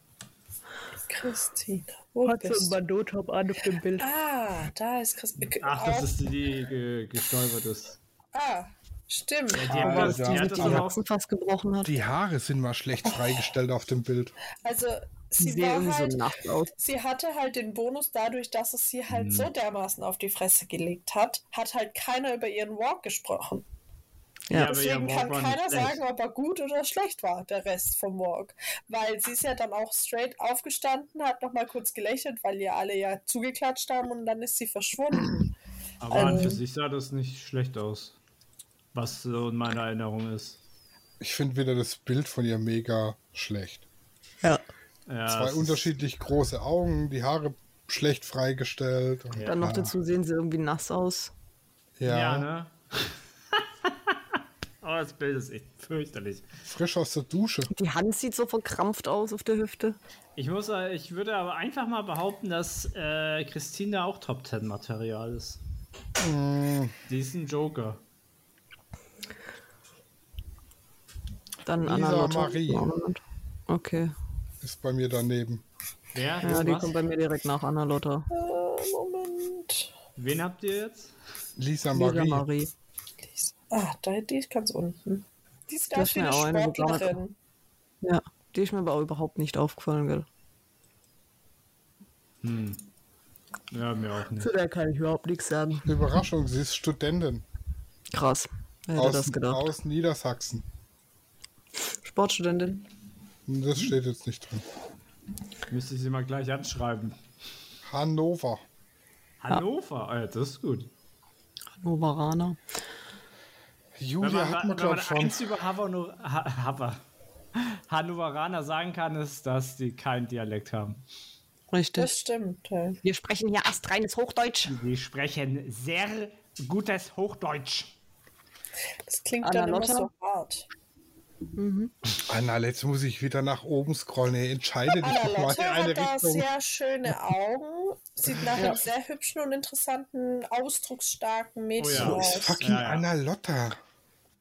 [SPEAKER 5] Christina. Wo bist du?
[SPEAKER 3] Badotop an auf dem Bild.
[SPEAKER 5] Ah, da ist Christine.
[SPEAKER 2] Ach, das ist die, die ge gestolpert ist.
[SPEAKER 5] Ah, stimmt.
[SPEAKER 2] Die
[SPEAKER 4] Ah,
[SPEAKER 2] hat, das, die hat das
[SPEAKER 3] Die
[SPEAKER 2] aber auch.
[SPEAKER 3] Herzen fast gebrochen hat.
[SPEAKER 4] Die Haare sind mal schlecht freigestellt auf dem Bild.
[SPEAKER 5] Also,
[SPEAKER 3] Die
[SPEAKER 5] sie
[SPEAKER 3] sehen
[SPEAKER 5] war
[SPEAKER 3] irgendwie
[SPEAKER 5] halt.
[SPEAKER 3] so nackt aus.
[SPEAKER 5] Sie hatte halt den Bonus dadurch, dass es sie halt so dermaßen auf die Fresse gelegt hat, hat halt keiner über ihren Walk gesprochen.
[SPEAKER 3] Ja.
[SPEAKER 2] aber ihr
[SPEAKER 5] Deswegen
[SPEAKER 2] Walk
[SPEAKER 5] kann
[SPEAKER 2] war nicht
[SPEAKER 5] keiner
[SPEAKER 2] schlecht.
[SPEAKER 5] sagen, ob er gut oder schlecht war, der Rest vom Walk. Weil sie ist ja dann auch straight aufgestanden, hat nochmal kurz gelächelt, weil ihr alle ja zugeklatscht haben und dann ist sie verschwunden.
[SPEAKER 2] Aber an für sich sah das nicht schlecht aus. Was so in meiner Erinnerung ist.
[SPEAKER 4] Ich finde wieder das Bild von ihr mega schlecht.
[SPEAKER 3] Ja.
[SPEAKER 2] Ja,
[SPEAKER 4] Zwei
[SPEAKER 2] es ist-
[SPEAKER 4] unterschiedlich große Augen, die Haare schlecht freigestellt. Und
[SPEAKER 3] Dann noch dazu sehen sie irgendwie nass aus.
[SPEAKER 4] ja,
[SPEAKER 2] Ja, ne? oh, das Bild ist echt fürchterlich.
[SPEAKER 4] frisch aus der Dusche.
[SPEAKER 3] Die Hand sieht so verkrampft aus auf der Hüfte.
[SPEAKER 2] Ich, muss, äh, ich würde aber einfach mal behaupten, dass äh, Christina auch Top 10 Material ist. Die ist ein Joker.
[SPEAKER 3] Dann
[SPEAKER 4] Lisa
[SPEAKER 3] Anna Lotte.
[SPEAKER 4] Marie.
[SPEAKER 3] Okay.
[SPEAKER 4] Ist bei mir daneben.
[SPEAKER 2] Wer?
[SPEAKER 3] Ja, die
[SPEAKER 2] was?
[SPEAKER 3] kommt bei mir direkt nach Anna Lotta.
[SPEAKER 5] Äh, Moment.
[SPEAKER 2] Wen habt ihr jetzt?
[SPEAKER 4] Lisa Marie.
[SPEAKER 3] Lisa Marie.
[SPEAKER 5] Ah, da, die ist ganz unten. Die ist
[SPEAKER 3] Das
[SPEAKER 5] ganz
[SPEAKER 3] ist mir
[SPEAKER 5] viele
[SPEAKER 3] auch eine
[SPEAKER 5] Sportlerin.
[SPEAKER 3] Ja, die ist mir aber auch überhaupt nicht aufgefallen, gell?
[SPEAKER 2] Hm. Ja, mir auch nicht.
[SPEAKER 3] Zu der kann ich überhaupt nichts sagen.
[SPEAKER 4] Überraschung, sie ist Studentin
[SPEAKER 3] Krass. Wer hätte
[SPEAKER 4] aus,
[SPEAKER 3] das gedacht?
[SPEAKER 4] aus Niedersachsen.
[SPEAKER 3] Sportstudentin.
[SPEAKER 4] Und Das steht jetzt nicht drin.
[SPEAKER 2] Müsste ich sie mal gleich anschreiben.
[SPEAKER 4] Hannover.
[SPEAKER 2] Hannover, Alter, das ist gut.
[SPEAKER 3] Hannoveraner.
[SPEAKER 2] Wenn
[SPEAKER 4] Julia
[SPEAKER 2] man,
[SPEAKER 4] hat
[SPEAKER 2] wenn
[SPEAKER 4] man, glaube
[SPEAKER 2] man
[SPEAKER 4] ich, schon.
[SPEAKER 2] eins über Havano, ha, Hava- Hannoveraner sagen kann, ist, dass die keinen Dialekt haben.
[SPEAKER 3] Richtig.
[SPEAKER 5] Das stimmt. Ja.
[SPEAKER 6] Wir sprechen hier astreines Hochdeutsch.
[SPEAKER 2] Die sprechen sehr gutes Hochdeutsch.
[SPEAKER 5] Das klingt
[SPEAKER 3] Anna
[SPEAKER 5] dann immer
[SPEAKER 3] Lotta?
[SPEAKER 5] so hart.
[SPEAKER 4] Anna, Ah, jetzt muss ich wieder nach oben scrollen. Ey, entscheide
[SPEAKER 3] Ah,
[SPEAKER 4] dich
[SPEAKER 5] Anna
[SPEAKER 4] doch mal in
[SPEAKER 5] Lotte
[SPEAKER 4] eine
[SPEAKER 5] hat da
[SPEAKER 4] Richtung.
[SPEAKER 5] sehr schöne Augen, sieht nach einem sehr hübschen und interessanten, ausdrucksstarken Mädchen
[SPEAKER 2] Oh ja.
[SPEAKER 4] Ist
[SPEAKER 5] aus.
[SPEAKER 4] fucking
[SPEAKER 2] Ja, ja.
[SPEAKER 4] Anna Lotta.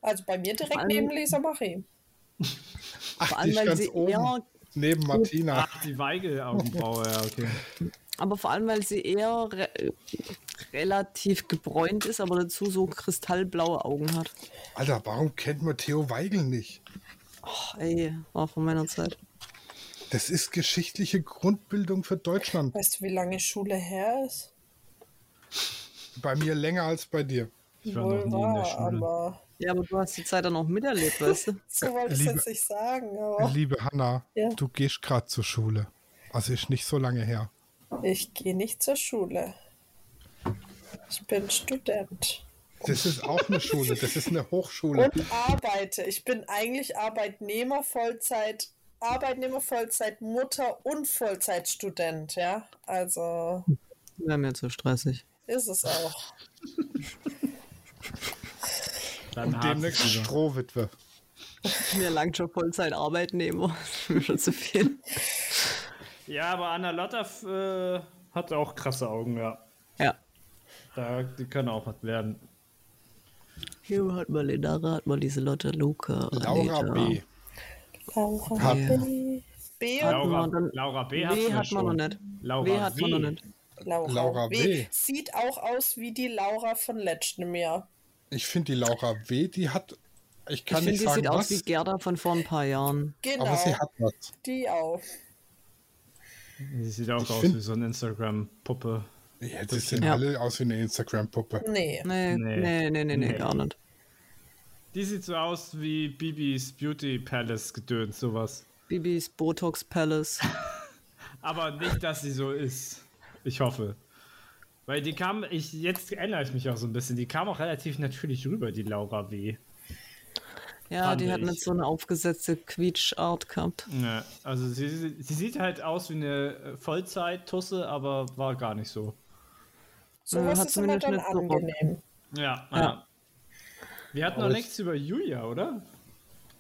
[SPEAKER 5] Also bei mir direkt
[SPEAKER 3] allem-
[SPEAKER 5] neben Lisa Marie.
[SPEAKER 4] Ach,
[SPEAKER 3] allem,
[SPEAKER 4] die ist
[SPEAKER 3] weil
[SPEAKER 4] ganz
[SPEAKER 3] sie
[SPEAKER 4] oben.
[SPEAKER 3] eher-
[SPEAKER 4] Neben Martina.
[SPEAKER 2] Ach, die Weigel-Augenbraue, ja, okay.
[SPEAKER 3] Aber vor allem, weil sie eher re relativ gebräunt ist, aber dazu so kristallblaue Augen hat.
[SPEAKER 4] Alter, warum kennt man Theo Weigel nicht?
[SPEAKER 3] Ach, ey, war von meiner Zeit.
[SPEAKER 4] Das ist geschichtliche Grundbildung für Deutschland.
[SPEAKER 5] Weißt du, wie lange Schule her ist?
[SPEAKER 4] Bei mir länger als bei dir.
[SPEAKER 2] Ich war noch nie in der Schule.
[SPEAKER 5] aber
[SPEAKER 3] Ja, aber du hast die Zeit dann auch miterlebt, weißt du?
[SPEAKER 5] so
[SPEAKER 2] Äh,
[SPEAKER 5] wollte ich es
[SPEAKER 4] Liebe-
[SPEAKER 5] jetzt nicht sagen. Aber
[SPEAKER 4] Liebe Hanna,
[SPEAKER 5] Ja.
[SPEAKER 4] du gehst gerade zur Schule. Also ist nicht so lange her.
[SPEAKER 5] ich gehe nicht zur Schule. Ich bin Student
[SPEAKER 4] Das ist auch eine Schule, das ist eine Hochschule.
[SPEAKER 5] und arbeite. Ich bin eigentlich Arbeitnehmer Vollzeit, Arbeitnehmer Vollzeit, Mutter und Vollzeitstudent. Ja, also
[SPEAKER 3] Wäre mir zu stressig.
[SPEAKER 5] ist es auch.
[SPEAKER 2] Dann
[SPEAKER 4] Und
[SPEAKER 2] haben
[SPEAKER 4] demnächst
[SPEAKER 2] sie wieder.
[SPEAKER 4] Strohwitwe.
[SPEAKER 3] Mir langt schon Vollzeit Arbeitnehmer. Das ist mir schon zu viel.
[SPEAKER 2] Ja, aber Anna Lotta f- äh, hat auch krasse Augen, ja.
[SPEAKER 3] Ja.
[SPEAKER 2] Da, die können auch was werden.
[SPEAKER 3] Hier hat mal Lenara, hat mal Lieselotte, Luca,
[SPEAKER 4] Laura
[SPEAKER 3] Anita.
[SPEAKER 4] B.
[SPEAKER 5] Laura
[SPEAKER 4] Hat-
[SPEAKER 5] B. B und
[SPEAKER 3] Hatten
[SPEAKER 2] Laura,
[SPEAKER 3] wir dann-
[SPEAKER 2] Laura B. hat
[SPEAKER 3] B
[SPEAKER 2] man
[SPEAKER 3] hat man noch
[SPEAKER 2] schon.
[SPEAKER 3] nicht.
[SPEAKER 2] Laura
[SPEAKER 3] B hat man
[SPEAKER 2] W.
[SPEAKER 3] noch nicht.
[SPEAKER 5] Laura,
[SPEAKER 4] Laura
[SPEAKER 5] B.
[SPEAKER 4] W.
[SPEAKER 5] Sieht auch aus wie die Laura von letztem Jahr.
[SPEAKER 4] Ich finde die Laura W., die hat, ich kann
[SPEAKER 3] ich finde,
[SPEAKER 4] nicht
[SPEAKER 3] die
[SPEAKER 4] sagen
[SPEAKER 3] sieht aus wie
[SPEAKER 4] was,
[SPEAKER 3] Gerda von vor ein paar Jahren.
[SPEAKER 5] Genau,
[SPEAKER 4] aber sie hat was.
[SPEAKER 5] die auch.
[SPEAKER 2] Die sieht auch
[SPEAKER 4] Ich
[SPEAKER 2] aus
[SPEAKER 4] find-
[SPEAKER 2] wie so eine Instagram-Puppe.
[SPEAKER 4] Ja, die sehen
[SPEAKER 3] Ja.
[SPEAKER 4] alle aus wie eine Instagram-Puppe.
[SPEAKER 5] Nee.
[SPEAKER 2] Nee.
[SPEAKER 3] Nee, nee, nee, nee, nee,
[SPEAKER 2] Nee.
[SPEAKER 3] gar nicht.
[SPEAKER 2] Die sieht so aus wie Bibis Beauty Palace gedöns, sowas.
[SPEAKER 3] Bibis Botox Palace.
[SPEAKER 2] Aber nicht, dass sie so ist. Ich hoffe. Weil die kam, ich, jetzt erinnere ich mich auch so ein bisschen, die kam auch relativ natürlich rüber, die Laura W.
[SPEAKER 3] Ja,
[SPEAKER 2] Fand
[SPEAKER 3] die hat
[SPEAKER 2] ich.
[SPEAKER 3] nicht so eine aufgesetzte Quietsch-Art gehabt.
[SPEAKER 2] Ja, also sie, sie sieht halt aus wie eine äh, Vollzeit-Tusse, aber war gar nicht so.
[SPEAKER 5] Sowas
[SPEAKER 3] hat
[SPEAKER 5] ist immer
[SPEAKER 3] zumindest
[SPEAKER 5] dann
[SPEAKER 3] nicht so Bock.
[SPEAKER 5] angenehm.
[SPEAKER 2] Ja, ja.
[SPEAKER 3] Ja.
[SPEAKER 2] Wir hatten noch
[SPEAKER 4] Aus.
[SPEAKER 2] nichts über Julia, oder?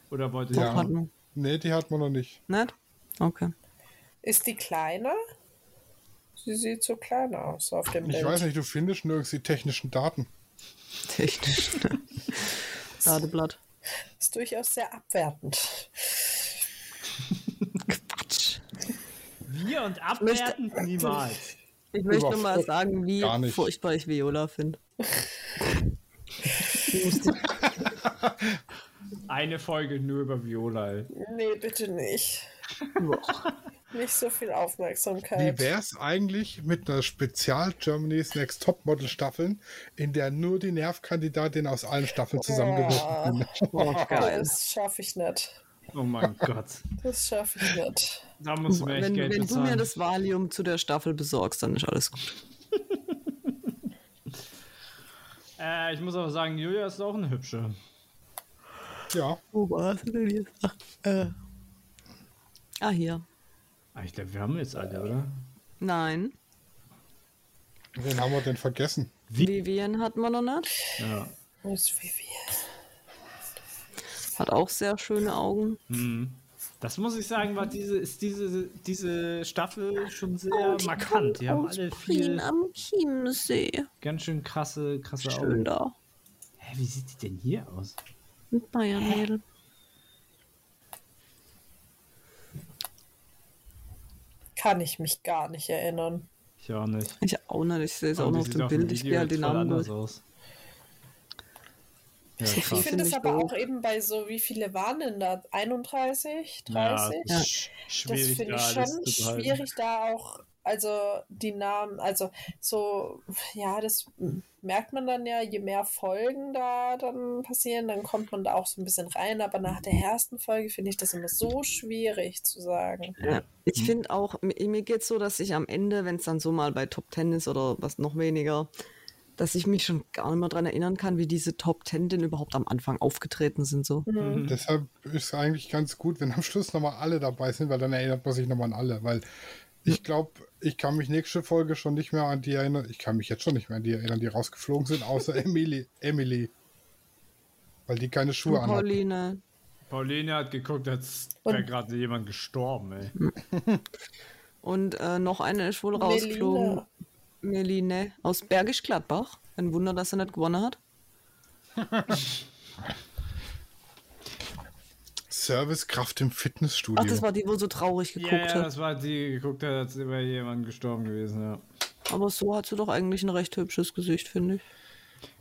[SPEAKER 2] Oder wollte
[SPEAKER 4] Ja.
[SPEAKER 3] Hat man.
[SPEAKER 4] Nee, die hat man noch nicht.
[SPEAKER 3] Nicht? Okay.
[SPEAKER 5] Ist die kleiner? Sie sieht so klein aus auf dem
[SPEAKER 4] Ich
[SPEAKER 5] Bild.
[SPEAKER 4] weiß nicht, du findest nirgends die technischen Daten.
[SPEAKER 3] Technisch. Ladeblatt.
[SPEAKER 5] Ist durchaus sehr abwertend.
[SPEAKER 3] Quatsch.
[SPEAKER 2] wir und abwerten niemals.
[SPEAKER 3] Ich möchte nur mal
[SPEAKER 4] Überhaupt
[SPEAKER 3] sagen, wie
[SPEAKER 4] gar nicht.
[SPEAKER 3] furchtbar ich Viola finde.
[SPEAKER 2] Eine Folge nur über Viola. ey.
[SPEAKER 5] Nee, bitte nicht. Nicht so viel Aufmerksamkeit.
[SPEAKER 4] Wie wär's eigentlich mit einer Spezial Germany's Next Topmodel Staffeln, in der nur die Nervkandidatin aus allen Staffeln zusammengewürfelt sind?
[SPEAKER 3] Oh, geil.
[SPEAKER 5] Das schaffe ich nicht.
[SPEAKER 2] Oh mein Gott.
[SPEAKER 5] Das schaffe ich nicht.
[SPEAKER 2] Da musst du mir echt
[SPEAKER 3] Wenn,
[SPEAKER 2] Geld
[SPEAKER 3] wenn du mir
[SPEAKER 2] bezahlen.
[SPEAKER 3] das Valium zu der Staffel besorgst, dann ist alles gut.
[SPEAKER 2] Äh, ich muss aber sagen, Julia ist auch eine hübsche.
[SPEAKER 4] Ja,
[SPEAKER 3] Wo warst du denn jetzt? Ach, äh. ah, hier.
[SPEAKER 2] Ah, ich glaube, wir haben jetzt alle, oder?
[SPEAKER 3] Nein.
[SPEAKER 4] wen haben wir denn vergessen?
[SPEAKER 2] Wie-
[SPEAKER 3] Vivian hat man noch nicht.
[SPEAKER 2] Ja.
[SPEAKER 5] Wo ist Vivian?
[SPEAKER 3] Hat auch sehr schöne Augen.
[SPEAKER 2] Hm. Das muss ich sagen, war diese, ist diese, diese Staffel schon
[SPEAKER 6] Oh,
[SPEAKER 2] sehr markant. Die haben alle
[SPEAKER 6] Prien
[SPEAKER 2] viel
[SPEAKER 6] am Chiemsee.
[SPEAKER 2] ganz schön krasse, krasse
[SPEAKER 3] Schön
[SPEAKER 2] Augen.
[SPEAKER 3] da.
[SPEAKER 2] Hä, wie sieht die denn hier aus?
[SPEAKER 6] Mit Bayernmädel.
[SPEAKER 5] Kann ich mich gar nicht erinnern.
[SPEAKER 2] Ich auch nicht.
[SPEAKER 3] Ich auch nicht. Ich sehe es auch
[SPEAKER 2] Aber
[SPEAKER 3] noch
[SPEAKER 2] die
[SPEAKER 3] auf
[SPEAKER 2] sieht dem
[SPEAKER 3] dem Bild. Ich
[SPEAKER 2] Video
[SPEAKER 3] gehe halt den
[SPEAKER 2] voll
[SPEAKER 3] Namen
[SPEAKER 2] anders
[SPEAKER 3] durch.
[SPEAKER 2] aus.
[SPEAKER 5] Ich
[SPEAKER 3] krass.
[SPEAKER 5] finde das
[SPEAKER 3] Ziemlich
[SPEAKER 5] aber
[SPEAKER 3] doof.
[SPEAKER 5] auch eben bei so, wie viele waren denn da? 31, 30?
[SPEAKER 2] Ja, das ist sch-
[SPEAKER 5] Das
[SPEAKER 2] schwierig,
[SPEAKER 5] finde
[SPEAKER 2] da
[SPEAKER 5] ich
[SPEAKER 2] alles
[SPEAKER 5] schon
[SPEAKER 2] zu behalten.
[SPEAKER 5] schwierig, da auch, also die Namen, also so, ja, das merkt man dann ja, je mehr Folgen da dann passieren, dann kommt man da auch so ein bisschen rein, aber nach der ersten Folge finde ich das immer so schwierig zu sagen.
[SPEAKER 3] Ja.
[SPEAKER 2] Hm.
[SPEAKER 3] Ich finde auch, mir, mir geht es so, dass ich am Ende, wenn es dann so mal bei Top Ten ist oder was noch weniger, dass ich mich schon gar nicht mehr daran erinnern kann, wie diese Top Ten denn überhaupt am Anfang aufgetreten sind. So.
[SPEAKER 2] Mhm.
[SPEAKER 4] Deshalb ist es eigentlich ganz gut, wenn am Schluss nochmal alle dabei sind, weil dann erinnert man sich nochmal an alle. Weil ich glaube, ich kann mich nächste Folge schon nicht mehr an die erinnern. Ich kann mich jetzt schon nicht mehr an die erinnern, die rausgeflogen sind, außer Emily. Emily. Weil die keine Schuhe anhat.
[SPEAKER 3] Pauline.
[SPEAKER 2] Pauline hat geguckt, als wäre
[SPEAKER 5] Und-
[SPEAKER 2] gerade jemand gestorben, ey.
[SPEAKER 3] Und äh, noch eine ist wohl
[SPEAKER 5] Meline.
[SPEAKER 3] rausgeflogen. Meline aus Bergisch Gladbach. Ein Wunder, dass er nicht gewonnen hat.
[SPEAKER 4] Servicekraft im Fitnessstudio.
[SPEAKER 3] Ach, das war die, wo so traurig
[SPEAKER 2] Ja,
[SPEAKER 3] geguckt
[SPEAKER 2] ja,
[SPEAKER 3] hat.
[SPEAKER 2] das war die, die geguckt hat, als wäre jemand gestorben gewesen, ja.
[SPEAKER 3] Aber so hat sie doch eigentlich ein recht hübsches Gesicht, finde ich.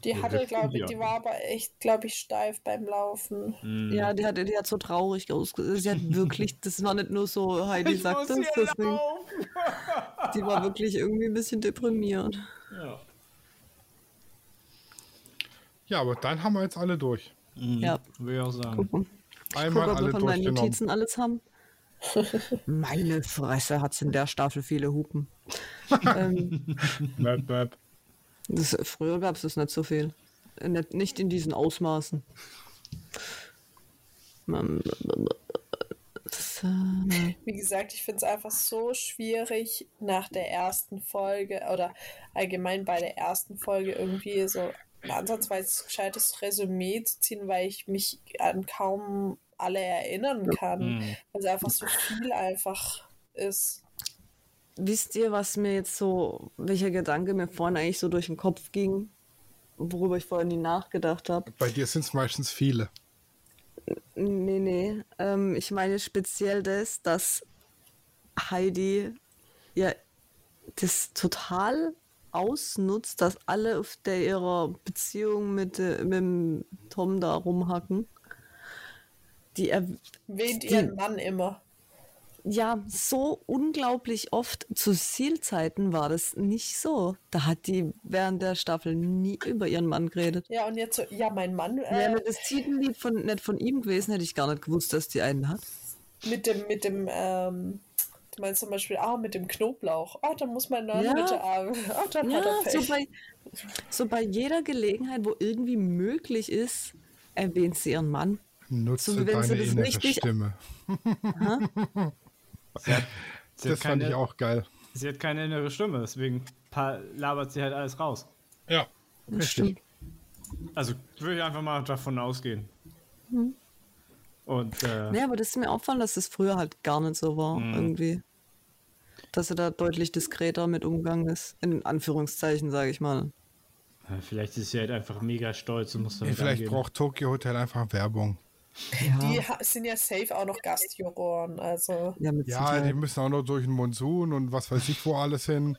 [SPEAKER 5] Die hatte,
[SPEAKER 2] das
[SPEAKER 5] glaube ich,
[SPEAKER 2] stimmt,
[SPEAKER 5] die
[SPEAKER 2] ja.
[SPEAKER 5] war aber echt, glaube ich, steif beim Laufen.
[SPEAKER 4] Mhm.
[SPEAKER 3] Ja, die hat, die hat so traurig ausgesehen. Sie hat wirklich, das war nicht nur so, Heidi sagt das, das Ding. Die war wirklich irgendwie ein bisschen deprimiert.
[SPEAKER 4] ja, aber dann haben wir jetzt alle durch.
[SPEAKER 3] Ja,
[SPEAKER 2] Will ich auch sagen.
[SPEAKER 3] gucken. Ich
[SPEAKER 4] Einmal
[SPEAKER 3] gucke, ob wir
[SPEAKER 4] Mhm. alle
[SPEAKER 3] von meinen
[SPEAKER 4] durchgenommen.
[SPEAKER 3] Notizen alles haben. Meine Fresse hat in der Staffel viele Hupen. ähm,
[SPEAKER 4] Möp, möp.
[SPEAKER 3] das, früher gab es das nicht so viel. Nicht, nicht in diesen Ausmaßen. Ähm, Das, äh,
[SPEAKER 5] Wie gesagt, ich finde es einfach so schwierig, nach der ersten Folge oder allgemein bei der ersten Folge irgendwie so ein ansatzweise gescheites Resümee zu ziehen, weil ich mich an kaum alle erinnern kann.
[SPEAKER 2] Mhm.
[SPEAKER 5] Weil es einfach so viel einfach ist.
[SPEAKER 3] wisst ihr, was mir jetzt so, welcher Gedanke mir vorhin eigentlich so durch den Kopf ging, worüber ich vorher nie nachgedacht habe?
[SPEAKER 4] Bei dir sind es meistens viele.
[SPEAKER 3] Nee, nee. Ähm, ich meine speziell das, dass Heidi ja das total ausnutzt, dass alle auf der ihrer Beziehung mit, äh, mit dem Tom da rumhacken. Die er
[SPEAKER 5] Wähnt
[SPEAKER 3] Die-
[SPEAKER 5] ihren Mann immer.
[SPEAKER 3] ja so unglaublich oft zu Zielzeiten war das nicht so. Da hat die während der Staffel nie über ihren Mann geredet.
[SPEAKER 5] Ja, und jetzt so, ja, mein Mann äh,
[SPEAKER 3] Wäre das Titellied von, nicht von ihm gewesen, hätte ich gar nicht gewusst, dass die einen hat.
[SPEAKER 5] mit dem, mit dem, ähm, du meinst zum Beispiel, ah, mit dem Knoblauch. Ah, da muss mein Mann
[SPEAKER 3] Ja.
[SPEAKER 5] heute Abend. Ah, dann hat
[SPEAKER 3] Ja,
[SPEAKER 5] er
[SPEAKER 3] so
[SPEAKER 5] Pech.
[SPEAKER 3] bei, so bei jeder Gelegenheit, wo irgendwie möglich ist, erwähnt sie ihren Mann.
[SPEAKER 4] Nutze
[SPEAKER 3] So, wenn
[SPEAKER 4] deine
[SPEAKER 3] sie das
[SPEAKER 4] innere
[SPEAKER 3] richtig-
[SPEAKER 4] Stimme.
[SPEAKER 2] Sie hat, sie,
[SPEAKER 4] Das
[SPEAKER 2] hat
[SPEAKER 4] fand ich
[SPEAKER 2] keine,
[SPEAKER 4] auch geil.
[SPEAKER 2] sie hat keine innere Stimme, deswegen pa- labert sie halt alles raus.
[SPEAKER 4] Ja.
[SPEAKER 3] Stimmt.
[SPEAKER 2] Also würde ich einfach mal davon ausgehen. Und äh,
[SPEAKER 3] Hm. Nee, aber das ist mir auffallen, dass das früher halt gar nicht so war,
[SPEAKER 4] Mhm.
[SPEAKER 3] irgendwie. Dass er da deutlich diskreter mit umgegangen ist. In Anführungszeichen, sage ich mal.
[SPEAKER 2] vielleicht ist sie halt einfach mega stolz und muss damit
[SPEAKER 4] Vielleicht
[SPEAKER 2] angeben.
[SPEAKER 4] braucht Tokyo Hotel einfach Werbung.
[SPEAKER 5] Die ha- sind ja safe auch noch Gastjuroren, also.
[SPEAKER 3] Ja, mit
[SPEAKER 4] Ja, die
[SPEAKER 3] Sicherheit.
[SPEAKER 4] müssen auch noch durch den Monsun und was weiß ich wo alles hin.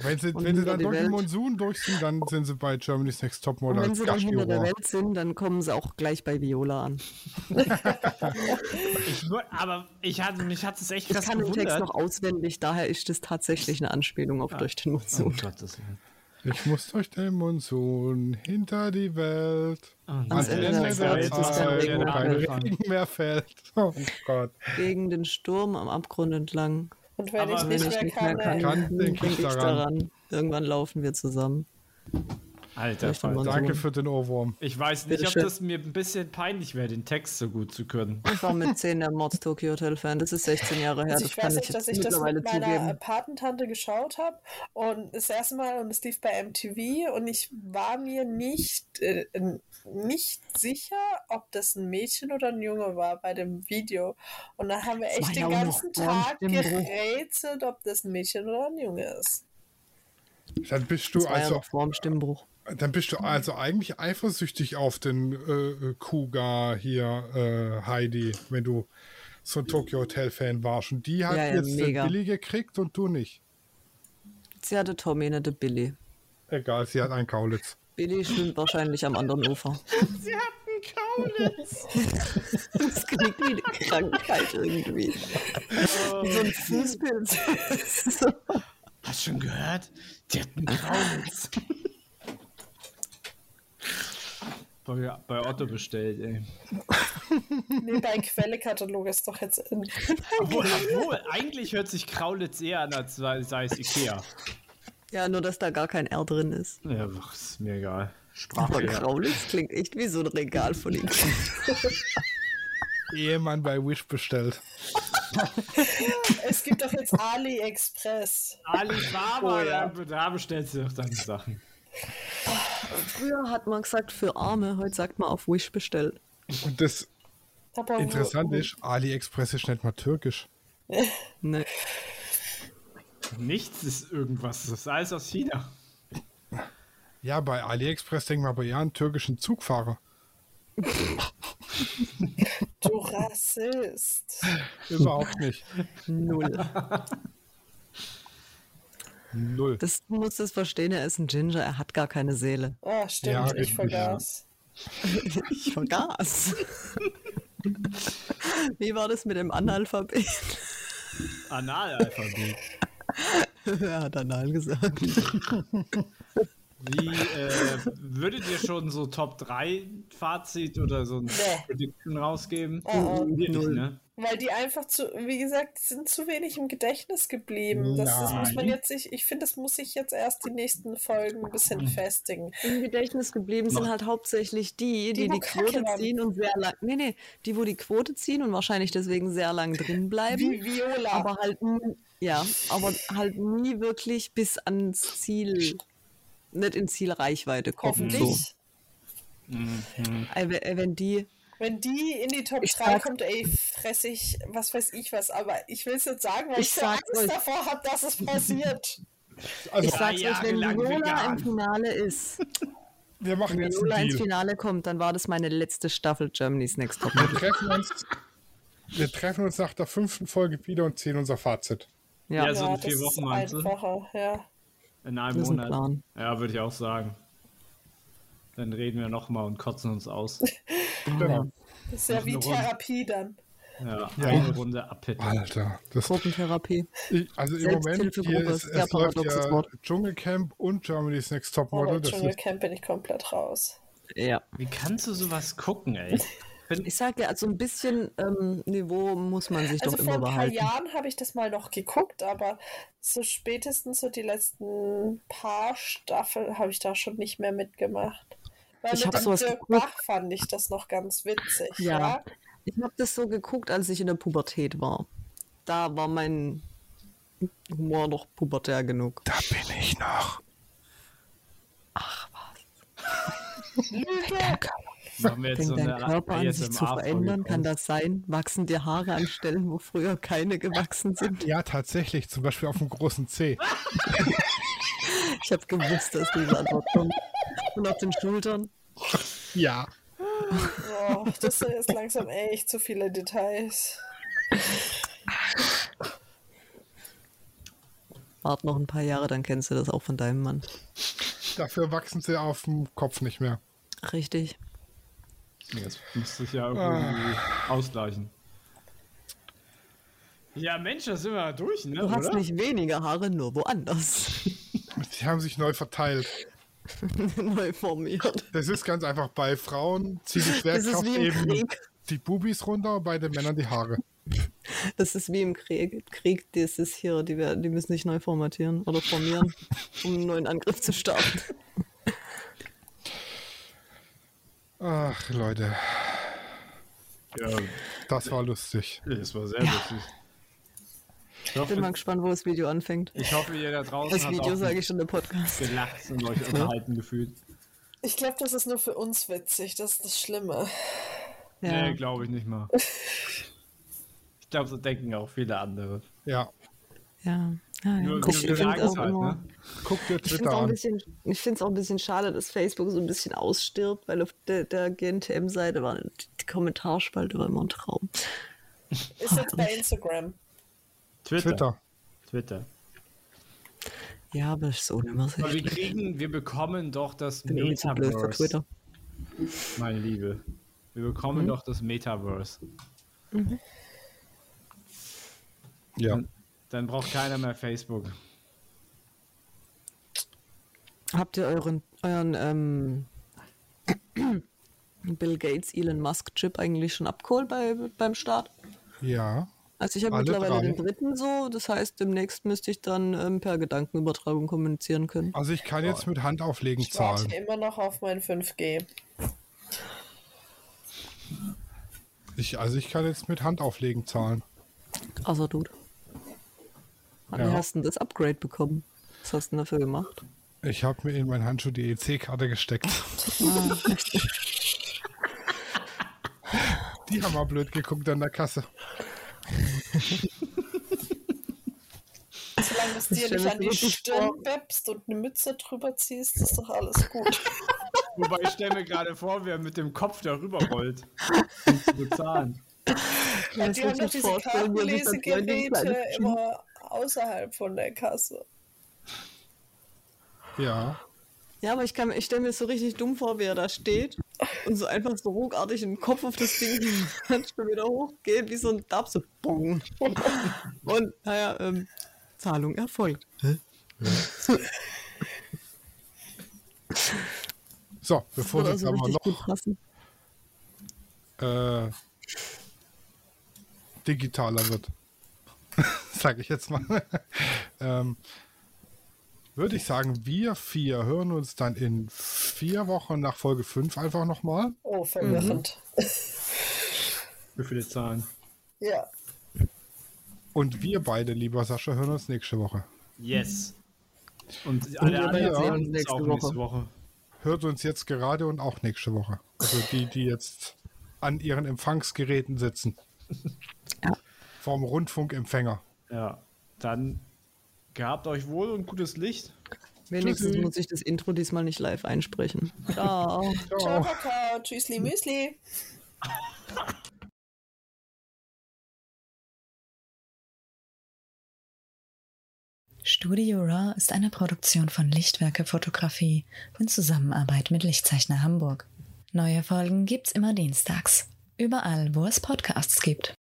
[SPEAKER 4] wenn sie,
[SPEAKER 3] Und
[SPEAKER 4] wenn sie
[SPEAKER 3] hinter
[SPEAKER 4] dann
[SPEAKER 3] die
[SPEAKER 4] durch den
[SPEAKER 3] Welt.
[SPEAKER 4] Monsun durch sind, dann sind sie bei Germany's Next
[SPEAKER 3] Und
[SPEAKER 4] Topmodel
[SPEAKER 3] wenn
[SPEAKER 4] als
[SPEAKER 3] sie dann hinter der
[SPEAKER 4] Gastjuror.
[SPEAKER 3] Welt sind, dann kommen sie auch gleich bei Viola an.
[SPEAKER 2] Ich wür- aber ich hatte, mich hat es echt
[SPEAKER 3] Ich
[SPEAKER 2] krass
[SPEAKER 3] kann den Text
[SPEAKER 2] gewundert.
[SPEAKER 3] noch auswendig, daher ist das tatsächlich eine Anspielung auf Durch den
[SPEAKER 2] Oh,
[SPEAKER 3] Monsun.
[SPEAKER 2] Gottes Willen.
[SPEAKER 4] Ich muss durch den Monsun hinter die Welt.
[SPEAKER 3] Ans Ende der Welt
[SPEAKER 2] Welt
[SPEAKER 3] ist kein
[SPEAKER 4] Zeit,
[SPEAKER 3] Regen
[SPEAKER 4] wo
[SPEAKER 3] mehr
[SPEAKER 4] kein
[SPEAKER 2] angefangen.
[SPEAKER 4] Regen mehr fällt. Oh Gott.
[SPEAKER 3] Gegen den Sturm am Abgrund entlang.
[SPEAKER 5] Und wenn
[SPEAKER 2] Aber
[SPEAKER 5] ich
[SPEAKER 2] wenn
[SPEAKER 5] nicht
[SPEAKER 2] ich
[SPEAKER 5] mehr
[SPEAKER 3] nicht mehr
[SPEAKER 5] kann,
[SPEAKER 3] kann,
[SPEAKER 5] ey,
[SPEAKER 4] Kann, denk
[SPEAKER 3] denk
[SPEAKER 4] ich daran.
[SPEAKER 3] Irgendwann laufen wir zusammen.
[SPEAKER 2] Alter, Falter.
[SPEAKER 4] Danke für den Ohrwurm.
[SPEAKER 2] ich weiß nicht, ob
[SPEAKER 3] Bitteschön.
[SPEAKER 2] das mir ein bisschen peinlich wäre, den Text so gut zu können.
[SPEAKER 3] Ich war mit 10 der Mords Tokyo Hotel Fan. Das ist 16 Jahre her.
[SPEAKER 5] also
[SPEAKER 3] Das
[SPEAKER 5] ich weiß
[SPEAKER 3] kann ich
[SPEAKER 5] nicht,
[SPEAKER 3] jetzt
[SPEAKER 5] dass ich das
[SPEAKER 3] mittlerweile
[SPEAKER 5] mit meiner äh,
[SPEAKER 3] zugeben.
[SPEAKER 5] Patentante geschaut habe und das erste Mal und es lief bei MTV und ich war mir nicht, äh, nicht sicher, ob das ein Mädchen oder ein Junge war bei dem Video. Und dann haben wir
[SPEAKER 3] war
[SPEAKER 5] echt
[SPEAKER 3] ja
[SPEAKER 5] den
[SPEAKER 3] auch noch
[SPEAKER 5] ganzen
[SPEAKER 3] vor
[SPEAKER 5] Tag
[SPEAKER 3] dem Stimmbruch.
[SPEAKER 5] gerätselt, ob das ein Mädchen oder ein Junge ist.
[SPEAKER 4] Dann bist du
[SPEAKER 3] Das war ja
[SPEAKER 4] also
[SPEAKER 3] noch vor dem Stimmbruch.
[SPEAKER 4] Dann bist du also eigentlich eifersüchtig auf den äh, Kuga hier, äh, Heidi, wenn du so ein Tokyo Hotel-Fan warst. Und die hat
[SPEAKER 3] Ja, ja,
[SPEAKER 4] jetzt den
[SPEAKER 3] mega.
[SPEAKER 4] Billy gekriegt und du nicht.
[SPEAKER 3] Sie hatte Tommy, nicht den Billy.
[SPEAKER 4] Egal, sie hat einen Kaulitz.
[SPEAKER 3] Billy schwimmt wahrscheinlich am anderen Ufer.
[SPEAKER 2] Sie hat einen Kaulitz.
[SPEAKER 3] Das klingt wie eine Krankheit irgendwie. So ein Fußpilz.
[SPEAKER 2] Hast schon gehört? Die hat einen Kaulitz. bei, bei Otto bestellt, ey.
[SPEAKER 5] Nee, bei Quellekatalog ist doch jetzt in.
[SPEAKER 2] Obwohl, obwohl, eigentlich hört sich Kraulitz eher an, als sei sei es Ikea.
[SPEAKER 3] Ja, nur dass da gar kein R drin ist.
[SPEAKER 2] Ja, ach, ist mir egal.
[SPEAKER 3] Aber
[SPEAKER 2] Sprache. ja.
[SPEAKER 3] Kraulitz klingt echt wie so ein Regal von ihm.
[SPEAKER 4] Ehemann bei Wish bestellt.
[SPEAKER 5] Es gibt doch jetzt AliExpress.
[SPEAKER 2] Alibaba,
[SPEAKER 5] Oh, ja.
[SPEAKER 2] da, da bestellst du doch deine Sachen.
[SPEAKER 3] Früher hat man gesagt für Arme, heute sagt man auf Wish bestellt.
[SPEAKER 4] Und das
[SPEAKER 5] Hab
[SPEAKER 3] Also,
[SPEAKER 5] auch-
[SPEAKER 3] oh.
[SPEAKER 4] Interessante ist, AliExpress ist nicht mal türkisch.
[SPEAKER 3] Ne.
[SPEAKER 2] Nichts ist irgendwas, das ist alles aus China.
[SPEAKER 4] Ja, bei AliExpress denken wir aber eher an türkischen Zugfahrer.
[SPEAKER 5] Du Rassist.
[SPEAKER 4] Überhaupt nicht.
[SPEAKER 3] Null.
[SPEAKER 4] Null.
[SPEAKER 3] Das du musst es verstehen, er ist ein Ginger, er hat gar keine Seele.
[SPEAKER 5] Ah,
[SPEAKER 4] Ja,
[SPEAKER 5] stimmt, ich
[SPEAKER 4] richtig,
[SPEAKER 5] vergaß.
[SPEAKER 3] Ich vergaß. Wie war das mit dem Analphabet?
[SPEAKER 2] Analalphabet.
[SPEAKER 3] er hat Anal gesagt.
[SPEAKER 2] Wie äh, würdet ihr schon so Top 3 Fazit oder so ein
[SPEAKER 5] Nee.
[SPEAKER 2] Prediction rausgeben?
[SPEAKER 5] Oh, oh.
[SPEAKER 2] Wir nicht,
[SPEAKER 3] Null.
[SPEAKER 2] ne?
[SPEAKER 5] Weil die einfach zu, wie gesagt, die sind zu wenig im Gedächtnis geblieben. Das, das muss man
[SPEAKER 2] Nein.
[SPEAKER 5] jetzt, ich, ich finde, das muss ich jetzt erst die nächsten Folgen ein
[SPEAKER 2] Mhm.
[SPEAKER 5] bisschen festigen.
[SPEAKER 3] Im Gedächnis geblieben sind halt hauptsächlich die, die die,
[SPEAKER 5] wo Kacke
[SPEAKER 3] Quote
[SPEAKER 5] waren.
[SPEAKER 3] ziehen und sehr lang. Nee, nee, die, wo die Quote ziehen und wahrscheinlich deswegen sehr lang drin bleiben.
[SPEAKER 5] Wie Viola.
[SPEAKER 3] Aber halt, n- ja, aber halt nie wirklich bis ans Ziel, nicht in Zielreichweite kommen.
[SPEAKER 5] Hoffentlich.
[SPEAKER 3] So. Ey, we- ey, Wenn die,
[SPEAKER 5] Wenn die in die Top
[SPEAKER 3] Ich
[SPEAKER 5] 3
[SPEAKER 3] sag-
[SPEAKER 5] kommt, ey, fress ich, was weiß ich was, aber ich will es jetzt sagen, weil
[SPEAKER 3] Ich
[SPEAKER 5] ich, so
[SPEAKER 3] sag
[SPEAKER 5] Angst
[SPEAKER 3] euch.
[SPEAKER 5] davor habe, dass es passiert.
[SPEAKER 4] Also,
[SPEAKER 3] ich sag's euch, wenn
[SPEAKER 2] jahrelang
[SPEAKER 3] Viola
[SPEAKER 2] vegan.
[SPEAKER 3] im Finale ist,
[SPEAKER 4] wir machen
[SPEAKER 3] wenn
[SPEAKER 4] jetzt
[SPEAKER 3] Viola
[SPEAKER 4] einen
[SPEAKER 3] ins
[SPEAKER 4] Deal.
[SPEAKER 3] Finale kommt, dann war das meine letzte Staffel Germany's Next Top.
[SPEAKER 4] Wir treffen, uns, wir treffen uns nach der fünften Folge wieder und ziehen unser Fazit.
[SPEAKER 3] Ja,
[SPEAKER 2] Ja, so Also in
[SPEAKER 5] das
[SPEAKER 2] vier
[SPEAKER 5] ist
[SPEAKER 2] Wochen meinst du?
[SPEAKER 5] einfacher, ja.
[SPEAKER 2] In einem
[SPEAKER 3] Das ist ein
[SPEAKER 2] Monat.
[SPEAKER 3] Plan.
[SPEAKER 2] Ja, würde ich auch sagen. Dann reden wir nochmal und kotzen uns aus.
[SPEAKER 4] Genau.
[SPEAKER 5] Das ist ja wie
[SPEAKER 2] eine Runde.
[SPEAKER 5] Therapie dann.
[SPEAKER 2] Ja, eine Runde abpitten.
[SPEAKER 4] Alter, das
[SPEAKER 3] Gruppentherapie.
[SPEAKER 4] Ich- Also im Moment
[SPEAKER 3] Selbsthilfegruppe
[SPEAKER 4] hier ist,
[SPEAKER 3] ist sehr
[SPEAKER 4] es läuft
[SPEAKER 3] paradoxes
[SPEAKER 4] ja
[SPEAKER 3] Wort.
[SPEAKER 4] Dschungelcamp und Germany's Next Top
[SPEAKER 5] Aber
[SPEAKER 4] Model.
[SPEAKER 5] im
[SPEAKER 4] Das ist,
[SPEAKER 5] Dschungelcamp Oh, bin ich komplett raus.
[SPEAKER 3] Ja.
[SPEAKER 2] Wie kannst du sowas gucken, ey?
[SPEAKER 3] Ich sag ja, also ein bisschen ähm, Niveau muss man sich
[SPEAKER 5] Also
[SPEAKER 3] doch
[SPEAKER 5] vor
[SPEAKER 3] immer
[SPEAKER 5] ein paar
[SPEAKER 3] behalten.
[SPEAKER 5] Jahren habe ich das mal noch geguckt, aber so spätestens so die letzten paar Staffeln habe ich da schon nicht mehr mitgemacht. Weil
[SPEAKER 3] Ich hab
[SPEAKER 5] mit dem
[SPEAKER 3] sowas
[SPEAKER 5] Dirk
[SPEAKER 3] geguckt.
[SPEAKER 5] Bach fand ich das noch ganz witzig.
[SPEAKER 3] Ja.
[SPEAKER 5] ja?
[SPEAKER 3] Ich habe das so geguckt, als ich in der Pubertät war. Da war mein Humor noch pubertär genug.
[SPEAKER 4] da bin ich noch.
[SPEAKER 2] Machen wir jetzt
[SPEAKER 3] Fängt
[SPEAKER 2] so
[SPEAKER 3] dein
[SPEAKER 2] eine
[SPEAKER 3] Körper an, sich zu
[SPEAKER 2] ASMR-Folge
[SPEAKER 3] verändern? Kann
[SPEAKER 2] draus.
[SPEAKER 3] das sein? Wachsen dir Haare an Stellen, wo früher keine gewachsen sind?
[SPEAKER 4] Ja, tatsächlich. Zum Beispiel auf dem großen C.
[SPEAKER 3] Ich habe gewusst, dass diese Antwort kommt. Und auf den Schultern.
[SPEAKER 4] Ja.
[SPEAKER 5] Oh, das sind jetzt langsam echt zu viele Details.
[SPEAKER 3] Wart noch ein paar Jahre, dann kennst du das auch von deinem Mann.
[SPEAKER 4] Dafür wachsen sie auf dem Kopf nicht mehr.
[SPEAKER 3] Richtig.
[SPEAKER 2] Das muss sich
[SPEAKER 3] Ah.
[SPEAKER 2] ja irgendwie ausgleichen. Ja, Mensch, da sind wir ja durch, ne?
[SPEAKER 3] Du
[SPEAKER 2] oder?
[SPEAKER 3] hast nicht weniger Haare, nur woanders.
[SPEAKER 4] Sie haben sich neu verteilt.
[SPEAKER 3] Neu formiert.
[SPEAKER 4] Das ist ganz einfach. Bei Frauen zieht die
[SPEAKER 3] Das ist
[SPEAKER 4] Schwerkraft
[SPEAKER 3] wie im
[SPEAKER 4] eben
[SPEAKER 3] Krieg.
[SPEAKER 4] die Bubis runter, bei den Männern die Haare.
[SPEAKER 3] Das ist wie im Krieg. Krieg das ist hier, die, werden, die müssen nicht neu formatieren oder formieren, um einen neuen Angriff zu starten.
[SPEAKER 4] Ach, Leute,
[SPEAKER 2] Ja,
[SPEAKER 4] das war lustig.
[SPEAKER 2] das war sehr lustig. Ich
[SPEAKER 3] Bin mal
[SPEAKER 2] hoffe,
[SPEAKER 3] gespannt, wo das Video anfängt.
[SPEAKER 2] ich hoffe ihr da draußen
[SPEAKER 3] Das
[SPEAKER 2] habt
[SPEAKER 3] Video
[SPEAKER 2] auch
[SPEAKER 3] sage ich schon im Podcast.
[SPEAKER 2] gelacht und euch unterhalten gefühlt.
[SPEAKER 5] Ich glaube, das ist nur für uns witzig, das ist das Schlimme.
[SPEAKER 3] Ja.
[SPEAKER 2] Nee, glaube ich nicht mal. Ich glaube, so denken auch viele andere.
[SPEAKER 4] Ja,
[SPEAKER 3] Ja. Ja, ja.
[SPEAKER 2] Nur
[SPEAKER 3] Ich
[SPEAKER 2] wir
[SPEAKER 3] finde
[SPEAKER 2] sagen
[SPEAKER 3] es
[SPEAKER 2] es
[SPEAKER 3] auch,
[SPEAKER 2] halt,
[SPEAKER 3] immer-
[SPEAKER 2] ne?
[SPEAKER 4] guckt dir
[SPEAKER 3] ich find's
[SPEAKER 4] Twitter
[SPEAKER 3] auch, ein
[SPEAKER 4] an.
[SPEAKER 3] bisschen- ich find's auch ein bisschen schade, dass Facebook so ein bisschen ausstirbt, weil auf der, der GNTM-Seite war die, die Kommentarspalte war immer ein Traum.
[SPEAKER 5] Ist jetzt bei Instagram.
[SPEAKER 2] Twitter. Twitter.
[SPEAKER 4] Twitter.
[SPEAKER 3] Ja, aber das ist ohne immer sehr
[SPEAKER 2] Aber wir
[SPEAKER 3] schlecht.
[SPEAKER 2] kriegen, wir bekommen doch das
[SPEAKER 3] Ich bin eh zu blöd für
[SPEAKER 2] Metaverse,
[SPEAKER 3] Twitter. Hm?
[SPEAKER 2] meine Liebe. Wir bekommen doch das Metaverse.
[SPEAKER 4] Ja.
[SPEAKER 2] Hm. Dann braucht keiner mehr Facebook.
[SPEAKER 3] Habt ihr euren, euren ähm, Bill Gates, Elon Musk Chip eigentlich schon abgeholt bei, beim Start?
[SPEAKER 4] Ja.
[SPEAKER 3] Also ich habe
[SPEAKER 4] Alle
[SPEAKER 3] mittlerweile
[SPEAKER 4] drei.
[SPEAKER 3] den dritten so, das heißt, demnächst müsste ich dann ähm, per Gedankenübertragung kommunizieren können.
[SPEAKER 4] Also ich kann jetzt mit Handauflegen
[SPEAKER 5] Ich warte
[SPEAKER 4] zahlen.
[SPEAKER 5] immer noch auf mein 5G.
[SPEAKER 4] Ich, also ich kann jetzt mit Handauflegen zahlen.
[SPEAKER 3] Außer Dude. Wann
[SPEAKER 4] Ja.
[SPEAKER 3] hast du denn das Upgrade bekommen? Was hast du denn dafür gemacht?
[SPEAKER 4] Ich habe mir in meinen Handschuh die EC-Karte gesteckt. die haben mal blöd geguckt an der Kasse.
[SPEAKER 5] Solange das dir
[SPEAKER 3] stell
[SPEAKER 5] nicht
[SPEAKER 3] mir
[SPEAKER 5] an die
[SPEAKER 3] das wirklich
[SPEAKER 5] Stirn beppst und eine Mütze drüber ziehst, ist doch alles gut.
[SPEAKER 2] Wobei ich stelle mir gerade vor, wer mit dem Kopf darüber rollt, um zu bezahlen.
[SPEAKER 5] Ja,
[SPEAKER 3] weiß nicht,
[SPEAKER 5] die haben doch
[SPEAKER 3] ich
[SPEAKER 5] halt diese
[SPEAKER 3] vorstellen, wie sich das bei den
[SPEAKER 5] Kartenlesegeräte
[SPEAKER 3] kleinen
[SPEAKER 5] immer außerhalb von der Kasse.
[SPEAKER 4] Ja.
[SPEAKER 3] Ja, aber ich, kann- ich stelle mir so richtig dumm vor, wie er da steht und so einfach so ruckartig den Kopf auf das Ding dann schon wieder hochgeht, wie so ein Dab, so bong. Und naja, ähm, Zahlung erfolgt.
[SPEAKER 4] So,
[SPEAKER 3] Das
[SPEAKER 4] bevor
[SPEAKER 3] würde
[SPEAKER 4] wir jetzt
[SPEAKER 3] also
[SPEAKER 4] aber
[SPEAKER 3] richtig
[SPEAKER 4] noch
[SPEAKER 3] gut passen.
[SPEAKER 4] äh, digitaler wird, sage ich jetzt mal, ähm, würde ich sagen, wir vier hören uns dann in vier Wochen nach Folge 5 einfach nochmal.
[SPEAKER 3] Mhm.
[SPEAKER 5] Oh, verwirrend.
[SPEAKER 2] Wie viele Zahlen?
[SPEAKER 5] Ja.
[SPEAKER 4] Und wir beide, lieber Sascha, hören uns nächste Woche.
[SPEAKER 2] Yes. Und alle
[SPEAKER 3] wir
[SPEAKER 2] anderen
[SPEAKER 3] sehen uns
[SPEAKER 2] sehen uns
[SPEAKER 3] nächste
[SPEAKER 2] auch
[SPEAKER 3] Woche.
[SPEAKER 2] nächste Woche.
[SPEAKER 4] Hört uns jetzt gerade und auch nächste Woche. Also die, die jetzt an ihren Empfangsgeräten sitzen. Vom Rundfunkempfänger.
[SPEAKER 2] Ja. Dann gehabt euch wohl und gutes Licht.
[SPEAKER 3] Wenigstens muss ich das Intro diesmal nicht live einsprechen. Ciao.
[SPEAKER 5] Ciao, Kakao. Tschüssli,
[SPEAKER 3] Mhm.
[SPEAKER 5] Müsli.
[SPEAKER 1] Studio Raw ist eine Produktion von Lichtwerke Fotografie in Zusammenarbeit mit Lichtzeichner Hamburg. Neue Folgen gibt's immer dienstags. Überall, wo es Podcasts gibt.